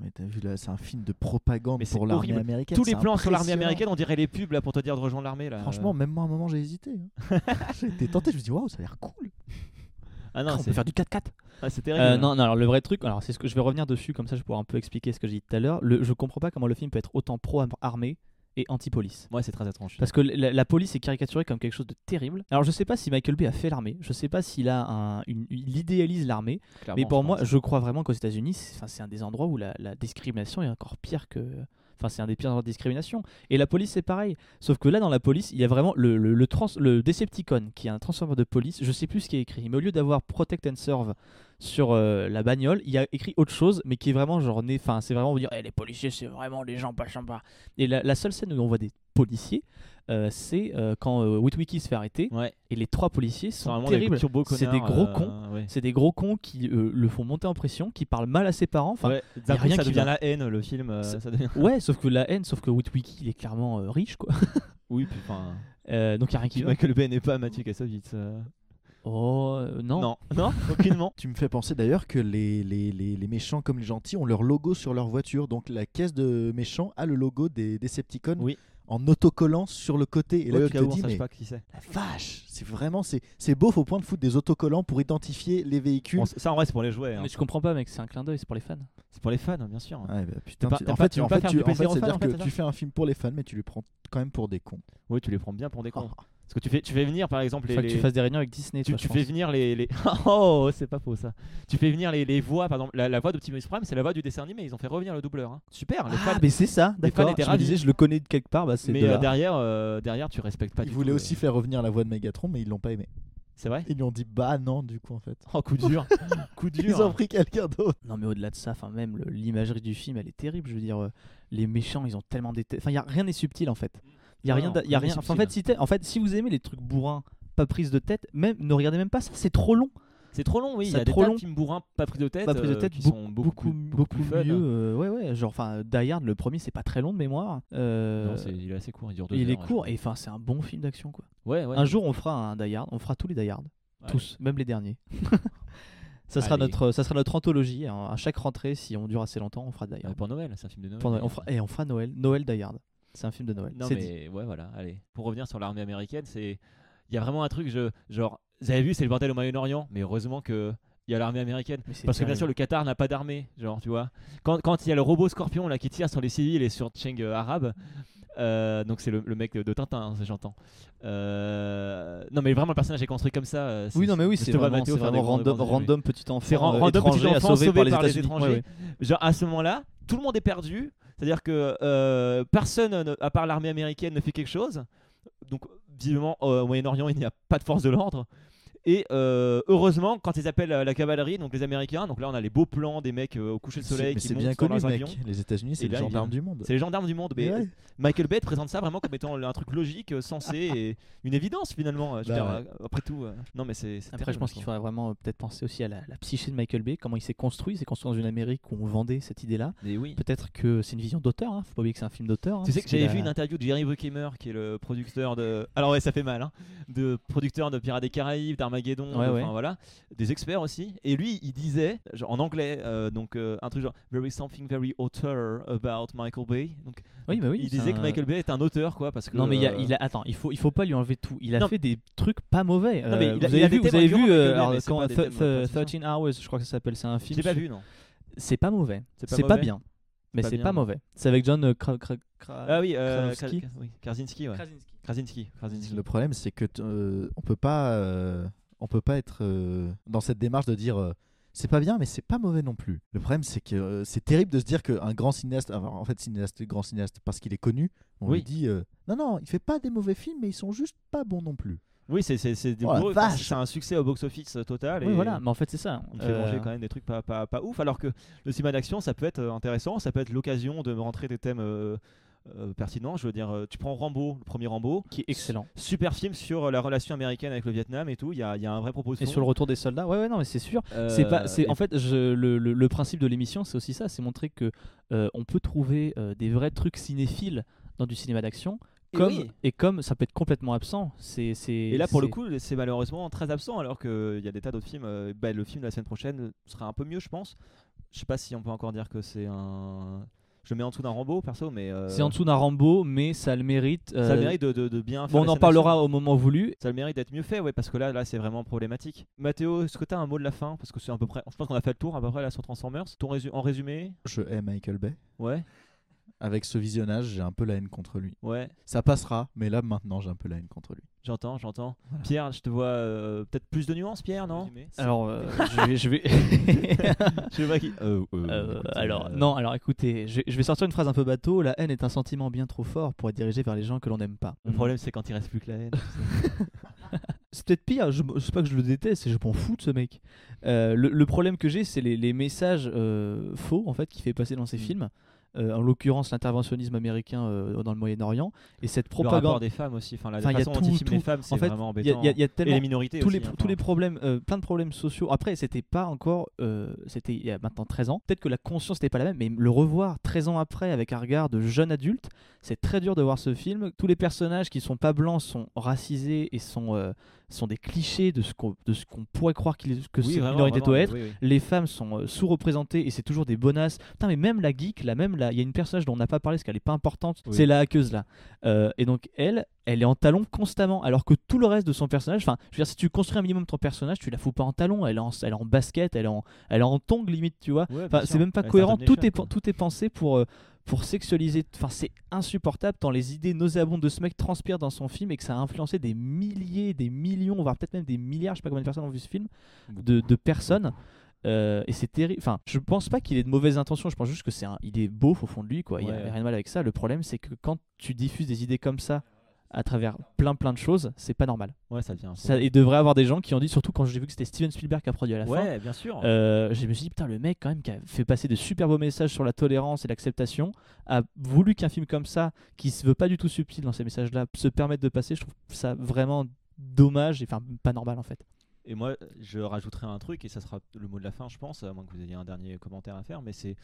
Speaker 3: Mais t'as vu là, c'est un film de propagande
Speaker 2: Mais c'est
Speaker 3: pour l'armée
Speaker 2: horrible.
Speaker 3: américaine.
Speaker 2: Tous les
Speaker 3: c'est
Speaker 2: plans sur l'armée
Speaker 3: impressionnant.
Speaker 2: américaine, euh. on dirait les pubs là pour te dire de rejoindre l'armée là.
Speaker 3: Franchement, même moi à un moment j'ai hésité. hein. J'étais tenté, je me dis waouh, ça a l'air cool.
Speaker 2: ah
Speaker 4: Ah,
Speaker 2: non,
Speaker 4: on
Speaker 2: c'est
Speaker 4: peut faire du 4x4.
Speaker 2: ah, c'est
Speaker 4: Euh,
Speaker 2: terrible.
Speaker 4: non, non, alors le vrai truc, alors c'est ce que je vais revenir dessus, comme ça je pourrai un peu expliquer ce que j'ai dit tout à l'heure. Le, je comprends pas comment le film peut être autant pro-armée et anti-police.
Speaker 2: Ouais, c'est très étrange.
Speaker 4: Parce que la, la police est caricaturée comme quelque chose de terrible. Alors je sais pas si Michael Bay a fait l'armée, je sais pas s'il a un, une- il idéalise l'armée, mais
Speaker 2: Clairement,
Speaker 4: pour
Speaker 2: je
Speaker 4: moi,
Speaker 2: pense.
Speaker 4: je crois vraiment qu'aux États-Unis, c'est enfin, c'est un des endroits où la, la discrimination est encore pire que. Enfin, c'est un des pires endroits de discrimination. Et la police, c'est pareil. Sauf que là, dans la police, il y a vraiment le, le, le, trans, le Decepticon, qui est un transformateur de police. Je sais plus ce qui est écrit. Mais au lieu d'avoir Protect and Serve sur euh, la bagnole, il y a écrit autre chose, mais qui est vraiment genre. né- Enfin, c'est vraiment dire Eh, les policiers, c'est vraiment des gens pas sympas. Et la, la seule scène où on voit des policiers, euh, c'est euh, quand euh, Witwicky se fait arrêter.
Speaker 2: Ouais.
Speaker 4: Et les trois policiers
Speaker 2: C'est
Speaker 4: sont
Speaker 2: vraiment des
Speaker 4: terribles.
Speaker 2: turbo
Speaker 4: C'est des
Speaker 2: connards,
Speaker 4: gros
Speaker 2: euh,
Speaker 4: cons.
Speaker 2: ouais.
Speaker 4: C'est des gros cons qui euh, le font monter en pression, qui parlent mal à ses parents. Enfin,
Speaker 2: Ouais, d'un
Speaker 4: y a
Speaker 2: coup,
Speaker 4: rien
Speaker 2: ça
Speaker 4: qui
Speaker 2: devient
Speaker 4: va.
Speaker 2: la haine, le film. euh,
Speaker 4: C'est-
Speaker 2: ça devient...
Speaker 4: ouais. sauf que la haine, sauf que Witwicky, il est clairement euh, riche, quoi.
Speaker 2: Oui, puis enfin.
Speaker 4: Euh, donc il y a rien qui va.
Speaker 2: Michael Bay n'est pas Mathieu Kassovitz. euh.
Speaker 4: Oh euh, non.
Speaker 2: Non, non, aucunement.
Speaker 3: Tu me fais penser d'ailleurs que les, les, les, les méchants comme les gentils ont leur logo sur leur voiture. Donc la caisse de méchants a le logo des Decepticons
Speaker 2: Oui.
Speaker 3: en autocollant sur le côté. Et là,
Speaker 2: Ouais, au
Speaker 3: tu
Speaker 2: cas
Speaker 3: te
Speaker 2: où on
Speaker 3: dis,
Speaker 2: sache
Speaker 3: mais
Speaker 2: pas qui c'est.
Speaker 3: la vache, c'est vraiment c'est, c'est beau au point de foutre des autocollants pour identifier les véhicules.
Speaker 2: Bon, c- ça en vrai, c'est pour les jouets. hein.
Speaker 4: Mais je comprends pas, mec, c'est un clin d'œil, c'est pour les fans.
Speaker 2: C'est pour les fans, hein, bien sûr.
Speaker 3: Ouais, bah, putain,
Speaker 2: pas-
Speaker 3: tu-
Speaker 2: t'as
Speaker 3: en
Speaker 2: pas-
Speaker 3: fait,
Speaker 2: tu peux
Speaker 3: en
Speaker 2: pas
Speaker 3: fait,
Speaker 2: faire
Speaker 3: tu,
Speaker 2: du
Speaker 3: en fait,
Speaker 2: plaisir aux
Speaker 3: c'est-à-dire
Speaker 2: fans, en fait,
Speaker 3: que
Speaker 2: c'est
Speaker 3: tu
Speaker 2: ça
Speaker 3: fais un film pour les fans, mais tu les prends quand même pour des cons.
Speaker 2: Oui, tu les prends bien pour des cons.
Speaker 3: Ah,
Speaker 2: Parce que tu fais, tu fais venir, par exemple, les.
Speaker 4: Faut que tu
Speaker 2: les-
Speaker 4: fasses des réunions avec Disney.
Speaker 2: tu,
Speaker 4: toi,
Speaker 2: tu
Speaker 4: je
Speaker 2: fais
Speaker 4: pense.
Speaker 2: venir les. les- oh, c'est pas faux ça. Tu fais venir les, les voix, par exemple, la, la voix d'Optimus Prime, c'est la voix du dessin animé. Ils ont fait revenir le doubleur. hein. Super, les
Speaker 4: Ah,
Speaker 2: fans.
Speaker 4: mais c'est ça, d'accord.
Speaker 2: étaient
Speaker 4: Je me
Speaker 2: ravis.
Speaker 4: disais, je le connais de quelque part, bah c'est
Speaker 2: Mais
Speaker 4: de
Speaker 2: euh,
Speaker 4: là.
Speaker 2: derrière, euh, derrière, tu respectes pas
Speaker 3: Ils
Speaker 2: du
Speaker 3: voulaient
Speaker 2: tout,
Speaker 3: aussi faire revenir la voix de Megatron, mais ils l'ont pas aimé.
Speaker 2: euh, C'est vrai
Speaker 3: Ils lui ont dit bah non, du coup, en fait.
Speaker 2: Oh, coup dur. coup dur.
Speaker 3: Ils ont pris quelqu'un d'autre.
Speaker 4: Non, mais au-delà de ça, enfin même le- l'imagerie du film, elle est terrible. Je veux dire, euh, les méchants, ils ont tellement des. têtes- Enfin, y a rien n'est subtil en fait. Y a
Speaker 2: Non,
Speaker 4: rien,
Speaker 2: non,
Speaker 4: d'a- y a
Speaker 2: rien n'est
Speaker 4: rien. enfin, en fait, si t'es- en fait, si vous aimez les trucs bourrins, pas prise de tête, même ne regardez même pas ça, c'est trop long.
Speaker 2: C'est trop long, oui. Il y
Speaker 4: C'est
Speaker 2: a des
Speaker 4: trop
Speaker 2: tas de
Speaker 4: long.
Speaker 2: films bourrins pas pris de tête,
Speaker 4: Pas pris de
Speaker 2: euh,
Speaker 4: tête,
Speaker 2: qui
Speaker 4: beaucoup-
Speaker 2: sont
Speaker 4: beaucoup
Speaker 2: beaucoup, plus-
Speaker 4: beaucoup,
Speaker 2: plus fun.
Speaker 4: mieux. euh, ouais, ouais. Genre, enfin, Die Hard, le premier, c'est pas très long de mémoire. Euh,
Speaker 2: hein. Non, c'est- il est assez court, il dure deux
Speaker 4: il est
Speaker 2: heures, ouais,
Speaker 4: court
Speaker 2: je
Speaker 4: et enfin, c'est un bon film d'action quoi.
Speaker 2: crois. Ouais, ouais.
Speaker 4: Un jour, on fera un Die Hard, on fera tous les Die Hard,
Speaker 2: Ouais.
Speaker 4: tous, même les derniers. ça sera
Speaker 2: Allez.
Speaker 4: notre, ça sera notre anthologie. hein. À chaque rentrée, si on dure assez longtemps, on fera Die Hard.
Speaker 2: Ouais, pour Noël, c'est un film de Noël.
Speaker 4: Pour Noël. On fera- et on fera Noël, Noël Die Hard. C'est un film de Noël.
Speaker 2: Non,
Speaker 4: c'est
Speaker 2: mais
Speaker 4: dit.
Speaker 2: ouais, voilà, allez. Pour revenir sur l'armée américaine, c'est. Il y a vraiment un truc, je... genre, vous avez vu, c'est le bordel au Moyen-Orient, mais heureusement que. Il y a l'armée américaine.
Speaker 4: Mais c'est
Speaker 2: Parce que bien
Speaker 4: terrible.
Speaker 2: sûr, le Qatar n'a pas d'armée, genre, tu vois. Quand, quand il y a le robot scorpion là qui tire sur les civils et sur Cheng euh, arabe, Euh, donc c'est le, le mec de, de Tintin, hein, j'entends. Euh, non mais vraiment le personnage est construit comme ça. euh,
Speaker 4: Oui, non, mais oui, c'est
Speaker 2: Thomas
Speaker 4: vraiment,
Speaker 2: Matteo
Speaker 4: c'est
Speaker 2: faire des
Speaker 4: vraiment
Speaker 2: grands-
Speaker 4: random,
Speaker 2: grands-
Speaker 4: random petit enfant.
Speaker 2: C'est ran-
Speaker 4: euh,
Speaker 2: random petit
Speaker 4: étranger
Speaker 2: enfant
Speaker 4: sauvé,
Speaker 2: sauvé
Speaker 4: par les,
Speaker 2: par les
Speaker 4: États-Unis.
Speaker 2: étrangers.
Speaker 4: Ouais,
Speaker 2: Genre à ce moment-là, tout le monde est perdu. C'est-à-dire que euh, personne, ne- à part l'armée américaine, ne fait quelque chose. Donc visiblement euh, au Moyen-Orient, il n'y a pas de force de l'ordre. Et euh, heureusement, quand ils appellent euh, la cavalerie, donc les Américains, donc là on a les beaux plans des mecs euh, au coucher de
Speaker 3: C'est-
Speaker 2: soleil
Speaker 3: mais
Speaker 2: qui
Speaker 3: c'est
Speaker 2: montent
Speaker 3: bien
Speaker 2: dans
Speaker 3: connu,
Speaker 2: leurs
Speaker 3: mec.
Speaker 2: avions.
Speaker 3: Les États-Unis,
Speaker 2: Et
Speaker 3: c'est le
Speaker 2: là, ils
Speaker 3: gendarme
Speaker 2: viennent.
Speaker 3: du monde.
Speaker 2: C'est les gendarmes du monde. Mais
Speaker 3: Mais ouais.
Speaker 2: Michael Bay te présente ça vraiment comme étant un truc logique, euh, sensé et une évidence finalement. euh, je veux
Speaker 3: Bah
Speaker 2: dire, euh, Après tout, euh, non mais c'est. c'est
Speaker 4: Après, je
Speaker 2: terrible,
Speaker 4: pense qu'il faudrait vraiment euh, peut-être penser aussi à la, la psyché de Michael Bay, comment il s'est construit. Il s'est construit dans une Amérique où on vendait cette idée-là.
Speaker 2: Mais oui.
Speaker 4: Peut-être que c'est une vision d'auteur, hein. faut pas oublier que c'est un film d'auteur. hein,
Speaker 2: Tu sais que
Speaker 4: parce qu'il
Speaker 2: j'avais
Speaker 4: a-
Speaker 2: vu une interview de Jerry Bruckheimer, qui est le producteur de. Alors ouais, ça fait mal, hein, de producteur de Pirates des Caraïbes, d'Armageddon,
Speaker 4: Ouais,
Speaker 2: de-
Speaker 4: ouais.
Speaker 2: enfin voilà, des experts aussi. Et lui, il disait, genre, en anglais, euh, donc euh, un truc genre There is something very author about Michael Bay. Donc,
Speaker 4: Oui, bah oui.
Speaker 2: il
Speaker 4: c'est
Speaker 2: disait que
Speaker 4: un-
Speaker 2: Michael Bay est un auteur, quoi, parce que.
Speaker 4: Non, mais il, y a,
Speaker 2: euh,
Speaker 4: il a. Attends, il faut, il faut pas lui enlever tout. Il a
Speaker 2: Non.
Speaker 4: fait des trucs pas mauvais.
Speaker 2: Non, mais
Speaker 4: Euh,
Speaker 2: il a-
Speaker 4: vous
Speaker 2: il a des
Speaker 4: avez vu, vous
Speaker 2: thèmes
Speaker 4: avez vu
Speaker 2: récurrents,
Speaker 4: euh,
Speaker 2: Michael Bay,
Speaker 4: alors,
Speaker 2: mais c'est
Speaker 4: comment,
Speaker 2: pas des
Speaker 4: Th-
Speaker 2: thèmes, ouais,
Speaker 4: Th-
Speaker 2: pas de
Speaker 4: 13 Hours, je crois que ça s'appelle. C'est un
Speaker 2: Je
Speaker 4: film.
Speaker 2: l'ai pas
Speaker 4: sur-
Speaker 2: vu, non.
Speaker 4: C'est pas mauvais.
Speaker 2: C'est pas
Speaker 4: C'est pas
Speaker 2: mauvais.
Speaker 4: bien. Mais
Speaker 2: pas
Speaker 4: c'est
Speaker 2: bien,
Speaker 4: pas
Speaker 2: non.
Speaker 4: mauvais. C'est avec John euh, Kra- Kra- Kra-
Speaker 2: Ah oui, euh,
Speaker 4: Krasinski.
Speaker 2: Kra- oui, Krasinski, ouais.
Speaker 4: Krasinski.
Speaker 2: Krasinski, Krasinski.
Speaker 3: Le problème, c'est que t- euh, on peut pas, euh, on peut pas être euh, dans cette démarche de dire euh, c'est pas bien, mais c'est pas mauvais non plus. Le problème, c'est que euh, c'est terrible de se dire qu'un grand cinéaste, alors, en fait, cinéaste, grand cinéaste, parce qu'il est connu, on
Speaker 2: Oui.
Speaker 3: lui dit euh, non, non, il fait pas des mauvais films, mais ils sont juste pas bons non plus.
Speaker 2: Oui, c'est c'est c'est des
Speaker 3: Oh la
Speaker 2: gros-
Speaker 3: vache.
Speaker 2: c'est un succès au box-office euh, total.
Speaker 4: Oui,
Speaker 2: et-
Speaker 4: voilà. Mais en fait, c'est ça.
Speaker 2: On te fait manger
Speaker 4: Euh,
Speaker 2: quand même des trucs pas, pas, pas ouf, alors que le cinéma d'action, ça peut être euh, intéressant, ça peut être l'occasion de rentrer des thèmes euh, euh, pertinents. Je veux dire, euh, tu prends Rambo, le premier Rambo,
Speaker 4: Qui est excellent.
Speaker 2: super film sur euh, la relation américaine avec le Vietnam et tout, il y a, il y a un vrai propos.
Speaker 4: Et sur le retour des soldats, ouais, ouais, non, mais c'est sûr.
Speaker 2: Euh,
Speaker 4: C'est pas, c'est
Speaker 2: et-
Speaker 4: en fait je- le, le- le principe de l'émission, c'est aussi ça, c'est montrer que euh, on peut trouver euh, des vrais trucs cinéphiles dans du cinéma d'action,
Speaker 2: Et
Speaker 4: comme
Speaker 2: oui.
Speaker 4: et comme ça peut être complètement absent. C'est c'est.
Speaker 2: Et là, pour le coup, c'est malheureusement très absent, alors qu'il y a des tas d'autres films. euh, bah, le film de la semaine prochaine sera un peu mieux, je pense. Je sais pas si on peut encore dire que c'est un. Je le mets en dessous d'un Rambo, perso, mais. euh,
Speaker 4: c'est en dessous d'un Rambo, mais ça le mérite.
Speaker 2: Ça a
Speaker 4: euh,
Speaker 2: le mérite de, de- de bien. faire
Speaker 4: Bon, on
Speaker 2: la
Speaker 4: en
Speaker 2: scène d'action.
Speaker 4: parlera au moment voulu.
Speaker 2: Ça a le mérite d'être mieux fait, ouais, parce que là, là c'est vraiment problématique. Mathéo, est-ce que t'as un mot de la fin Parce que c'est à peu près. Je pense qu'on a fait le tour à peu près là sur Transformers. Ton résu- En résumé
Speaker 3: Je hais Michael Bay.
Speaker 2: Ouais,
Speaker 3: Avec ce visionnage, j'ai un peu la haine contre lui.
Speaker 2: ouais,
Speaker 3: Ça passera, mais là maintenant, j'ai un peu la haine contre lui.
Speaker 2: j'entends, j'entends. Pierre, je te vois euh, peut-être plus de nuances, Pierre, non
Speaker 4: Alors, euh, je vais. Je vais...
Speaker 2: Je sais pas qui. Euh, euh,
Speaker 4: Euh,
Speaker 2: écoute,
Speaker 4: alors,
Speaker 2: euh,
Speaker 4: non, alors écoutez, je, je vais sortir une phrase un peu bateau. La haine est un sentiment bien trop fort pour être dirigé vers les gens que l'on n'aime pas.
Speaker 2: Le problème, c'est quand il reste plus que la haine.
Speaker 4: c'est peut-être pire, je, je sais pas que je le déteste, c'est que je m'en fous de ce mec. Euh, le, le problème que j'ai, c'est les, les messages euh, faux en fait qu'il fait passer dans
Speaker 2: Mm.
Speaker 4: ses films. Euh, en l'occurrence, l'interventionnisme américain euh, dans le Moyen-Orient et cette
Speaker 2: Le rapport
Speaker 4: propagande.
Speaker 2: des femmes aussi. Enfin, la
Speaker 4: Enfin, il y a
Speaker 2: façon dont ils
Speaker 4: tout,
Speaker 2: filment les
Speaker 4: tout.
Speaker 2: femmes, c'est
Speaker 4: fait,
Speaker 2: vraiment
Speaker 4: Il y a-
Speaker 2: embêtant.
Speaker 4: il y a- il y a
Speaker 2: Et les
Speaker 4: tellement
Speaker 2: minorités
Speaker 4: tous
Speaker 2: aussi.
Speaker 4: les,
Speaker 2: hein,
Speaker 4: tous les
Speaker 2: enfin.
Speaker 4: problèmes, euh, plein de problèmes sociaux. Après, c'était pas encore, euh, c'était il y a maintenant 13 ans. Peut-être que la conscience n'était pas la même, mais le revoir 13 ans après avec un regard de jeune adulte, c'est très dur de voir ce film. Tous les personnages qui sont pas blancs sont racisés et sont, euh, sont des clichés de ce qu'on de ce qu'on pourrait croire qu'ils- que
Speaker 2: Oui,
Speaker 4: cette
Speaker 2: vraiment,
Speaker 4: minorité
Speaker 2: vraiment,
Speaker 4: doit
Speaker 2: oui,
Speaker 4: être.
Speaker 2: oui, oui.
Speaker 4: Les femmes sont euh, sous-représentées et c'est toujours des bonasses. Putain, mais même la geek, là, même là, il y a une personnage dont on n'a pas parlé parce qu'elle n'est pas importante,
Speaker 2: Oui.
Speaker 4: c'est la hackeuse là. Euh, et donc elle, elle est en talon constamment, alors que tout le reste de son personnage, enfin, je veux dire, si tu construis un minimum ton personnage, tu la fous pas en talon, elle est en, elle est en basket, elle est en, elle est en tongue limite, tu vois.
Speaker 2: Ouais, bien
Speaker 4: Enfin, c'est
Speaker 2: sûr.
Speaker 4: même pas
Speaker 2: Ouais,
Speaker 4: cohérent,
Speaker 2: Startup
Speaker 4: tout est,
Speaker 2: Nation,
Speaker 4: pen- tout est pensé pour, euh, pour sexualiser, enfin c'est insupportable tant les idées nauséabondes de ce mec transpirent dans son film et que ça a influencé des milliers, des millions, voire peut-être même des milliards, je sais pas combien de personnes ont vu ce film, de, de personnes. Euh, et c'est terrible. Enfin, je pense pas qu'il ait de mauvaises intentions. Je pense juste que c'est un... il est beau au fond de lui, quoi. Il y a
Speaker 2: Ouais.
Speaker 4: rien de mal avec ça. Le problème, c'est que quand tu diffuses des idées comme ça à travers plein plein de choses, c'est pas normal.
Speaker 2: quoi. Ouais, ça devient. un
Speaker 4: Ça, il devrait y avoir des gens qui ont dit, surtout quand j'ai vu que c'était Steven Spielberg qui a produit à la fin.
Speaker 2: Ouais, bien sûr.
Speaker 4: Euh, je me suis dit, putain, le mec, quand même, qui a fait passer de super beaux messages sur la tolérance et l'acceptation, a voulu qu'un film comme ça, qui se veut pas du tout subtil dans ces messages-là, se permette de passer. Je trouve ça vraiment dommage et enfin pas normal en fait.
Speaker 2: Et moi, je rajouterai un truc, et ça sera le mot de la fin, je pense, à moins que vous ayez un dernier commentaire à faire, mais c'est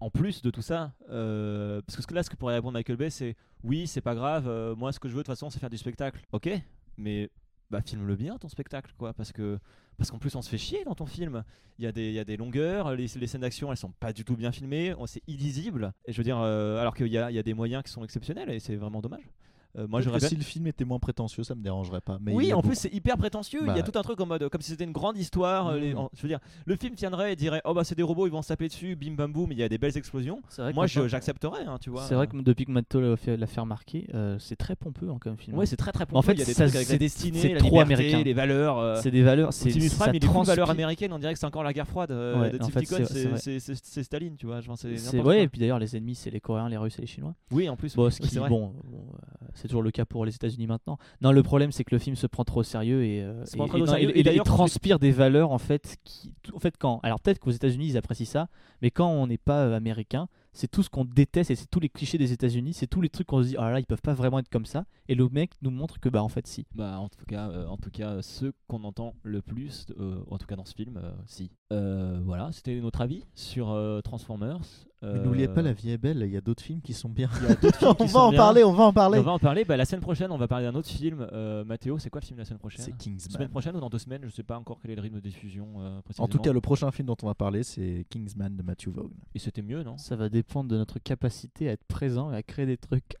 Speaker 2: en plus de tout ça, euh, parce que ce que là, ce que pourrait répondre Michael Bay, c'est oui, c'est pas grave, euh, moi, ce que je veux, de toute façon, c'est faire du spectacle. Ok, mais bah, filme-le bien ton spectacle, quoi, parce que parce qu'en plus, on se fait chier dans ton film. Il y, a des- il y a des longueurs, les, les scènes d'action, elles sont pas du tout bien filmées, on- c'est illisible, et je veux dire, euh, alors qu'il y a, il y a des moyens qui sont exceptionnels, et c'est vraiment dommage. Euh, moi,
Speaker 3: Peut-être
Speaker 2: j'aurais
Speaker 3: que
Speaker 2: bien-
Speaker 3: si le film était moins prétentieux, ça me dérangerait pas. Mais il
Speaker 2: oui,
Speaker 3: l'est
Speaker 2: en plus
Speaker 3: beaucoup.
Speaker 2: c'est hyper prétentieux. Il y
Speaker 3: Bah.
Speaker 2: a tout un truc en mode euh, comme si c'était une grande histoire. euh, les-
Speaker 3: Mm.
Speaker 2: en- je veux dire, le film tiendrait et dirait oh bah c'est des robots, ils vont se taper dessus, bim bam boum, il y a des belles explosions.
Speaker 4: C'est vrai que
Speaker 2: Moi je-
Speaker 4: maintenant-
Speaker 2: j'accepterais, hein, tu vois.
Speaker 4: C'est vrai que depuis que Matto l'a fait, l'a fait remarquer, euh, c'est très pompeux hein, comme film.
Speaker 2: ouais, c'est très très.
Speaker 4: En
Speaker 2: pompeux,
Speaker 4: fait,
Speaker 2: il y a des
Speaker 4: ça,
Speaker 2: trucs avec la
Speaker 4: c'est-
Speaker 2: destinée,
Speaker 4: c'est
Speaker 2: la
Speaker 4: trop
Speaker 2: liberté,
Speaker 4: américain.
Speaker 2: les valeurs. euh,
Speaker 4: C'est des valeurs. C'est
Speaker 2: Optimus Prime,
Speaker 4: ça
Speaker 2: il est plus
Speaker 4: transpire-
Speaker 2: valeur américaine, on dirait que c'est encore la guerre froide euh,
Speaker 4: Ouais,
Speaker 2: de
Speaker 4: en fait,
Speaker 2: Tipticon,
Speaker 4: c'est- c'est
Speaker 2: c'est-
Speaker 4: vrai.
Speaker 2: c'est c'est- c'est Staline, tu vois. genre, c'est
Speaker 4: C'est-
Speaker 2: n'importe
Speaker 4: Ouais, et
Speaker 2: quoi.
Speaker 4: puis d'ailleurs, les ennemis, c'est les Coréens, les Russes et les Chinois.
Speaker 2: Oui, en plus,
Speaker 4: Bon,
Speaker 2: oui,
Speaker 4: ce
Speaker 2: oui,
Speaker 4: qui,
Speaker 2: c'est vrai.
Speaker 4: bon, bon, euh, c'est toujours le cas pour les États-Unis maintenant. Non, le problème, c'est que le film se prend trop au sérieux et, euh,
Speaker 2: Se
Speaker 4: et,
Speaker 2: prend trop
Speaker 4: et-
Speaker 2: au
Speaker 4: non,
Speaker 2: sérieux,
Speaker 4: et-
Speaker 2: et
Speaker 4: et- et
Speaker 2: d'ailleurs, quand
Speaker 4: transpire des valeurs en fait. Qui, tout- en fait, quand alors peut-être qu'aux États-Unis ils apprécient ça, mais quand on n'est pas euh, américain, c'est tout ce qu'on déteste et c'est tous les clichés des États-Unis, c'est tous les trucs qu'on se dit ah là ils peuvent pas vraiment être comme ça. Et le mec nous montre que bah en fait si.
Speaker 2: Bah, en tout cas, euh, en tout cas, euh, ceux qu'on entend le plus, euh, en tout cas dans ce film, euh, si. Euh, voilà, c'était notre avis sur euh, Transformers.
Speaker 3: Mais
Speaker 2: Euh,
Speaker 3: N'oubliez pas, la vie est belle. Il y a d'autres films qui sont bien.
Speaker 2: Il y a d'autres films qui
Speaker 3: on
Speaker 2: sont
Speaker 3: va en
Speaker 2: bien.
Speaker 3: parler. On va en
Speaker 2: On
Speaker 3: parler.
Speaker 2: va en parler. Bah, la semaine prochaine, on va parler d'un autre film. Euh, Mathéo, c'est quoi le film la semaine prochaine
Speaker 3: C'est
Speaker 2: La semaine
Speaker 3: Kingsman.
Speaker 2: prochaine ou dans deux semaines Je sais pas encore quel est le rythme de diffusion euh,
Speaker 3: En
Speaker 2: précisément.
Speaker 3: tout cas, le prochain film dont on va parler, c'est Kingsman de Matthew Vaughn.
Speaker 2: Et c'était mieux, non
Speaker 4: Ça va dépendre de notre capacité à être présent et à créer des trucs.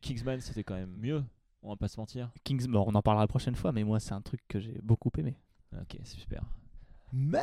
Speaker 2: Kingsman, c'était quand même mieux. On va pas se mentir.
Speaker 4: Kings, bon, on en parlera la prochaine fois, mais moi c'est un truc que j'ai beaucoup aimé.
Speaker 2: Ok, c'est super.
Speaker 3: Mais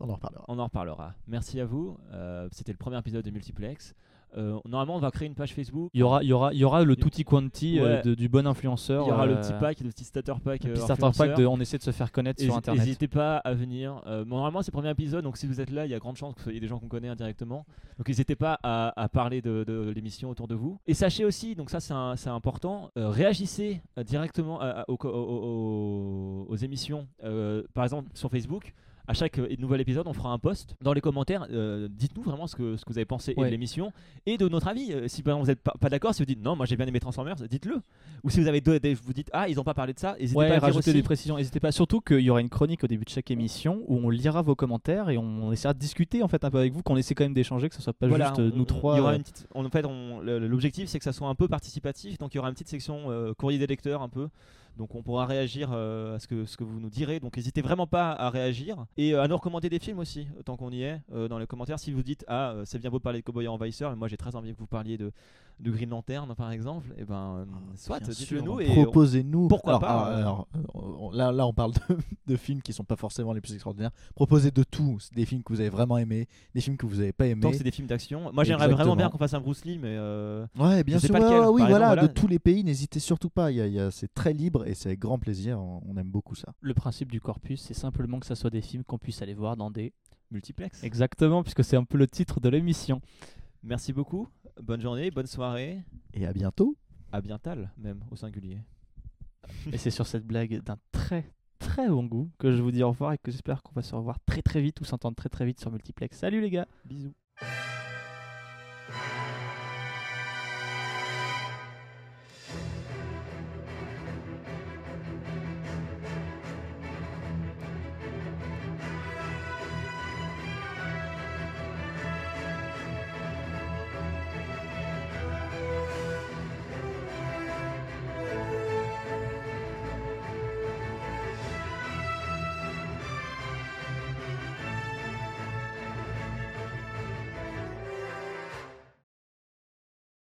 Speaker 3: on en reparlera.
Speaker 2: On en reparlera. Merci à vous. Euh, c'était le premier épisode de Multiplex. Euh, normalement, on va créer une page Facebook.
Speaker 4: Il y aura, il y aura, il y aura le tutti quanti euh,
Speaker 2: Ouais.
Speaker 4: de- du bon
Speaker 2: Il
Speaker 4: influenceur.
Speaker 2: y aura le
Speaker 4: euh,
Speaker 2: petit pack, le petit starter pack.
Speaker 4: le
Speaker 2: euh,
Speaker 4: petit starter
Speaker 2: influenceur.
Speaker 4: pack de on essaie de se faire connaître sur
Speaker 2: Hési-
Speaker 4: internet.
Speaker 2: N'hésitez pas à venir. Euh, bon, normalement, c'est le premier épisode, donc si vous êtes là, il y a grande chance que vous soyez des gens qu'on connaît indirectement. Donc n'hésitez pas à, à parler de, de l'émission autour de vous. Et sachez aussi, donc ça c'est un- c'est important, euh, réagissez euh, directement à- à- aux, co- aux- aux- aux émissions, euh, par exemple sur Facebook. À chaque euh, nouvel épisode, on fera un post. Dans les commentaires, euh, dites-nous vraiment ce que, ce que vous avez pensé et
Speaker 4: Ouais.
Speaker 2: de l'émission et de notre avis. Euh, si par exemple, vous n'êtes pas, pas d'accord, si vous dites non, moi j'ai bien aimé Transformers, dites-le. Ou si vous avez deux- des- vous dites ah, ils n'ont pas parlé de ça, n'hésitez
Speaker 4: Ouais,
Speaker 2: pas à le dire
Speaker 4: rajouter
Speaker 2: aussi.
Speaker 4: des précisions. N'hésitez pas. Surtout qu'il y aura une chronique au début de chaque émission où on lira vos commentaires et on, on essaiera de discuter en fait un peu avec vous, qu'on essaie quand même d'échanger, que ce soit pas
Speaker 2: Voilà,
Speaker 4: juste euh,
Speaker 2: on-
Speaker 4: nous
Speaker 2: on-
Speaker 4: trois.
Speaker 2: il y aura
Speaker 4: euh,
Speaker 2: une petite- en fait, on- le- l'objectif c'est que ça soit un peu participatif, donc il y aura une petite section euh, courrier des lecteurs un peu. Donc on pourra réagir euh, à ce que, ce que vous nous direz. Donc n'hésitez vraiment pas à réagir et euh, à nous recommander des films aussi, tant qu'on y est, euh, dans les commentaires. Si vous dites ah euh, c'est bien beau de parler de Cowboy et Envahisseur, mais moi j'ai très envie que vous parliez de, de Green Lantern par exemple, et ben euh, soit
Speaker 3: Bien
Speaker 2: dites-le
Speaker 3: sûr,
Speaker 2: nous
Speaker 3: donc
Speaker 2: et on-
Speaker 3: proposez-nous.
Speaker 2: pourquoi
Speaker 3: alors,
Speaker 2: pas, euh.
Speaker 3: alors, alors, on- là, là, on parle de, de films qui sont pas forcément les plus extraordinaires. Proposez de tout. C'est Des films que vous avez vraiment aimés, des films que vous avez pas
Speaker 2: tant que
Speaker 3: aimés.
Speaker 2: c'est des films d'action. Moi j'aimerais vraiment
Speaker 3: Exactement.
Speaker 2: bien qu'on fasse un Bruce Lee, mais euh,
Speaker 3: Ouais, bien
Speaker 2: je sais
Speaker 3: sûr.
Speaker 2: pas
Speaker 3: ouais,
Speaker 2: lequel,
Speaker 3: ouais, oui,
Speaker 2: par
Speaker 3: voilà,
Speaker 2: exemple, voilà.
Speaker 3: de tous les pays, n'hésitez surtout pas. Il y a- il y a- c'est très libre et c'est avec grand plaisir. On, on aime beaucoup ça.
Speaker 4: Le principe du corpus, c'est simplement que ça soit des films qu'on puisse aller voir dans des.
Speaker 2: multiplex.
Speaker 4: Exactement, puisque c'est un peu le titre de l'émission.
Speaker 2: Merci beaucoup. Bonne journée, bonne soirée.
Speaker 3: Et à bientôt.
Speaker 2: À bientôt même au singulier.
Speaker 4: Et c'est sur cette blague d'un très très bon goût que je vous dis au revoir et que j'espère qu'on va se revoir très très vite ou s'entendre très très vite sur Multiplex. Salut les gars
Speaker 2: Bisous.
Speaker 9: Bisous.